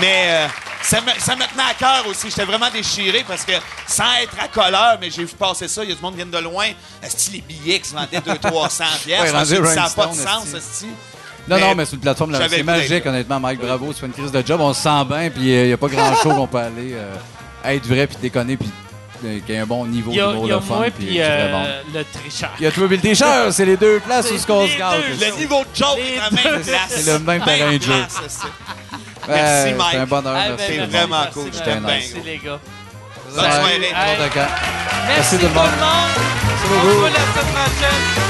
[SPEAKER 4] Mais euh, ça, me, ça me tenait à cœur aussi. J'étais vraiment déchiré parce que sans être à colère, mais j'ai vu passer ça. Il y a du monde qui vient de loin. Est-ce les billets qui se vendaient 200-300
[SPEAKER 5] Ouais,
[SPEAKER 4] piastres?
[SPEAKER 5] rendu
[SPEAKER 4] ça n'a pas de
[SPEAKER 5] Rhinestone,
[SPEAKER 4] sens,
[SPEAKER 5] esti.
[SPEAKER 4] esti.
[SPEAKER 5] Non, non, mais c'est une plateforme, là,
[SPEAKER 4] J'avais
[SPEAKER 5] c'est
[SPEAKER 4] le goût d'être
[SPEAKER 5] magique,
[SPEAKER 4] là.
[SPEAKER 5] honnêtement, Mike. Bravo, tu fais une crise de job, on se sent bien, euh, puis il n'y a pas grand-chose qu'on peut aller euh, être vrai, puis déconner, puis qui a un bon niveau
[SPEAKER 9] Il y a,
[SPEAKER 5] d'humour
[SPEAKER 9] il y a
[SPEAKER 5] de fun.
[SPEAKER 9] moi
[SPEAKER 5] puis
[SPEAKER 9] puis
[SPEAKER 5] c'est très bon.
[SPEAKER 9] euh, le tricheur.
[SPEAKER 5] Il y a toi et le décheur, c'est les deux places où ce qu'on se gâte. Euh,
[SPEAKER 4] Le niveau de joke est à la même place.
[SPEAKER 5] C'est le même terrain de jeu.
[SPEAKER 4] place, c'est-
[SPEAKER 5] Ouais,
[SPEAKER 4] Merci, Mike.
[SPEAKER 5] C'est un bonheur.
[SPEAKER 4] Ah,
[SPEAKER 5] merci.
[SPEAKER 4] ben,
[SPEAKER 5] tout le
[SPEAKER 4] C'est vraiment
[SPEAKER 5] monde.
[SPEAKER 4] cool.
[SPEAKER 5] C'était
[SPEAKER 4] J'étais
[SPEAKER 5] nice.
[SPEAKER 4] bien
[SPEAKER 2] les gars.
[SPEAKER 4] Bonne soirée.
[SPEAKER 5] Bon de camp.
[SPEAKER 2] Merci
[SPEAKER 5] Merci tout le monde.
[SPEAKER 2] On se voit la semaine prochaine.